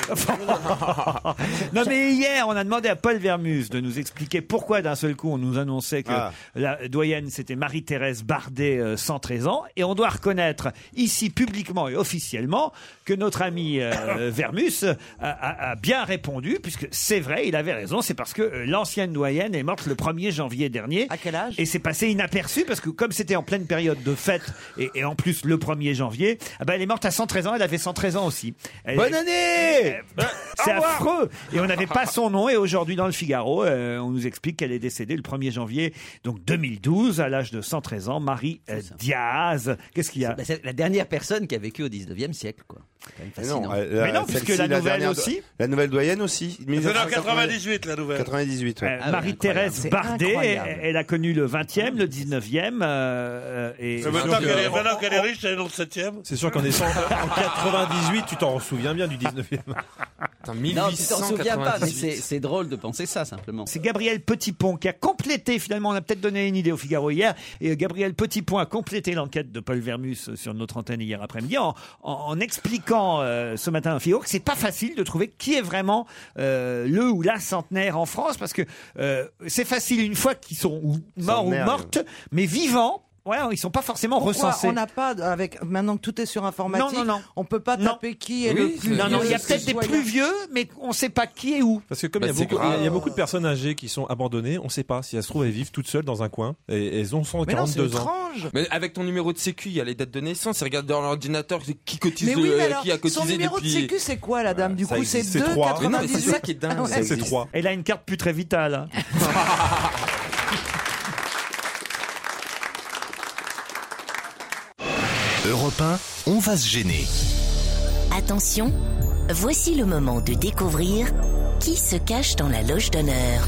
C: non mais hier, on a demandé à Paul Vermuse de nous expliquer pourquoi d'un seul coup on nous annonçait que
G: Ah.
C: la doyenne c'était Marie-Thérèse Bardet, euh, 113 ans, et on doit reconnaître ici publiquement et officiellement que notre ami euh, Vermus a, a- a bien répondu, puisque c'est vrai, il avait raison, c'est parce que euh, l'ancienne doyenne est morte le 1er janvier dernier. À quel âge Et c'est passé inaperçu, parce que comme c'était en pleine période de fête, et, et en plus le 1er janvier, ah ben, elle est morte à 113 ans, elle avait 113 ans aussi. Elle- Euh,
G: Bonne année
C: c'est
G: Au revoir.
C: affreux. Et on n'avait pas son nom. Et aujourd'hui, dans le Figaro, euh, on nous explique qu'elle est décédée le 1er janvier donc 2012, à l'âge de 113 ans, Marie euh, Diaz. Qu'est-ce qu'il y a
H: C'est la dernière personne qui a vécu au 19e siècle, quoi. C'est quand même
G: Mais
H: fascinant.
G: elle- elle- celle-ci, dernière do- La nouvelle doyenne aussi.
K: en 98, la nouvelle.
G: 98, ouais.
C: Euh,
H: Ah
C: Marie-Thérèse Bardet, elle, elle a connu le 20e, le 19e. euh, euh, et...
K: Mais Maintenant qu'elle est, maintenant qu'elle est riche, elle est dans le 7ème.
E: C'est sûr qu'en est en 98, tu t'en souviens bien du 19e.
H: Non, tu t'en souviens pas, mais c'est c'est drôle de penser ça, simplement.
C: C'est Gabriel Petitpont qui a complété, finalement, on a peut-être donné une idée au Figaro hier, et euh, Gabriel Petitpont a complété l'enquête de Paul Vermus euh, sur notre antenne hier après-midi en, en- en expliquant euh, ce matin au Figaro que c'est pas facile de trouver qui est vraiment euh, le ou la centenaire en France, parce que euh, c'est facile une fois qu'ils sont ou- morts ou
D: Centenaire,
C: mortes, mais vivants, ouais, ils sont pas forcément
D: Pourquoi
C: recensés.
D: on n'a pas, avec, maintenant que tout est sur informatique,
C: Non, non, non.
D: on peut pas taper qui est
C: Oui,
D: le plus
C: non, non,
D: vieux
C: il y a
D: des
C: peut-être des
D: citoyens.
C: plus vieux, mais on sait pas qui est où.
E: Parce que comme
C: Bah,
E: il, y a
C: c'est
E: beaucoup,
C: grave.
E: il y a beaucoup de personnes âgées qui sont abandonnées, on ne sait pas si elles se trouvent, elles vivent toutes seules dans un coin et elles ont 142 ans.
F: Mais avec ton numéro de sécu, il y a les dates de naissance, ils regardent dans l'ordinateur qui cotise
D: Mais oui,
F: le- euh,
D: mais alors,
F: qui a cotisé
D: son numéro
F: depuis
D: de sécu, c'est quoi, la dame Du
F: ça
D: coup, c'est
F: existe, c'est
D: 2,98.
F: trois. Mais non, mais c'est ça qui est dingue,
D: Ah ouais.
F: ça existe. C'est trois.
C: Elle a une carte plus très vitale. hein.
B: Europe 1, on va se gêner.
A: Attention, voici le moment de découvrir qui se cache dans la loge d'honneur.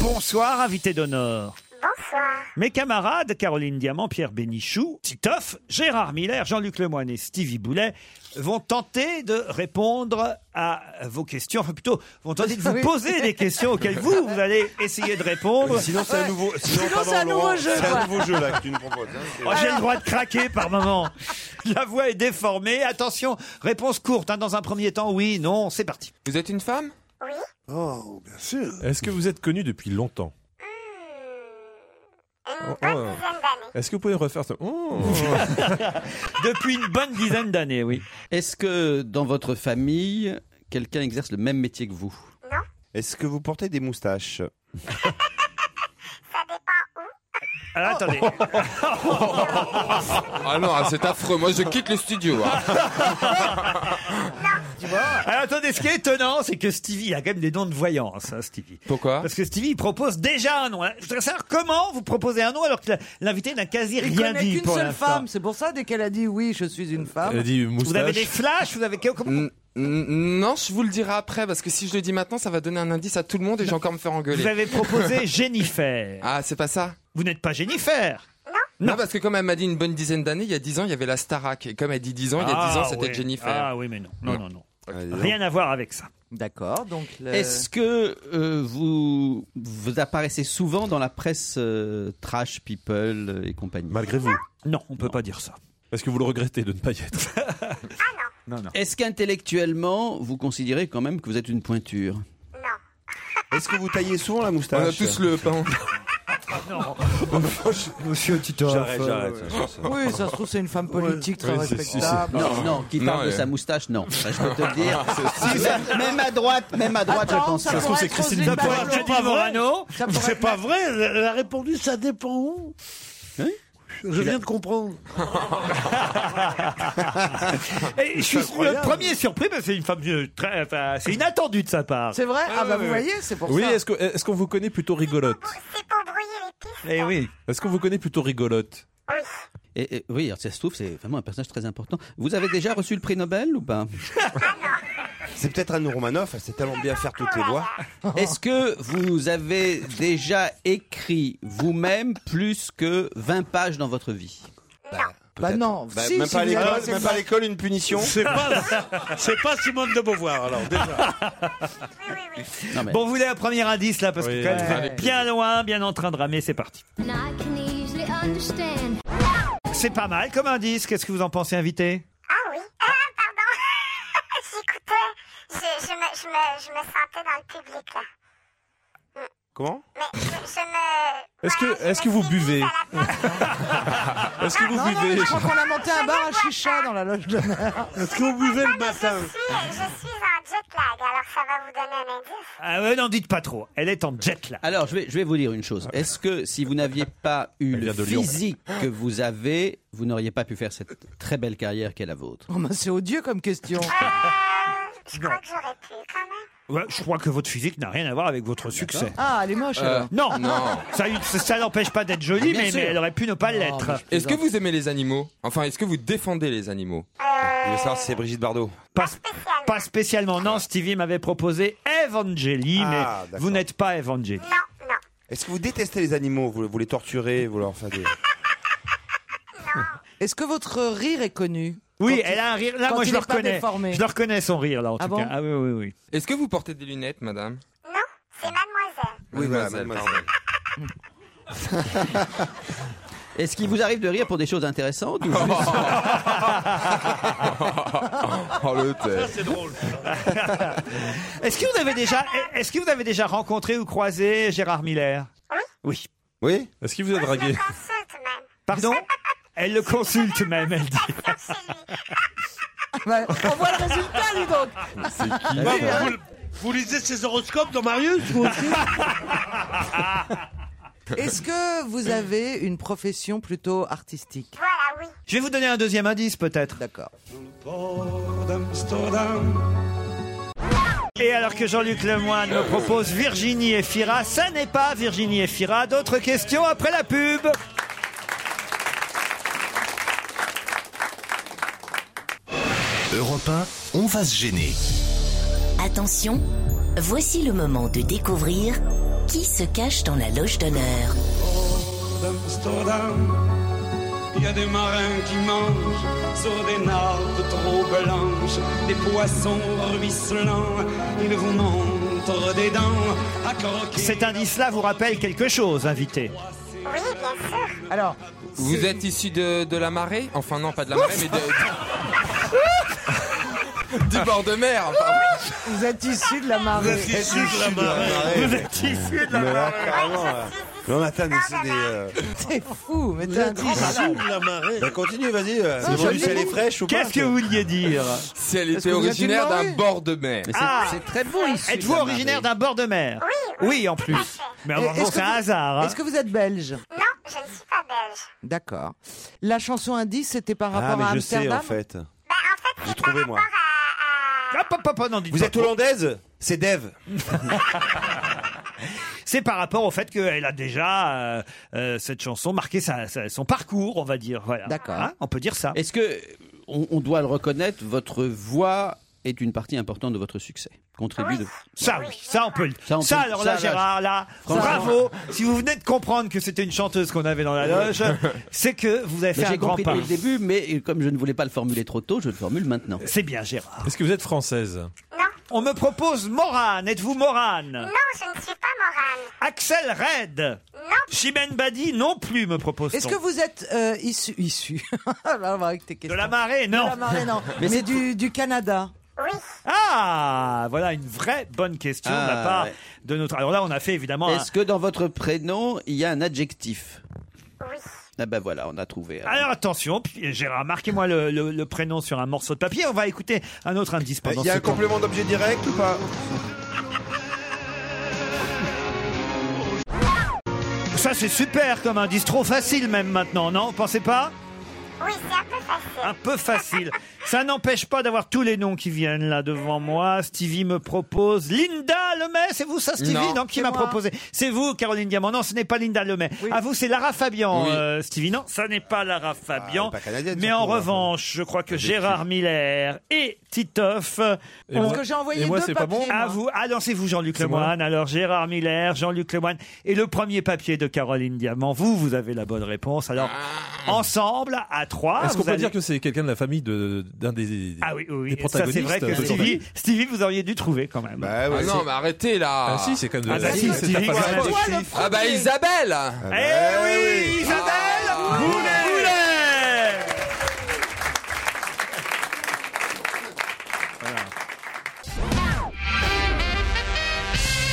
C: Bonsoir, invité d'honneur.
N: Bonsoir.
C: Mes camarades Caroline Diamant, Pierre Bénichou, Titoff, Gérard Miller, Jean-Luc Lemoyne et Stevie Boulet vont tenter de répondre à vos questions, enfin plutôt vont tenter de vous
G: Oui.
C: poser des questions auxquelles vous, vous allez essayer de répondre.
G: Sinon, c'est un nouveau,
C: Sinon,
G: pardon,
C: c'est un nouveau
G: Laurent,
C: jeu,
G: C'est
C: quoi.
G: un nouveau jeu là que tu nous proposes. hein. C'est-
C: Oh, J'ai le droit de craquer par moment. La voix est déformée. Attention, réponse courte. hein, dans un premier temps, oui, non, c'est parti.
F: Vous êtes une femme
K: Oh, bien sûr.
E: Est-ce que vous êtes connu depuis longtemps
O: Euh,
E: Oh, oh. Est-ce que vous pouvez refaire ça Oh.
C: Depuis une bonne dizaine d'années, oui.
H: Est-ce que dans votre famille, quelqu'un exerce le même métier que vous Non.
G: Est-ce que vous portez des moustaches
C: Alors, attendez.
F: Ah non, ah, c'est affreux, moi je quitte le studio. hein.
C: Alors, attendez, ce qui est étonnant, c'est que Stevie, il a quand même des noms de voyance, hein, Stevie.
F: Pourquoi
C: Parce que Stevie, il propose déjà un nom. hein. Je voudrais savoir comment vous proposez un nom alors que la- l'invité n'a quasi
D: Il
C: rien
D: connaît
C: dit
D: qu'une
C: pour
D: seule
C: l'instant.
D: femme, c'est pour ça, dès qu'elle a dit oui, je suis une femme.
E: Elle a dit moustache.
C: Vous avez des flashs Vous avez
F: N- n- Non, je vous le dirai après parce que si je le dis maintenant, ça va donner un indice à tout le monde et je vais encore me faire engueuler.
C: Vous avez proposé Jennifer.
F: Ah, c'est pas ça
C: Vous n'êtes pas Jennifer
F: non. parce que comme elle m'a dit une bonne dizaine d'années, il y a 10 ans, il y avait la Starac. Et comme elle dit 10 ans, il y a 10 ans,
C: Ah,
F: c'était
C: oui.
F: Jennifer.
C: Ah oui, mais non. Non, non, non.
F: donc.
C: Rien à voir avec ça.
D: D'accord, donc. le-
H: Est-ce que euh, vous, vous apparaissez souvent dans la presse euh, trash, people euh, et compagnie
E: Malgré vous
C: Non, on peut pas dire ça.
D: Ah
E: Est-ce que vous le regrettez de ne pas y être
C: Non, non.
H: Est-ce qu'intellectuellement, vous considérez quand même que vous êtes une pointure
G: Est-ce que vous taillez souvent la moustache
F: On a tous le pain.
C: Monsieur Tito.
G: J'arrête, j'arrête.
D: Oui, ça se trouve, c'est une femme politique très
H: Ouais, c'est- c'est-
D: respectable.
H: Non, non, qui parle
D: Non,
H: de
D: ouais.
H: sa moustache, non. Bah, je peux te le dire.
D: C'est-
H: Si,
D: c'est-
H: même- même à droite, même à droite,
D: Attends,
H: je pense.
D: ça Ça se trouve, pourrait c'est être Christine Roselyne Bachelot. Bachelot.
H: Christine Morano.
K: C'est pas vrai, elle elle a répondu, ça dépend où. Je viens de comprendre.
C: Et je suis
K: C'est incroyable.
C: le premier surpris, parce que c'est une femme euh, très, enfin, c'est inattendu de sa part.
D: C'est vrai Ah, bah, vous voyez, c'est pour
E: oui,
D: ça.
E: est-ce que- est-ce qu'on vous connaît plutôt rigolote
C: Eh oui.
E: Est-ce qu'on vous connaît plutôt rigolote
H: Et, et- oui, alors, ça se trouve, c'est vraiment un personnage très important. Vous avez déjà reçu le prix Nobel ou pas
G: C'est peut-être Anne Romanoff, elle sait tellement bien faire toutes les voix.
H: Est-ce que vous avez déjà écrit vous-même plus que 20 pages dans votre vie
D: Bah non,
H: Bah,
D: si,
H: même
D: si
H: pas à
D: vous avez-
H: l'école,
D: c'est
H: même
D: ça.
H: pas à l'école, une punition.
K: C'est pas, c'est pas Simone de Beauvoir, alors, déjà.
C: Bon, vous voulez un premier indice là, parce que quand même, vous
K: Ouais.
C: êtes bien loin, bien en train de ramer, c'est parti.
N: And I can easily understand.
C: C'est pas mal comme indice, qu'est-ce que vous en pensez, invité
O: Ah oui. Ah, pardon. J'écoutais. Je, je, me, je, me, je me sentais dans le public, là.
G: Comment
O: Mais je, je me.
E: Est-ce que, est que vous buvez Est-ce que vous
D: Non, non, mais
E: buvez
D: je crois qu'on a monté un bar à chicha dans la loge d'honneur.
K: Est-ce que vous buvez le matin
O: Je suis, je suis en jet lag, alors ça va vous donner un indice.
C: Ah ouais, n'en dites pas trop. Elle est en jet là.
H: Alors, je vais, je vais vous dire une chose. Est-ce que si vous n'aviez pas eu le
C: de Lyon.
H: physique que vous avez, vous n'auriez pas pu faire cette très belle carrière qu'est la vôtre
D: Oh, bah, c'est odieux comme question.
O: Ah, Je crois que j'aurais pu, quand même.
C: Ouais, je crois que votre physique n'a rien à voir avec votre succès.
D: Ah, elle est moche,
C: Euh,
D: alors.
C: non, ça, ça n'empêche pas d'être jolie,
F: Ah, Bien
C: mais,
F: sûr.
C: mais elle aurait pu ne pas l'être.
F: Est-ce que vous aimez les animaux Enfin, est-ce que vous défendez les animaux
O: Je
F: veux savoir si c'est Brigitte Bardot.
C: Pas, pas spécialement. Non, Stevie m'avait proposé Evangeli,
G: Ah,
C: mais
G: d'accord.
C: vous n'êtes pas Evangeli.
G: Est-ce que vous détestez les animaux vous, vous les torturez, vous leur faites des...
D: Est-ce que votre rire est connu
C: Oui,
D: Quand
C: elle
D: il-
C: a un rire. Là,
D: quand
C: moi,
D: il
C: je
D: est
C: le
D: pas
C: reconnais.
D: déformé.
C: Je le reconnais son rire, là, en
D: Ah
C: tout
D: bon
C: cas. Ah oui, oui, oui.
F: Est-ce que vous portez des lunettes, madame
O: C'est mademoiselle.
F: Oui, mademoiselle. pardon.
H: Est-ce qu'il vous arrive de rire pour des choses intéressantes ou juste-
F: Oh, le thé.
K: C'est drôle.
C: Est-ce que vous avez déjà, est-ce que vous avez déjà rencontré ou croisé Gérard Miller Oui.
G: Oui.
E: Est-ce qu'il vous a dragué
C: Pardon Elle le consulte même, elle dit.
D: Bah, on voit le résultat, lui donc.
K: Bah, vous, vous lisez ces horoscopes dans Marius, vous aussi
D: Est-ce que vous avez une profession plutôt artistique
O: Voilà, oui.
C: Je vais vous donner un deuxième indice, peut-être.
D: D'accord.
C: Et alors que Jean-Luc Lemoyne me propose Virginie Efira, ça n'est pas Virginie Efira. D'autres questions après la pub
B: Europe 1, on va se gêner.
A: Attention, voici le moment de découvrir qui se cache dans la loge d'honneur.
P: Il y a des marins qui mangent sur des nappes trop blanches, des poissons ruisselants. Ils vous montrent des dents à croquer.
C: Cet indice-là vous rappelle quelque chose, invité.
O: Oui, bien sûr.
D: Alors,
F: Vous êtes issu de, de la marée Enfin, non, pas de la marée, mais de. du bord de mer pardon.
D: Vous êtes issu de la marée.
F: Vous êtes issu de la marée.
G: Vous
C: êtes issu de
G: la marée. carrément. euh, là. Mais on atteint des... des euh,
D: T'es fou, mais
G: Vous
D: t'es un
G: êtes
D: grand
G: issu
D: malade.
G: de la marée. Ben, continue, vas-y. euh, c'est bon, si elle est fraîche ou pas
C: Qu'est-ce que vous vouliez dire
F: Si elle
C: Est-ce que
F: était
C: vous êtes
F: originaire
C: une
F: d'un
C: marée
F: bord de mer.
C: c'est très beau ici. Ah. Êtes-vous originaire d'un bord de mer Oui. en plus. Mais alors,
D: Est-ce
C: bon, c'est
D: que
C: un
D: vous-
C: hasard. hein.
D: Est-ce que vous êtes belge
O: Non, je ne suis pas belge.
D: D'accord. La chanson indice, c'était par rapport
G: Ah, mais
D: à
G: je sais,
D: Amsterdam.
G: en fait.
O: J'ai
G: trouvé, moi.
C: Hop, hop, hop, hop, non, dites
G: Vous
C: pas
G: êtes
C: trop.
G: hollandaise C'est Dev.
C: C'est par rapport au fait qu'elle a déjà, euh, euh, cette chanson, marqué sa- sa- son parcours, on va dire. Voilà.
H: D'accord.
C: Hein on peut dire ça.
H: Est-ce que on, on doit le reconnaître Votre voix est une partie importante de votre succès. Contribue de.
C: Ah Ça, oui, ça on peut le. Ça,
H: on peut-
C: alors là,
H: ça, là,
C: Gérard, là,
H: Franchement.
C: bravo. Si vous venez de comprendre que c'était une chanteuse qu'on avait dans la loge, c'est que vous avez
H: Mais
C: fait un
H: J'ai
C: grand
H: compris
C: pas.
H: depuis le début, mais euh, comme je ne voulais pas le formuler trop tôt, je le formule maintenant.
C: C'est bien, Gérard.
E: Est-ce que vous êtes française
C: On me propose Morane. Êtes-vous Morane
O: Non, je ne suis pas morale.
C: Axel Red.
O: Non
C: Chimène Badi non plus me propose
D: Est-ce que vous êtes euh, issu, issu Alors, avec tes questions.
C: De la marée, non.
D: De la marée, non.
C: Mais
D: Mais,
C: c'est-
D: du, du Canada.
C: Ah, voilà une vraie bonne question de la
H: Ah,
C: part
H: ouais.
C: de notre. Alors là, on a fait évidemment. un-
H: Est-ce que dans votre prénom, il y a un adjectif Ah ben voilà, on a trouvé.
C: Alors attention, puis, Gérard, marquez-moi le, le- le prénom sur un morceau de papier. On va écouter un autre indice pendant
G: Il y a
C: ce
G: un
C: temps.
G: complément d'objet direct ou pas
C: Ça, c'est super comme indice. Trop facile même maintenant, non Vous Pensez pas
O: Oui, c'est un peu facile.
C: Un peu facile. Ça n'empêche pas d'avoir tous les noms qui viennent là devant moi. Stevie me propose Linda Lemay. C'est vous ça, Stevie
G: Non.
C: qui
G: C'est
C: m'a
G: moi.
C: proposé C'est vous, Caroline Diamant. Non, ce n'est pas Linda Lemay. À vous, c'est Lara Fabian,
G: Oui. Ah,
C: euh, Stevie. Non, ça n'est pas Lara Fabian. Mais en
G: surtout, hein. Lara.
C: revanche, je crois que Gérard Miller et Titoff.
D: Et Parce moi- que j'ai envoyé et moi, deux c'est pas papiers, bon moi.
C: À vous. Ah non, c'est vous, Jean-Luc
D: C'est moi.
C: Lemoine. Alors, Gérard Miller, Jean-Luc Lemoine. Et le premier papier de Caroline Diamant. Vous, vous avez la bonne réponse. Alors,
G: Ah.
C: ensemble, à trois.
E: Est-ce qu'on
C: Ah, vous
E: peut
C: allez-
E: dire que c'est quelqu'un de la famille de- d'un des,
C: ah oui, oui,
E: des
C: oui. Ça,
E: protagonistes
C: c'est vrai que
E: de ce
C: Stevie, Stevie, vous auriez dû trouver quand même.
G: Bah
E: ouais, Ah non, c'est- mais
F: arrêtez là.
E: Ah si, c'est quand même de
C: Ah
E: la
C: bah si,
E: c'est
C: Stevie,
E: ta famille.
C: quand même.
F: Ah, Ah bah Isabelle
C: Eh oui, Isabelle Boulet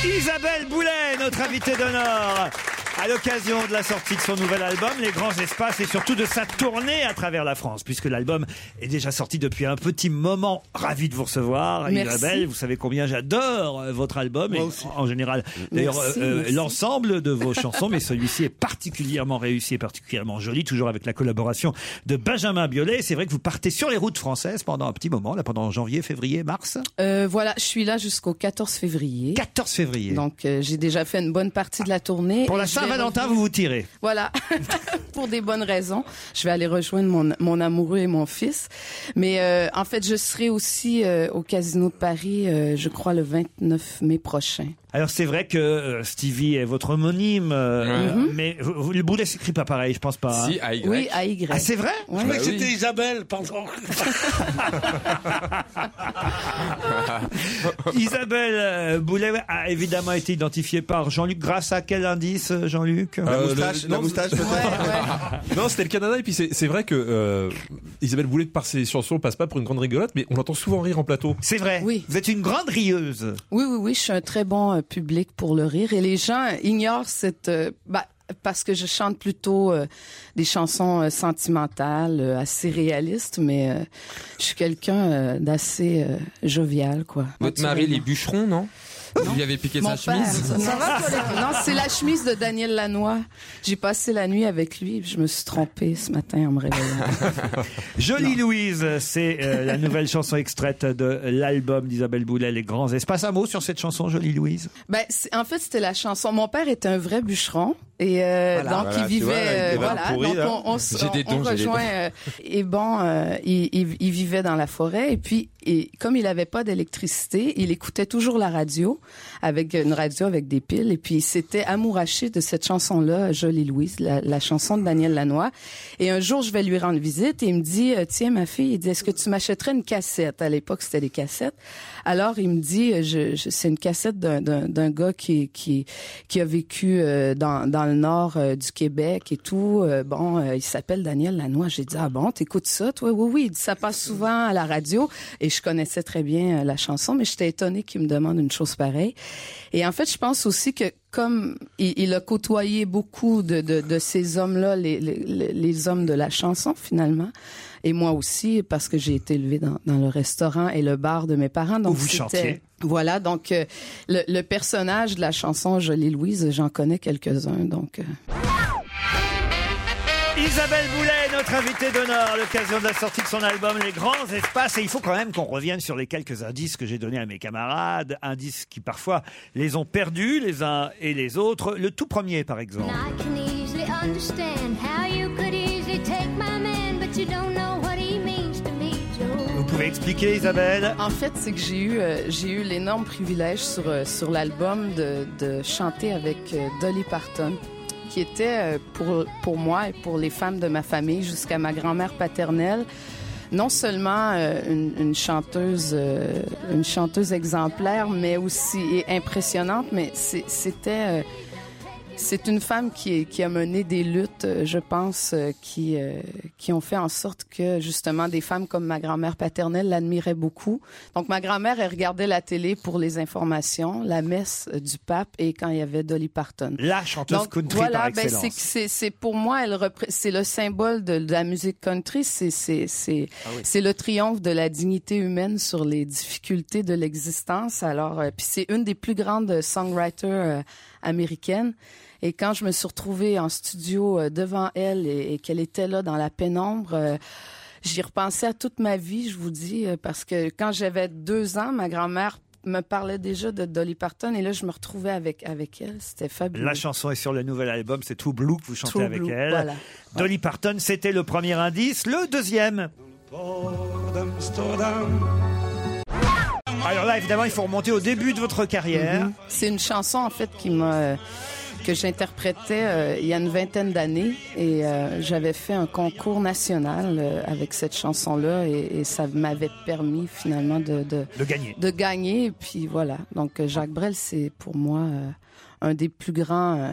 C: Isabelle Boulet, notre invitée d'honneur. À l'occasion de la sortie de son nouvel album, Les Grands Espaces, et surtout de sa tournée à travers la France, puisque l'album est déjà sorti depuis un petit moment. Ravi de vous recevoir,
G: Merci.
C: Isabelle. Vous savez combien j'adore euh, votre album, et en général, d'ailleurs,
G: Merci,
C: euh,
G: merci.
C: l'ensemble de vos chansons, mais celui-ci est particulièrement réussi et particulièrement joli, toujours avec la collaboration de Benjamin Biolay. C'est vrai que vous partez sur les routes françaises pendant un petit moment, là, pendant janvier, février, mars.
Q: Euh, voilà, je suis là jusqu'au 14 février.
C: 14 février.
Q: Donc, euh, j'ai déjà fait une bonne partie de la tournée.
C: Pour
Q: et
C: la
Q: je vais
C: Saint-Valentin,
Q: revenir-
C: vous vous tirez.
Q: Voilà, pour des bonnes raisons. Je vais aller rejoindre mon, mon amoureux et mon fils. Mais euh, en fait, je serai aussi euh, au Casino de Paris, euh, je crois, le 29 mai prochain.
C: Alors c'est vrai que euh, Stevie est votre homonyme, euh,
Q: Ouais.
C: mais vous- vous- le boulet s'écrit pas pareil, je pense pas. hein.
F: Si, A-Y.
Q: Oui, Ah, à Y. Bah
C: Ah, c'est vrai
Q: Ouais.
K: Je croyais que c'était Isabelle, pardon.
C: Isabelle euh, Boulet a évidemment été identifiée par Jean-Luc grâce à quel indice, euh, Jean-Luc
E: Euh, le- non, Non, c'était le Canada. Et puis c'est c'est vrai que euh, Isabelle Boulet, par ses chansons, passe pas pour une grande rigolote, mais on l'entend souvent rire en plateau.
C: C'est vrai. Vous êtes une grande rieuse.
Q: Oui, oui, oui, je suis un très bon euh, public pour le rire et les gens ignorent cette... euh, bah, parce que je chante plutôt euh, des chansons euh, sentimentales, euh, assez réalistes, mais euh, je suis quelqu'un euh, d'assez euh, jovial, quoi.
F: Votre mari, les bûcherons, non Vous lui avez piqué sa
Q: Mon père,
F: chemise
Q: ça- ça va, toi, les- Non, c'est la chemise de Daniel Lanois. J'ai passé la nuit avec lui, puis je me suis trompée ce matin en me réveillant.
C: Jolie Louise, c'est euh, la nouvelle chanson extraite de l'album d'Isabelle Boulet, Les Grands Espaces. Un mot sur cette chanson, Jolie Louise
Q: Ben, c'est- en fait, c'était la chanson. Mon père était un vrai bûcheron et euh,
C: Voilà.
Q: donc
C: Voilà,
Q: il
C: tu
Q: vivait.
C: vois, avec
Q: euh,
C: des barres
Q: voilà,
C: pourries,
Q: donc
C: là.
Q: on, on, s-
C: J'ai des
Q: on- on
C: dons, j'ai des dons.
Q: rejoint. euh, et bon, euh, il, il- il vivait dans la forêt et puis et comme il n'avait pas d'électricité, il écoutait toujours la radio avec une radio avec des piles et puis il s'était amouraché de cette chanson-là, Jolie Louise, la, la chanson de Daniel Lanois. Et un jour, je vais lui rendre visite et il me dit, euh, tiens ma fille, il dit, est-ce que tu m'achèterais une cassette À l'époque, c'était des cassettes. Alors il me dit, euh, je, je- c'est une cassette d'un- d'un d'un gars qui, qui, qui a vécu euh, dans, dans le nord euh, du Québec et tout. Euh, bon, euh, il s'appelle Daniel Lanois. J'ai dit, ah bon, t'écoutes ça, toi? Oui, oui, il dit, ça passe souvent à la radio. Et je connaissais très bien euh, la chanson, mais j'étais étonnée qu'il me demande une chose pareille. Et en fait, je pense aussi que comme il, il a côtoyé beaucoup de, de, de ces hommes-là, les, les, les hommes de la chanson finalement, et moi aussi, parce que j'ai été élevée dans, dans le restaurant et le bar de mes parents. Donc
C: vous
Q: c'était-
C: chantiez.
Q: Voilà, donc euh, le, le personnage de la chanson Jolie Louise, j'en connais quelques-uns, donc... euh,
C: Isabelle Boulet, notre invitée d'honneur, à l'occasion de la sortie de son album Les Grands Espaces. Et il faut quand même qu'on revienne sur les quelques indices que j'ai donnés à mes camarades, indices qui parfois les ont perdus les uns et les autres. Le tout premier, par exemple.
N: I can easily understand how you could easily take my man, but you don't know what he means to me, Joe.
C: Vous pouvez expliquer, Isabelle
Q: En fait, c'est que j'ai eu, euh, j'ai eu l'énorme privilège sur, euh, sur l'album de, de chanter avec euh, Dolly Parton, qui était euh, pour, pour moi et pour les femmes de ma famille jusqu'à ma grand-mère paternelle. Non seulement euh, une, une chanteuse, euh, une chanteuse exemplaire, mais aussi et impressionnante, mais c'est- c'était euh, C'est une femme qui, est- qui a mené des luttes, euh, je pense, euh, qui, euh, qui ont fait en sorte que justement des femmes comme ma grand-mère paternelle l'admiraient beaucoup. Donc ma grand-mère, elle regardait la télé pour les informations, la messe euh, du pape et quand il y avait Dolly Parton.
C: La chanteuse
Q: Donc,
C: country
Q: voilà,
C: par
Q: ben,
C: excellence.
Q: c'est- c'est c'est- pour moi, elle repré- c'est le symbole de, de la musique country. C'est c'est c'est
C: Ah
Q: c'est le triomphe de la dignité humaine sur les difficultés de l'existence. Alors, euh, puis c'est une des plus grandes songwriters euh, américaines. Et quand je me suis retrouvée en studio euh, devant elle et, et qu'elle était là dans la pénombre. euh, J'y repensais à toute ma vie, je vous dis, euh, parce que quand j'avais deux ans, ma grand-mère me parlait déjà de Dolly Parton et là, je me retrouvais avec, avec elle. C'était fabuleux.
C: La chanson est sur le nouvel album, c'est True Blue que vous chantez
Q: True
C: avec
Q: Blue,
C: elle.
Q: voilà.
C: Dolly Parton, c'était le premier indice. Le deuxième. Alors là, évidemment, il faut remonter au début de votre carrière.
Q: Mhm. C'est une chanson en fait qui m'a euh, que j'interprétais euh, il y a une vingtaine d'années et euh, j'avais fait un concours national euh, avec cette chanson-là et, et ça m'avait permis finalement de, de
C: De gagner.
Q: de gagner et puis voilà. Donc euh, Jacques Brel c'est pour moi euh, un des plus grands. euh,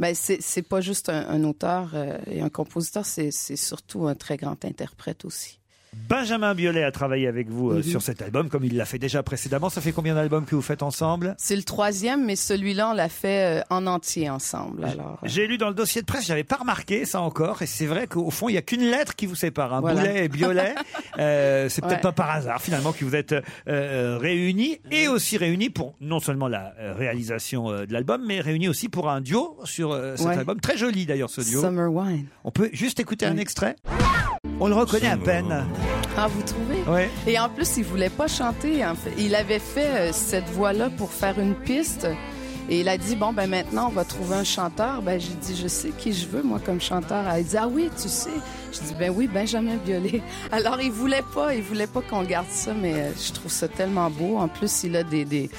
Q: ben c'est c'est pas juste un, un auteur euh, et un compositeur, c'est c'est surtout un très grand interprète aussi.
C: Benjamin Biolay a travaillé avec vous euh,
Q: Mhm.
C: sur cet album, comme il l'a fait déjà précédemment. Ça fait combien d'albums que vous faites ensemble
Q: C'est le troisième, mais celui-là on l'a fait euh, en entier ensemble. Alors.
C: J'ai lu dans le dossier de presse, j'avais pas remarqué ça encore, et c'est vrai qu'au fond, il n'y a qu'une lettre qui vous sépare, hein,
Q: Voilà.
C: Boulet et Biolay. Euh, c'est peut-être
Q: Ouais.
C: pas par hasard finalement que vous êtes euh, euh, réunis et aussi réunis pour non seulement la euh, réalisation euh, de l'album, mais réunis aussi pour un duo sur euh, cet
Q: Ouais.
C: album très joli d'ailleurs ce duo.
Q: Summer Wine.
C: On peut juste écouter un extrait. On le reconnaît à peine.
Q: Ah, vous trouvez?
C: Ouais.
Q: Et en plus, il voulait pas chanter. en fait. Il avait fait euh, cette voix-là pour faire une piste. Et il a dit, bon, ben maintenant, on va trouver un chanteur. Ben, j'ai dit, je sais qui je veux, moi, comme chanteur. Elle dit, ah oui, tu sais. Je dis, ben oui, Benjamin Biolay. Alors, il voulait pas, il voulait pas qu'on garde ça, mais euh, je trouve ça tellement beau. En plus, il a des, des-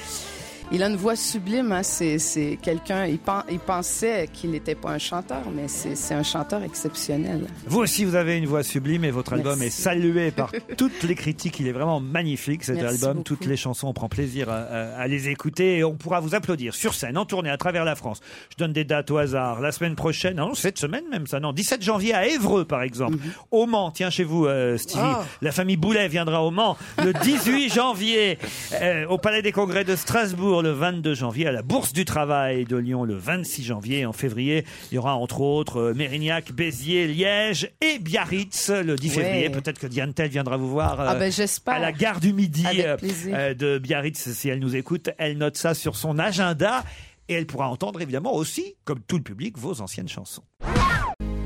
Q: il a une voix sublime, hein. c'est, c'est quelqu'un, il, pen- il pensait qu'il n'était pas un chanteur, mais c'est, c'est un chanteur exceptionnel.
C: Vous aussi, vous avez une voix sublime et votre album
Q: Merci.
C: est salué par toutes les critiques. Il est vraiment magnifique cet
Q: Merci
C: album.
Q: beaucoup.
C: Toutes les chansons, on prend plaisir à, à- à les écouter et on pourra vous applaudir sur scène, en tournée à travers la France. Je donne des dates au hasard. La semaine prochaine, ah non, cette semaine même ça, non, 17 janvier à Évreux par exemple. Au Mans, tiens chez vous euh, Stevie.
R: Ah.
C: La famille Boulet viendra au Mans le 18 janvier, euh, au Palais des Congrès de Strasbourg le 22 janvier, à la Bourse du Travail de Lyon le 26 janvier. En février, il y aura entre autres euh, Mérignac, Béziers, Liège et Biarritz le 10
Q: Ouais.
C: février. Peut-être que Diane Tell viendra vous voir euh,
Q: Ah ben, j'espère.
C: à la gare du Midi
Q: Avec
C: euh,
Q: plaisir.
C: euh, de Biarritz. Si elle nous écoute, elle note ça sur son agenda et elle pourra entendre évidemment aussi, comme tout le public, vos anciennes chansons.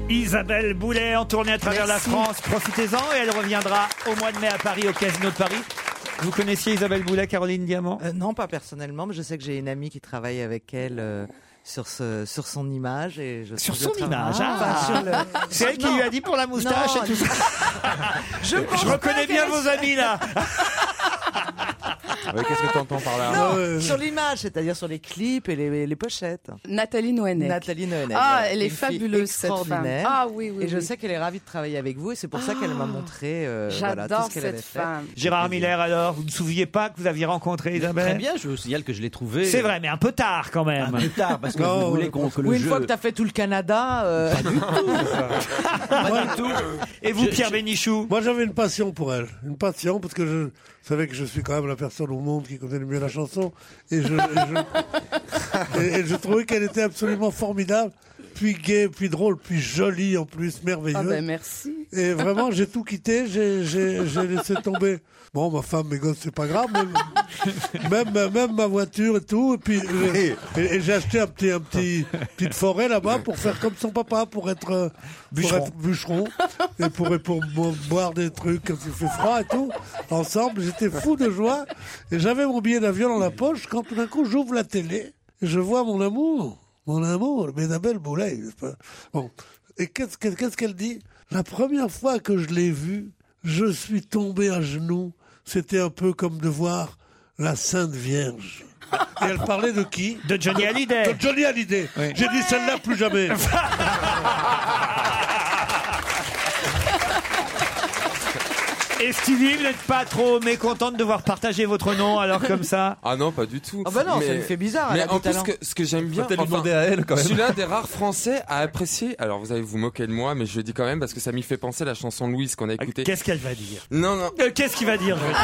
C: Isabelle Boulet en tournée à travers
R: Merci.
C: la France. Profitez-en et elle reviendra au mois de mai à Paris, au Casino de Paris. Vous connaissiez Isabelle Boulet, Caroline Diamant
D: Euh, non, pas personnellement, mais je sais que j'ai une amie qui travaille avec elle euh, sur, ce, sur son image. Et je
C: Sur
D: je
C: son
D: travaille-
C: image, ah.
D: Enfin, sur le-
C: C'est elle qui
D: Non.
C: lui a dit pour la moustache
D: Non,
C: et tout ça.
D: Je pense
C: Je
D: pas
C: reconnais bien
D: qu'elle-
C: vos amis là.
E: Qu'est-ce que t'entends par là
D: Non, sur l'image, c'est-à-dire sur les clips et les, les pochettes.
Q: Nathalie Noënec.
D: Nathalie Noënec.
Q: Ah,
D: voilà,
Q: elle est
D: une fille
Q: fabuleuse, cette femme.
D: extraordinaire.
Q: Ah, oui, oui,
D: Et je
Q: oui. Ah.
D: sais qu'elle est ravie de travailler avec vous et c'est pour ça qu'elle m'a montré euh, voilà, tout
Q: j'adore
D: ce qu'elle
Q: cette
D: avait fait.
Q: femme.
C: Gérard Miller alors, vous ne souviez pas que vous aviez rencontré Isabelle
H: Très bien, je vous signale que je l'ai trouvé.
C: C'est vrai, mais un peu tard quand même.
H: Un peu tard, parce que
C: Non,
H: vous voulez qu'on que le
D: Oui, une
H: jeu.
D: fois que t'as fait tout le Canada. euh,
H: Pas du tout.
C: Et vous, Pierre Bénichou
K: Moi, j'avais une passion pour elle. Une passion, parce que je savais que je suis quand même la personne au monde qui connaît le mieux la chanson. Et je, et je- et- et je trouvais qu'elle était absolument formidable. Puis gaie, puis drôle, puis jolie en plus, merveilleuse.
Q: Ah ben merci.
K: Et vraiment, j'ai tout quitté, j'ai- j'ai j'ai laissé tomber. Bon, ma femme, mes gosses, c'est pas grave. mais- Même, même, ma voiture et tout. Et puis, j'ai- et- et j'ai acheté un petit, un petit, petite forêt là-bas pour faire comme son papa, pour être, euh,
C: Bûcheron.
K: Pour être bûcheron et pour, et pour bo- boire des trucs quand il fait froid et tout. Ensemble, j'étais fou de joie. Et j'avais mon billet d'avion dans la poche quand tout d'un coup, j'ouvre la télé et je vois mon amour, mon amour, Ménabel Boulay. n'est-ce pas Bon. Et qu'est-ce qu'elle qu'est-ce qu'elle dit La première fois que je l'ai vue, je suis tombé à genoux. C'était un peu comme de voir la Sainte Vierge. Et elle parlait de qui
C: De Johnny Hallyday.
K: De Johnny Hallyday. J'ai dit celle-là plus jamais.
C: Et Stevie, vous n'êtes pas trop mécontente de voir partager votre nom alors comme ça
F: Ah non, pas du tout.
C: Ah bah non, ça lui fait bizarre, elle
F: Mais
C: a
F: en
C: du
F: plus,
C: talent.
F: que- ce que j'aime bien,
C: Faut peut-être lui demander à elle, quand même.
F: Je suis l'un des rares Français à apprécier. Alors vous allez vous moquer de moi, mais je le dis quand même parce que ça m'y fait penser à la chanson de Louise qu'on a écoutée.
C: Ah, Qu'est-ce qu'elle va dire Euh,
F: Non, non.
C: Qu'est-ce qu'il va dire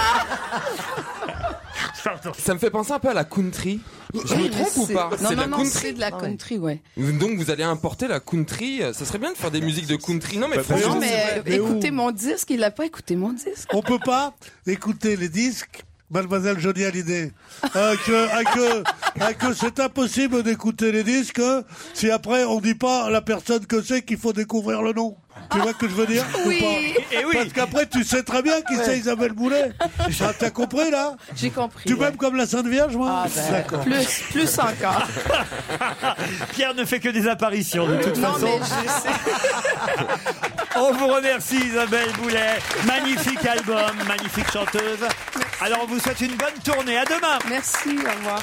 F: Ça me fait penser un peu à la country. Je me trompe ou pas
Q: Non,
F: C'est
Q: non,
F: la
Q: non, c'est
F: country.
Q: de la country, ouais.
F: Donc vous allez importer la country. euh, Ça serait bien de faire des musiques de country. Non, mais franchement,
Q: bah, Non, mais euh, écoutez mon disque, il a pas écouté mon disque.
K: On peut pas écouter les disques, mademoiselle Johnny Hallyday. Euh, que, ah, que, ah, que c'est impossible d'écouter les disques euh, si après on dit pas à la personne que c'est qu'il faut découvrir le nom. Tu vois ce que je veux dire ou
Q: Oui.
K: pas
Q: Et oui.
K: Parce qu'après tu sais très bien qui
Q: Ouais.
K: c'est Isabelle Boulet. Ah, T'as compris là
Q: J'ai compris. Ah, ben,
K: Tu m'aimes comme la Sainte Vierge moi D'accord.
Q: Plus, plus encore.
C: Pierre ne fait que des apparitions de toute
Q: Non,
C: façon.
Q: mais je sais.
C: On vous remercie Isabelle Boulet. Magnifique album, magnifique chanteuse. Alors on vous souhaite une bonne tournée. À demain.
Q: Merci, au revoir.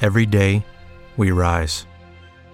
R: Every day, we rise,